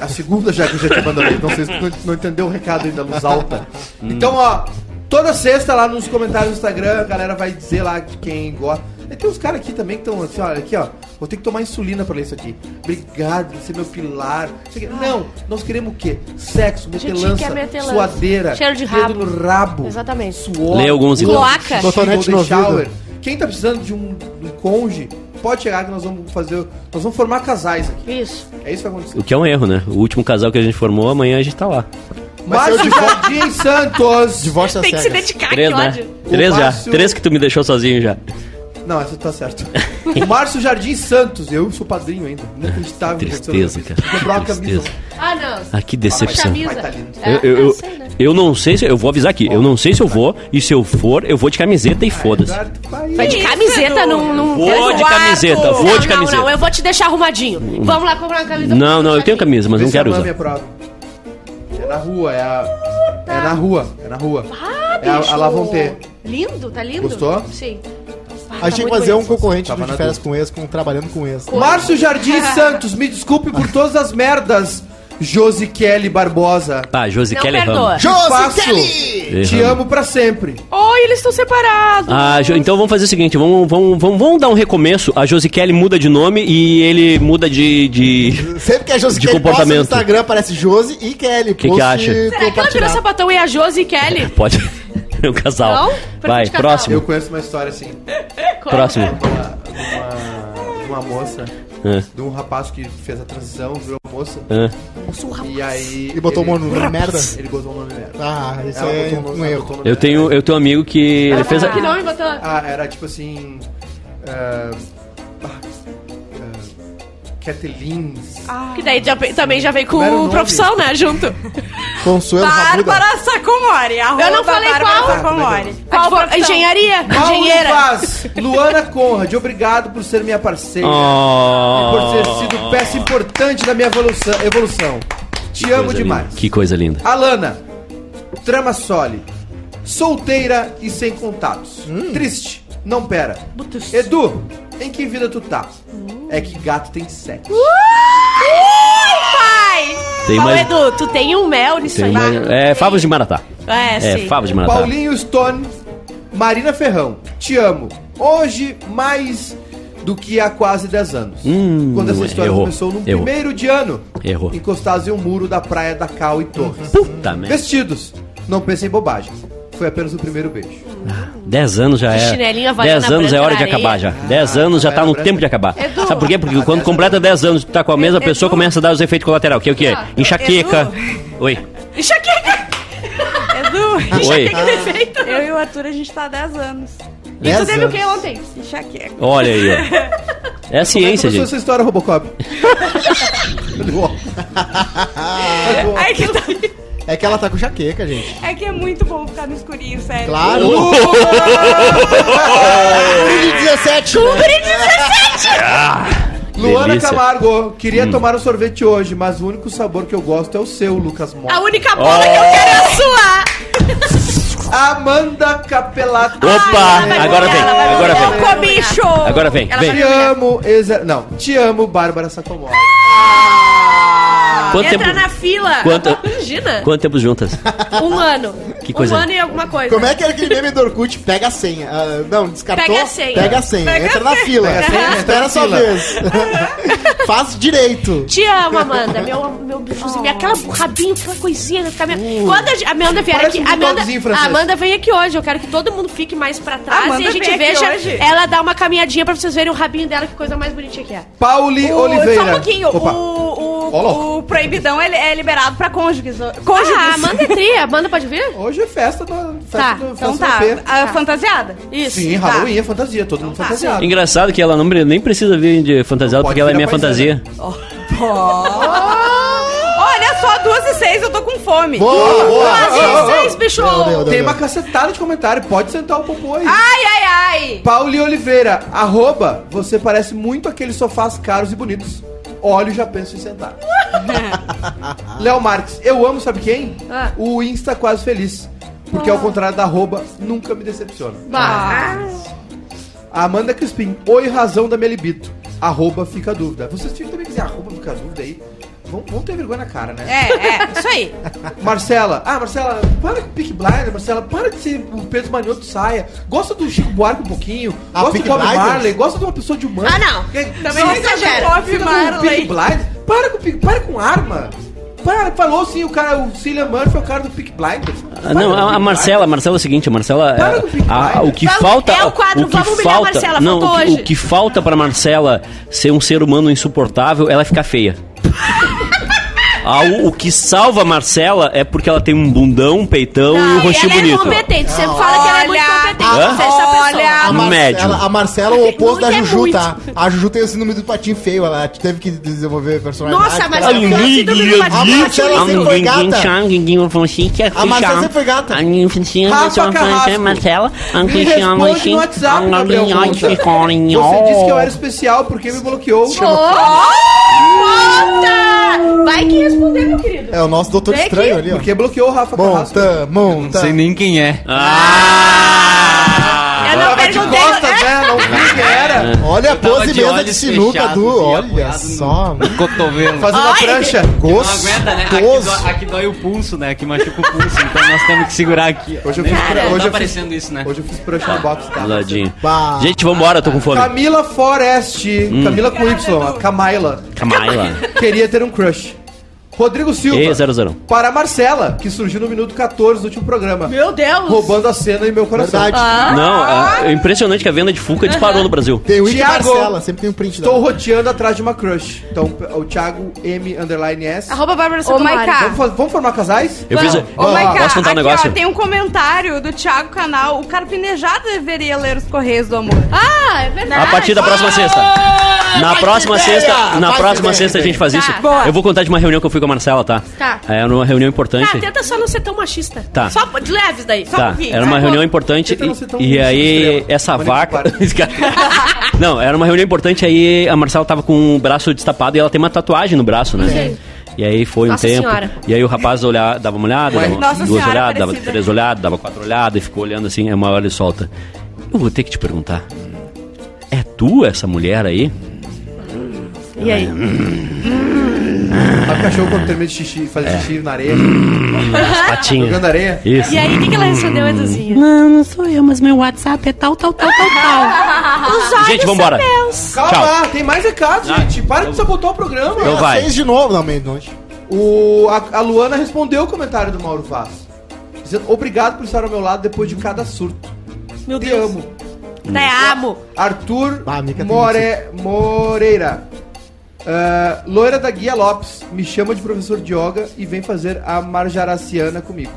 Speaker 5: A segunda já que eu já te abandonei. Não sei se tu Então, não- não entendeu o recado ainda, luz alta.
Speaker 1: Hum.
Speaker 5: Então, ó, toda sexta lá nos comentários do Instagram, a galera vai dizer lá quem gosta. E tem uns caras aqui também que estão assim, olha, aqui, ó. Vou ter que tomar insulina pra ler isso aqui. Obrigado, você é meu pilar. Isso aqui- Não, nós queremos o quê? Sexo, meter
Speaker 3: gente
Speaker 5: lança,
Speaker 3: quer meter lança.
Speaker 5: suadeira,
Speaker 3: Cheiro de
Speaker 5: dedo
Speaker 3: rabo.
Speaker 5: no rabo,
Speaker 3: Exatamente.
Speaker 5: suor,
Speaker 1: Lê alguns e-mails.
Speaker 3: Cloaca.
Speaker 4: Botonete no
Speaker 5: Golden Shower.
Speaker 4: ouvido.
Speaker 5: Quem tá precisando de um, de um conge, pode chegar que nós vamos fazer. Nós vamos formar casais aqui.
Speaker 3: Isso.
Speaker 5: É isso que vai acontecer.
Speaker 1: O que é um erro, né? O último casal que a gente formou, amanhã a gente tá lá.
Speaker 5: Mas Márcio Jardim em Santos.
Speaker 4: Divórcio às
Speaker 3: Tem que se
Speaker 4: cegas.
Speaker 3: dedicar,
Speaker 1: Três,
Speaker 3: que
Speaker 1: né?
Speaker 3: ódio.
Speaker 1: Três
Speaker 5: O
Speaker 1: já.
Speaker 5: Márcio-
Speaker 1: Três que tu me deixou sozinho já.
Speaker 5: Não, essa tá certo. O Márcio Jardim Santos. Eu sou padrinho ainda. Inacreditável.
Speaker 1: Tristeza, cara.
Speaker 5: Vou comprar uma camisa.
Speaker 1: Tristeza.
Speaker 3: Ah, não.
Speaker 1: Ah, É. que decepção.
Speaker 5: Vai
Speaker 3: Camisa.
Speaker 5: tá lindo.
Speaker 1: Eu, eu, eu,
Speaker 3: né?
Speaker 1: eu não sei se. Eu vou avisar aqui. Eu não sei se eu vou. E se eu for, eu vou de camiseta
Speaker 5: Ah, é
Speaker 1: e foda-se.
Speaker 5: Eduardo, vai.
Speaker 3: Vai de camiseta num... num
Speaker 1: Vou de camiseta, vou de
Speaker 3: não, não, não,
Speaker 1: camiseta.
Speaker 3: eu vou te deixar arrumadinho. Vamos lá comprar uma camisa.
Speaker 1: Não, não, eu tenho
Speaker 3: Arrumadinho.
Speaker 1: camisa, mas
Speaker 5: Vê
Speaker 1: não
Speaker 5: se a
Speaker 1: quero
Speaker 5: mãe me
Speaker 1: usar.
Speaker 5: aprova. É na rua, é a... É na rua, é na rua.
Speaker 3: Ah,
Speaker 5: É a-
Speaker 3: bicho.
Speaker 5: a Lavonté.
Speaker 3: Lindo, tá lindo?
Speaker 5: Gostou?
Speaker 3: Sim. Ah,
Speaker 4: A gente
Speaker 3: tá
Speaker 4: tem que
Speaker 3: muito
Speaker 4: fazer um
Speaker 3: bonito.
Speaker 4: concorrente
Speaker 5: Tava
Speaker 4: do
Speaker 5: na
Speaker 4: de férias com ex, com trabalhando com ex.
Speaker 5: Márcio Jardim Santos, me desculpe por todas as merdas, Josi Kelly Barbosa.
Speaker 1: Tá, Josi
Speaker 3: Não
Speaker 1: Kelly
Speaker 3: perdoa.
Speaker 1: Ramos.
Speaker 5: Faço. Te
Speaker 1: Erramos.
Speaker 5: amo pra sempre.
Speaker 3: Oi, eles estão separados.
Speaker 1: Ah, Jo- então vamos fazer o seguinte, vamos, vamos, vamos, vamos dar um recomeço. A Josi Kelly muda de nome e ele muda de. de...
Speaker 4: Sempre que a Josi
Speaker 1: De
Speaker 4: Kelly posta no
Speaker 1: comportamento.
Speaker 4: Instagram, aparece Josi e Kelly.
Speaker 1: que acha? Será
Speaker 3: Será que ela virou sapatão e é a Josi e Kelly?
Speaker 1: Pode. É um casal.
Speaker 3: Não? Pra
Speaker 1: Vai,
Speaker 3: de casal.
Speaker 1: próximo.
Speaker 5: Eu conheço uma história assim.
Speaker 1: Próximo.
Speaker 5: uma, uma moça,
Speaker 1: É.
Speaker 5: de um rapaz que fez a transição, virou moça.
Speaker 1: Hã?
Speaker 5: E aí.
Speaker 4: E botou o
Speaker 5: ele-
Speaker 4: nome no merda?
Speaker 5: Ele botou o nome merda.
Speaker 4: Ah, isso
Speaker 5: Ela
Speaker 4: é
Speaker 5: botou o nome-
Speaker 4: um
Speaker 5: ela
Speaker 4: erro.
Speaker 5: botou o nome
Speaker 1: Eu tenho,
Speaker 5: merda.
Speaker 1: eu tenho um amigo que. Ele fez a...
Speaker 3: Que nome botou?
Speaker 5: Ah, era tipo assim. ah, ah, ah, Ketelins.
Speaker 3: Que daí já pe- também já veio com
Speaker 5: Primeiro
Speaker 3: o
Speaker 5: nome.
Speaker 3: profissional, né? Junto.
Speaker 4: Consuelo Rabuda.
Speaker 7: Bárbara Sacomori.
Speaker 3: Eu não falei
Speaker 7: Bárbara
Speaker 3: qual.
Speaker 5: Sacomori.
Speaker 7: Sacomori.
Speaker 3: Qual pro- engenharia?
Speaker 5: Paulo
Speaker 3: Engenheira.
Speaker 5: Vaz, Luana Conrad, obrigado por ser minha parceira. E por ter
Speaker 1: Oh.
Speaker 5: sido peça importante da minha evolução. evolução. Te amo
Speaker 1: Coisa
Speaker 5: demais.
Speaker 1: linda. Que coisa linda.
Speaker 5: Alana, trama soli, solteira e sem
Speaker 1: Hum.
Speaker 5: contatos. Triste, não pera. Edu, em que vida tu tá? é que gato tem
Speaker 1: Uh.
Speaker 5: sexo.
Speaker 1: Ah,
Speaker 3: Pai!
Speaker 1: Tem
Speaker 3: Fala,
Speaker 1: mais-
Speaker 3: Edu, tu tem um mel nisso aí.
Speaker 1: Tem uma- É, favos de Maratá.
Speaker 3: É,
Speaker 1: É,
Speaker 3: sim.
Speaker 1: favos de Maratá.
Speaker 5: Paulinho Stone, Marina Ferrão, te amo. Hoje, mais do que há quase 10 anos.
Speaker 1: Hum,
Speaker 5: Quando essa história
Speaker 1: errou,
Speaker 5: começou no
Speaker 1: errou.
Speaker 5: primeiro de ano,
Speaker 1: Errou.
Speaker 5: encostados em um muro da praia da Cal e Torres.
Speaker 1: Puta merda.
Speaker 5: Vestidos, não pensem em bobagem. Foi apenas o primeiro beijo.
Speaker 1: Dez anos já
Speaker 3: De
Speaker 1: é.
Speaker 3: chinelinho, Havaiana,
Speaker 1: Dez anos é
Speaker 3: branca
Speaker 1: hora de
Speaker 3: na areia.
Speaker 1: acabar já. Dez anos já tá no
Speaker 5: Havaiana
Speaker 1: tempo de acabar.
Speaker 7: Edu.
Speaker 1: Sabe por quê? Porque
Speaker 5: Ah,
Speaker 1: quando
Speaker 5: dez
Speaker 1: completa dez anos, tu tá com a mesma
Speaker 7: E-
Speaker 1: pessoa,
Speaker 7: Edu.
Speaker 1: começa a dar os efeitos colaterais. O que é o que é?
Speaker 7: Ah,
Speaker 1: Enxaqueca. Oi.
Speaker 7: Edu,
Speaker 1: Oi.
Speaker 7: eu e o Arthur, a gente tá há 10 anos.
Speaker 3: E tu
Speaker 4: Dez
Speaker 3: teve o que
Speaker 4: anos.
Speaker 3: ontem?
Speaker 7: Enxaqueca.
Speaker 1: Olha aí, ó. É ciência, gente.
Speaker 5: Como começou essa história, Robocop?
Speaker 7: Ai, que tá...
Speaker 4: É que ela tá com jaqueca, gente.
Speaker 7: É que é muito bom ficar no escurinho, sério.
Speaker 4: Claro.
Speaker 3: Uh!
Speaker 4: Clube de 17.
Speaker 5: Luana
Speaker 1: Delícia. Hum.
Speaker 5: Camargo, queria tomar um sorvete hoje, mas o único sabor que eu gosto é o seu, Lucas
Speaker 3: A
Speaker 5: Mota.
Speaker 3: única bola que eu quero é a sua!
Speaker 5: Amanda Capelato.
Speaker 1: Opa!
Speaker 3: Ela vai
Speaker 1: Agora
Speaker 3: mergulhar,
Speaker 1: vem,
Speaker 3: ela vai
Speaker 1: agora
Speaker 3: mergulhar.
Speaker 1: vem.
Speaker 3: Eu
Speaker 7: Ô,
Speaker 3: comi
Speaker 7: bicho!
Speaker 1: Agora vem,
Speaker 3: Ela
Speaker 1: vem.
Speaker 5: Te amo, exa... Não, te amo, Bárbara Sacomori.
Speaker 1: Quanto
Speaker 3: Entra
Speaker 1: tempo,
Speaker 3: na fila.
Speaker 1: Quanto-
Speaker 3: Imagina.
Speaker 1: quanto tempo juntas?
Speaker 3: Um ano.
Speaker 1: Que coisa.
Speaker 3: Um ano e alguma coisa.
Speaker 4: Como é que era aquele meme do Orkut? Pega a senha. Ah, não, descartou.
Speaker 3: Pega a senha.
Speaker 4: Pega a senha.
Speaker 3: Pega
Speaker 4: entra na fila.
Speaker 5: Pega a senha, entra
Speaker 4: Espera
Speaker 5: na
Speaker 4: a sua
Speaker 5: fila.
Speaker 4: vez. Faz direito.
Speaker 3: Te amo, Amanda. Meu, meu beijozinho, minha- aquela rabinho, aquela coisinha. aquela minha- Quando a, gente- a Amanda vier
Speaker 5: Parece
Speaker 3: aqui.
Speaker 5: um
Speaker 3: A Amanda,
Speaker 5: toquezinho francês.
Speaker 3: a Amanda vem aqui hoje. Eu quero que todo mundo fique mais pra trás
Speaker 7: Amanda
Speaker 3: e a gente
Speaker 7: vem aqui
Speaker 3: veja
Speaker 7: hoje?
Speaker 3: ela dar uma caminhadinha pra vocês verem o rabinho dela, que coisa mais bonitinha que é.
Speaker 5: Pauli
Speaker 7: O-
Speaker 5: Oliveira.
Speaker 7: Só um pouquinho.
Speaker 5: Opa.
Speaker 7: O, o-
Speaker 5: Ó, louco.
Speaker 7: o proibidão ele é liberado pra cônjuges. Cônjuges.
Speaker 3: Ah, a Amanda é tri. A Amanda pode vir?
Speaker 5: Hoje é festa da festa
Speaker 3: Tá,
Speaker 5: do, festa
Speaker 7: Então
Speaker 5: do
Speaker 7: tá.
Speaker 5: AP.
Speaker 7: A fantasiada? Isso.
Speaker 5: Sim,
Speaker 7: tá.
Speaker 5: Halloween é fantasia, todo
Speaker 3: Então
Speaker 5: mundo
Speaker 3: tá.
Speaker 5: fantasiado.
Speaker 1: Engraçado que ela não, nem precisa vir de fantasiada
Speaker 5: Pode né?
Speaker 1: porque ela é
Speaker 5: virar
Speaker 1: minha
Speaker 5: paisana.
Speaker 1: fantasia.
Speaker 7: Olha só, duas e seis, eu tô com fome.
Speaker 4: Boa, boa.
Speaker 3: Fazem seis, bicho!
Speaker 4: Deu, deu, deu,
Speaker 5: Tem
Speaker 4: deu.
Speaker 5: uma cacetada de comentário, pode sentar o popô aí.
Speaker 7: Ai, ai, ai.
Speaker 5: Pauli Oliveira, arroba, você parece muito aqueles sofás caros e bonitos. Olho e já penso em sentar. Léo Marques, eu amo, sabe quem?
Speaker 3: Ah.
Speaker 5: O Insta Quase Feliz. Porque
Speaker 7: Ah.
Speaker 5: ao contrário da arroba, nunca me decepciona.
Speaker 3: Bah.
Speaker 5: A Amanda Crispim, oi razão da minha libido. Arroba fica a dúvida. Vocês tinham que também dizer arroba fica a dúvida aí. Vão, vão ter vergonha na cara, né?
Speaker 7: É, é, isso aí.
Speaker 5: Marcela, ah, Marcela, para com o Pick Blinder, Marcela, para de ser o Pedro Manioto saia. Gosta do Chico Buarque um pouquinho,
Speaker 4: Ah,
Speaker 5: gosta do
Speaker 4: Peaky
Speaker 5: Bob
Speaker 4: Blinders?
Speaker 5: Marley, gosta de uma pessoa de humano.
Speaker 3: Ah, não.
Speaker 5: Que-
Speaker 7: Também não
Speaker 5: Fica
Speaker 7: exagera.
Speaker 5: com- fica
Speaker 7: Bob
Speaker 5: com é o
Speaker 7: Marley.
Speaker 5: Peaky Blinders. para com o Peaky- para com arma. Para, falou assim, o cara, o Cillian Murphy é o cara do Pick Blinders.
Speaker 1: Ah, Não, a, a Marcela, a Marcela é o seguinte, a Marcela,
Speaker 5: Para
Speaker 1: é,
Speaker 5: com o Big
Speaker 1: a-
Speaker 5: Brother.
Speaker 1: o que
Speaker 3: Vamos-
Speaker 1: falta,
Speaker 3: é o quadro,
Speaker 1: que
Speaker 3: vamos humilhar a
Speaker 1: falta,
Speaker 3: Marcela,
Speaker 1: não,
Speaker 3: faltou
Speaker 1: o que, o
Speaker 3: hoje.
Speaker 1: que falta pra Marcela ser um ser humano insuportável, ela é ficar feia. Ah, o- o que salva a Marcela é porque ela tem um bundão, um peitão e um
Speaker 3: Não,
Speaker 1: rostinho
Speaker 3: ela é
Speaker 1: bonito.
Speaker 3: competente. Você fala que ela é muito
Speaker 7: Olha,
Speaker 3: competente.
Speaker 1: Hã?
Speaker 3: Você é essa pessoa.
Speaker 7: Olha.
Speaker 4: A
Speaker 1: No médio.
Speaker 4: Marcela, a Marcela é o oposto da
Speaker 3: Muito é
Speaker 4: Juju,
Speaker 3: muito.
Speaker 4: tá? A Juju tem o síndrome do patinho feio, ela teve que desenvolver personalidade. tá?
Speaker 3: Nossa, a
Speaker 1: Ela
Speaker 4: porque
Speaker 3: Marcela
Speaker 1: é
Speaker 3: tem a síndrome do
Speaker 1: linda,
Speaker 4: A
Speaker 3: Marcelo.
Speaker 4: Marcela sempre foi gata. A Marcela sempre foi gata.
Speaker 8: A minha oficina
Speaker 5: Rafa
Speaker 8: do seu
Speaker 5: Carrasco.
Speaker 8: é Marcela. A
Speaker 5: Me
Speaker 8: oficina do
Speaker 5: responde no WhatsApp, Gabriel Monta.
Speaker 8: Você
Speaker 5: Você disse que eu era especial porque me bloqueou.
Speaker 3: Volta! Vai que responder, meu querido.
Speaker 4: É o nosso doutor
Speaker 3: Vem
Speaker 4: estranho ali, ó.
Speaker 5: Porque bloqueou o Rafa Carrasco.
Speaker 4: Monta, monta.
Speaker 9: sei nem quem é.
Speaker 1: Ah!
Speaker 3: Eu não
Speaker 5: Tava de
Speaker 3: perguntei.
Speaker 5: costas, né? Não vi quem era.
Speaker 4: Olha a
Speaker 9: tava
Speaker 4: pose
Speaker 9: de
Speaker 4: mesa de
Speaker 9: olhos
Speaker 4: sinuca
Speaker 9: fechados
Speaker 4: do.
Speaker 9: e
Speaker 4: Olha
Speaker 9: apoiado no-
Speaker 4: só, mano.
Speaker 9: Cotovelo.
Speaker 5: Fazendo a prancha.
Speaker 9: Não aguenta, né? Aqui
Speaker 4: Gostoso.
Speaker 9: dói, aqui dói o pulso, né? Aqui machuca o pulso, então nós temos que segurar aqui.
Speaker 5: Hoje eu
Speaker 9: Nem-
Speaker 5: fiz pra-
Speaker 9: não
Speaker 5: hoje eu
Speaker 9: tá
Speaker 5: fiz-
Speaker 9: aparecendo isso, né?
Speaker 5: Hoje eu fiz prancha no box, tá?
Speaker 1: Tadinho.
Speaker 4: Bah.
Speaker 1: Gente, vambora, tô com fome.
Speaker 5: Camila Forest.
Speaker 1: Hum.
Speaker 5: Camila com Y, a Camaila.
Speaker 1: Camaila.
Speaker 5: Queria ter um crush. Rodrigo Silva.
Speaker 1: Ei, zero, zero.
Speaker 5: Para a Marcela, que surgiu no minuto 14 do último programa.
Speaker 3: Meu Deus.
Speaker 5: Roubando a cena em meu coração.
Speaker 4: Verdade.
Speaker 1: Não, é- é impressionante que a venda de Fuca disparou no Brasil.
Speaker 4: Tem o Ike
Speaker 5: Thiago,
Speaker 4: Marcela, sempre tem um print
Speaker 5: Estou
Speaker 4: dela.
Speaker 5: roteando atrás de uma crush. Então, o Thiago M underline S.
Speaker 3: Arroba Bárbara
Speaker 7: Ô,
Speaker 3: Sacomori.
Speaker 7: Maiká.
Speaker 5: Vamos, fa- vamos formar casais?
Speaker 1: Eu fiz.
Speaker 7: Ô, Maica,
Speaker 1: posso contar um
Speaker 7: aqui,
Speaker 1: negócio?
Speaker 7: ó, tem um comentário do Thiago Canal. O carpinejado deveria ler os Correios do Amor.
Speaker 3: Ah, é verdade.
Speaker 1: A partir da próxima sexta. Na próxima sexta, na
Speaker 4: Faz
Speaker 1: próxima
Speaker 4: ideia,
Speaker 1: sexta a gente faz isso.
Speaker 3: Boa.
Speaker 1: Eu vou contar de uma reunião que eu fui com a Marcela, tá?
Speaker 3: Tá.
Speaker 1: É era uma reunião importante.
Speaker 3: Tá, tenta só não ser tão machista.
Speaker 1: Tá.
Speaker 3: Só de leves daí. Só um
Speaker 1: Tá,
Speaker 3: pouquinho.
Speaker 1: era
Speaker 3: Vai,
Speaker 1: uma reunião
Speaker 3: bota.
Speaker 1: importante
Speaker 5: Tenta não ser tão
Speaker 1: e, e aí
Speaker 5: estrela.
Speaker 1: essa
Speaker 5: Mônica
Speaker 1: vaca. não, era uma reunião importante aí a Marcela tava com o braço destapado e ela tem uma tatuagem no braço, né? E aí foi
Speaker 3: Nossa
Speaker 1: um tempo.
Speaker 3: senhora.
Speaker 1: E aí o rapaz olhar, dava uma olhada, dava
Speaker 7: Nossa
Speaker 1: duas
Speaker 7: senhora,
Speaker 1: olhadas, dava
Speaker 7: parecida.
Speaker 1: três olhadas, dava quatro olhadas e ficou olhando assim, é uma hora ele solta. Eu vou ter que te perguntar. É tu essa mulher aí?
Speaker 3: E aí?
Speaker 5: Sabe o cachorro quando termina de xixi, fazer xixi na areia,
Speaker 1: Patinha.
Speaker 5: jogando areia?
Speaker 1: É. Isso.
Speaker 3: E aí, o que, que ela respondeu, Eduzinho?
Speaker 6: Não, não sou eu, mas meu WhatsApp é tal, tal, tal, tal, tal.
Speaker 1: Gente, vambora.
Speaker 5: Calma,
Speaker 1: Tchau. Ah.
Speaker 5: lá, tem mais recados, gente. Para de sabotar o programa.
Speaker 1: Então vai.
Speaker 4: Fez de novo na meia-noite.
Speaker 5: O, a, a Luana respondeu o comentário do Mauro Vaz. Dizendo, obrigado por estar ao meu lado depois de cada surto.
Speaker 3: Meu
Speaker 5: Te
Speaker 3: Deus.
Speaker 5: amo.
Speaker 3: Até amo.
Speaker 5: Arthur
Speaker 4: Ah, amiga, tem
Speaker 5: More, Moreira. Ah, loira da Guia Lopes. Me chama de professor de yoga e vem fazer a Marjaraciana comigo.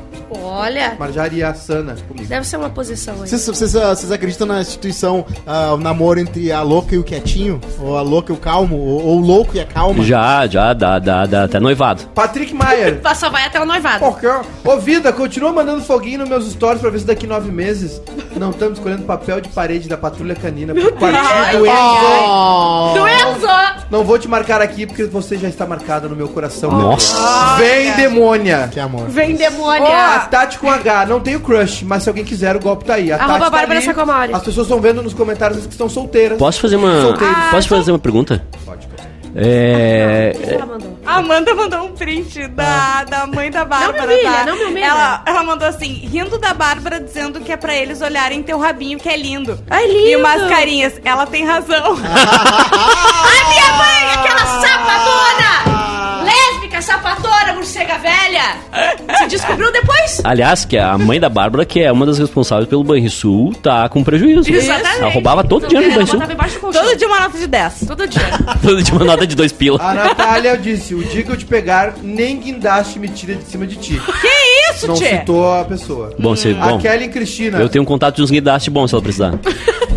Speaker 3: Olha,
Speaker 5: Marjariaçana comigo.
Speaker 3: deve ser uma posição aí.
Speaker 4: Vocês, vocês, ah, vocês acreditam na instituição ah, o namoro entre a louca e o quietinho? Ou a louca e o calmo? Ou, ou o louco e a calma?
Speaker 1: Já, já, dá, dá, dá. Até noivado.
Speaker 5: Patrick Maier.
Speaker 3: Só vai até o noivado.
Speaker 5: Porque, ô vida, continua mandando foguinho nos meus stories pra ver se daqui nove meses não estamos escolhendo papel de parede da patrulha canina pro partido Enzo.
Speaker 4: Oh,
Speaker 3: Doença!
Speaker 5: Não vou te marcar aqui porque você já está marcada no meu coração.
Speaker 1: Nossa.
Speaker 5: Vem, demônia!
Speaker 4: que é amor.
Speaker 3: Vem demônio!
Speaker 5: Ó, a Tati com H, não tenho crush, mas se alguém quiser, o golpe tá aí. A
Speaker 3: Arroba
Speaker 5: Tati tá
Speaker 3: Bárbara
Speaker 5: ali.
Speaker 3: Sacomori.
Speaker 5: As pessoas estão vendo nos comentários as que estão solteiras.
Speaker 1: Posso fazer uma. Posso fazer uma pergunta?
Speaker 5: Pode, pode.
Speaker 1: É.
Speaker 3: Ela mandou.
Speaker 7: A Amanda mandou um print da, da mãe da Bárbara.
Speaker 3: humilha,
Speaker 7: tá?
Speaker 3: Ah. não me humilha.
Speaker 7: Ela, ela mandou assim, rindo da Bárbara, dizendo que é pra eles olharem teu rabinho, que é lindo.
Speaker 3: Ai, lindo. Ah.
Speaker 7: E umas carinhas. Ela tem razão.
Speaker 3: Ai, minha É mãe, aquela sapatona! Lésbica, sapatona, morcega velha! Se descobriu depois?
Speaker 1: Aliás, que a mãe da Bárbara, que é uma das responsáveis pelo Banrisul, tá com prejuízo.
Speaker 3: Exatamente.
Speaker 1: Ela roubava todo o
Speaker 3: Então,
Speaker 1: dinheiro do
Speaker 3: ela
Speaker 1: Banrisul.
Speaker 3: botava embaixo do colchão.
Speaker 7: Todo dia uma nota de 10.
Speaker 3: Todo dia.
Speaker 1: Toda de uma nota de dois pila.
Speaker 5: A Natália disse: o dia que eu te pegar, nem guindaste me tira de cima de ti.
Speaker 7: Que isso,
Speaker 5: Não
Speaker 7: tchê?
Speaker 5: citou a pessoa.
Speaker 1: Bom, se,
Speaker 5: A
Speaker 1: bom
Speaker 5: Kelly Cristina,
Speaker 1: eu tenho um contato de uns guindastes bons se ela precisar.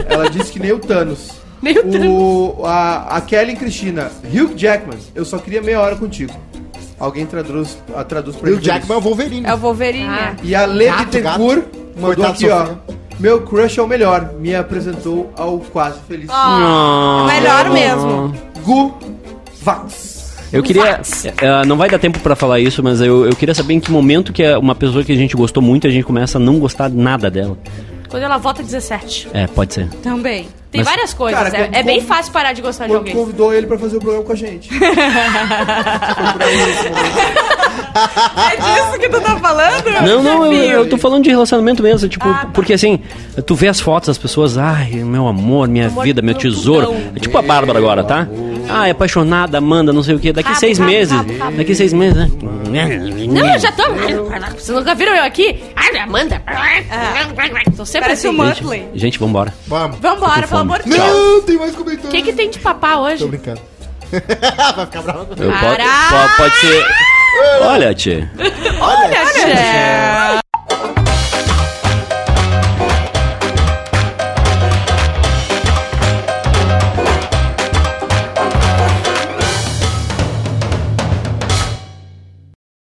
Speaker 5: ela disse que nem o Thanos.
Speaker 3: Meio tranquilo.
Speaker 5: O, a, a Kelly Cristina, Hugh Jackman, eu só queria meia hora contigo. Alguém traduz, a, traduz pra
Speaker 4: E o
Speaker 5: mim,
Speaker 4: Jackman é o Wolverine.
Speaker 7: É o Wolverine.
Speaker 3: Ah.
Speaker 5: E a Lê
Speaker 4: Gato,
Speaker 5: Bittencourt mandou
Speaker 4: Coitado,
Speaker 5: aqui, ó.
Speaker 4: sofreu.
Speaker 5: Meu crush é o melhor. Me apresentou ao quase feliz.
Speaker 1: Ah.
Speaker 7: Melhor mesmo.
Speaker 5: Gu Vax.
Speaker 1: Eu queria. eh, não vai dar tempo pra falar isso, mas eu, eu queria saber em que momento que é uma pessoa que a gente gostou muito, a gente começa a não gostar nada dela.
Speaker 3: Quando ela vota 17.
Speaker 1: É, pode ser.
Speaker 7: Também.
Speaker 3: Tem
Speaker 1: Mas-
Speaker 3: várias coisas.
Speaker 5: Cara,
Speaker 3: é,
Speaker 5: quando-
Speaker 3: é bem fácil parar de gostar de
Speaker 5: Quando
Speaker 3: alguém.
Speaker 5: convidou ele pra fazer o programa com a gente.
Speaker 7: É disso que tu tá falando?
Speaker 1: Não, não, eu,
Speaker 7: Fio?
Speaker 1: eu tô falando de relacionamento mesmo, tipo,
Speaker 3: Ah, tá.
Speaker 1: porque assim, tu vê as fotos das pessoas, ai, meu amor, minha vida, meu tesouro. É tipo a Bárbara agora, tá? Ah, é apaixonada, manda, não sei o quê. Daqui
Speaker 3: Rápido,
Speaker 1: seis
Speaker 3: rápido,
Speaker 1: meses.
Speaker 3: rápido, rápido.
Speaker 1: Daqui seis meses, né?
Speaker 3: Não, eu já tô. Vocês nunca viram eu aqui? Ai, Amanda. Tô sempre
Speaker 7: Parece
Speaker 3: assim.
Speaker 7: o Muttley.
Speaker 1: Gente, vambora.
Speaker 4: Vamos.
Speaker 1: Tô
Speaker 7: Vambora,
Speaker 1: com
Speaker 7: pelo
Speaker 1: fome.
Speaker 7: amor de Deus.
Speaker 4: Não, tem mais comentários.
Speaker 3: O que, que tem de papá
Speaker 4: Tô
Speaker 3: hoje?
Speaker 4: brincando.
Speaker 1: Eu po-
Speaker 3: Caraca!
Speaker 1: po- pode ser. Olha, tia.
Speaker 4: Olha,
Speaker 3: É.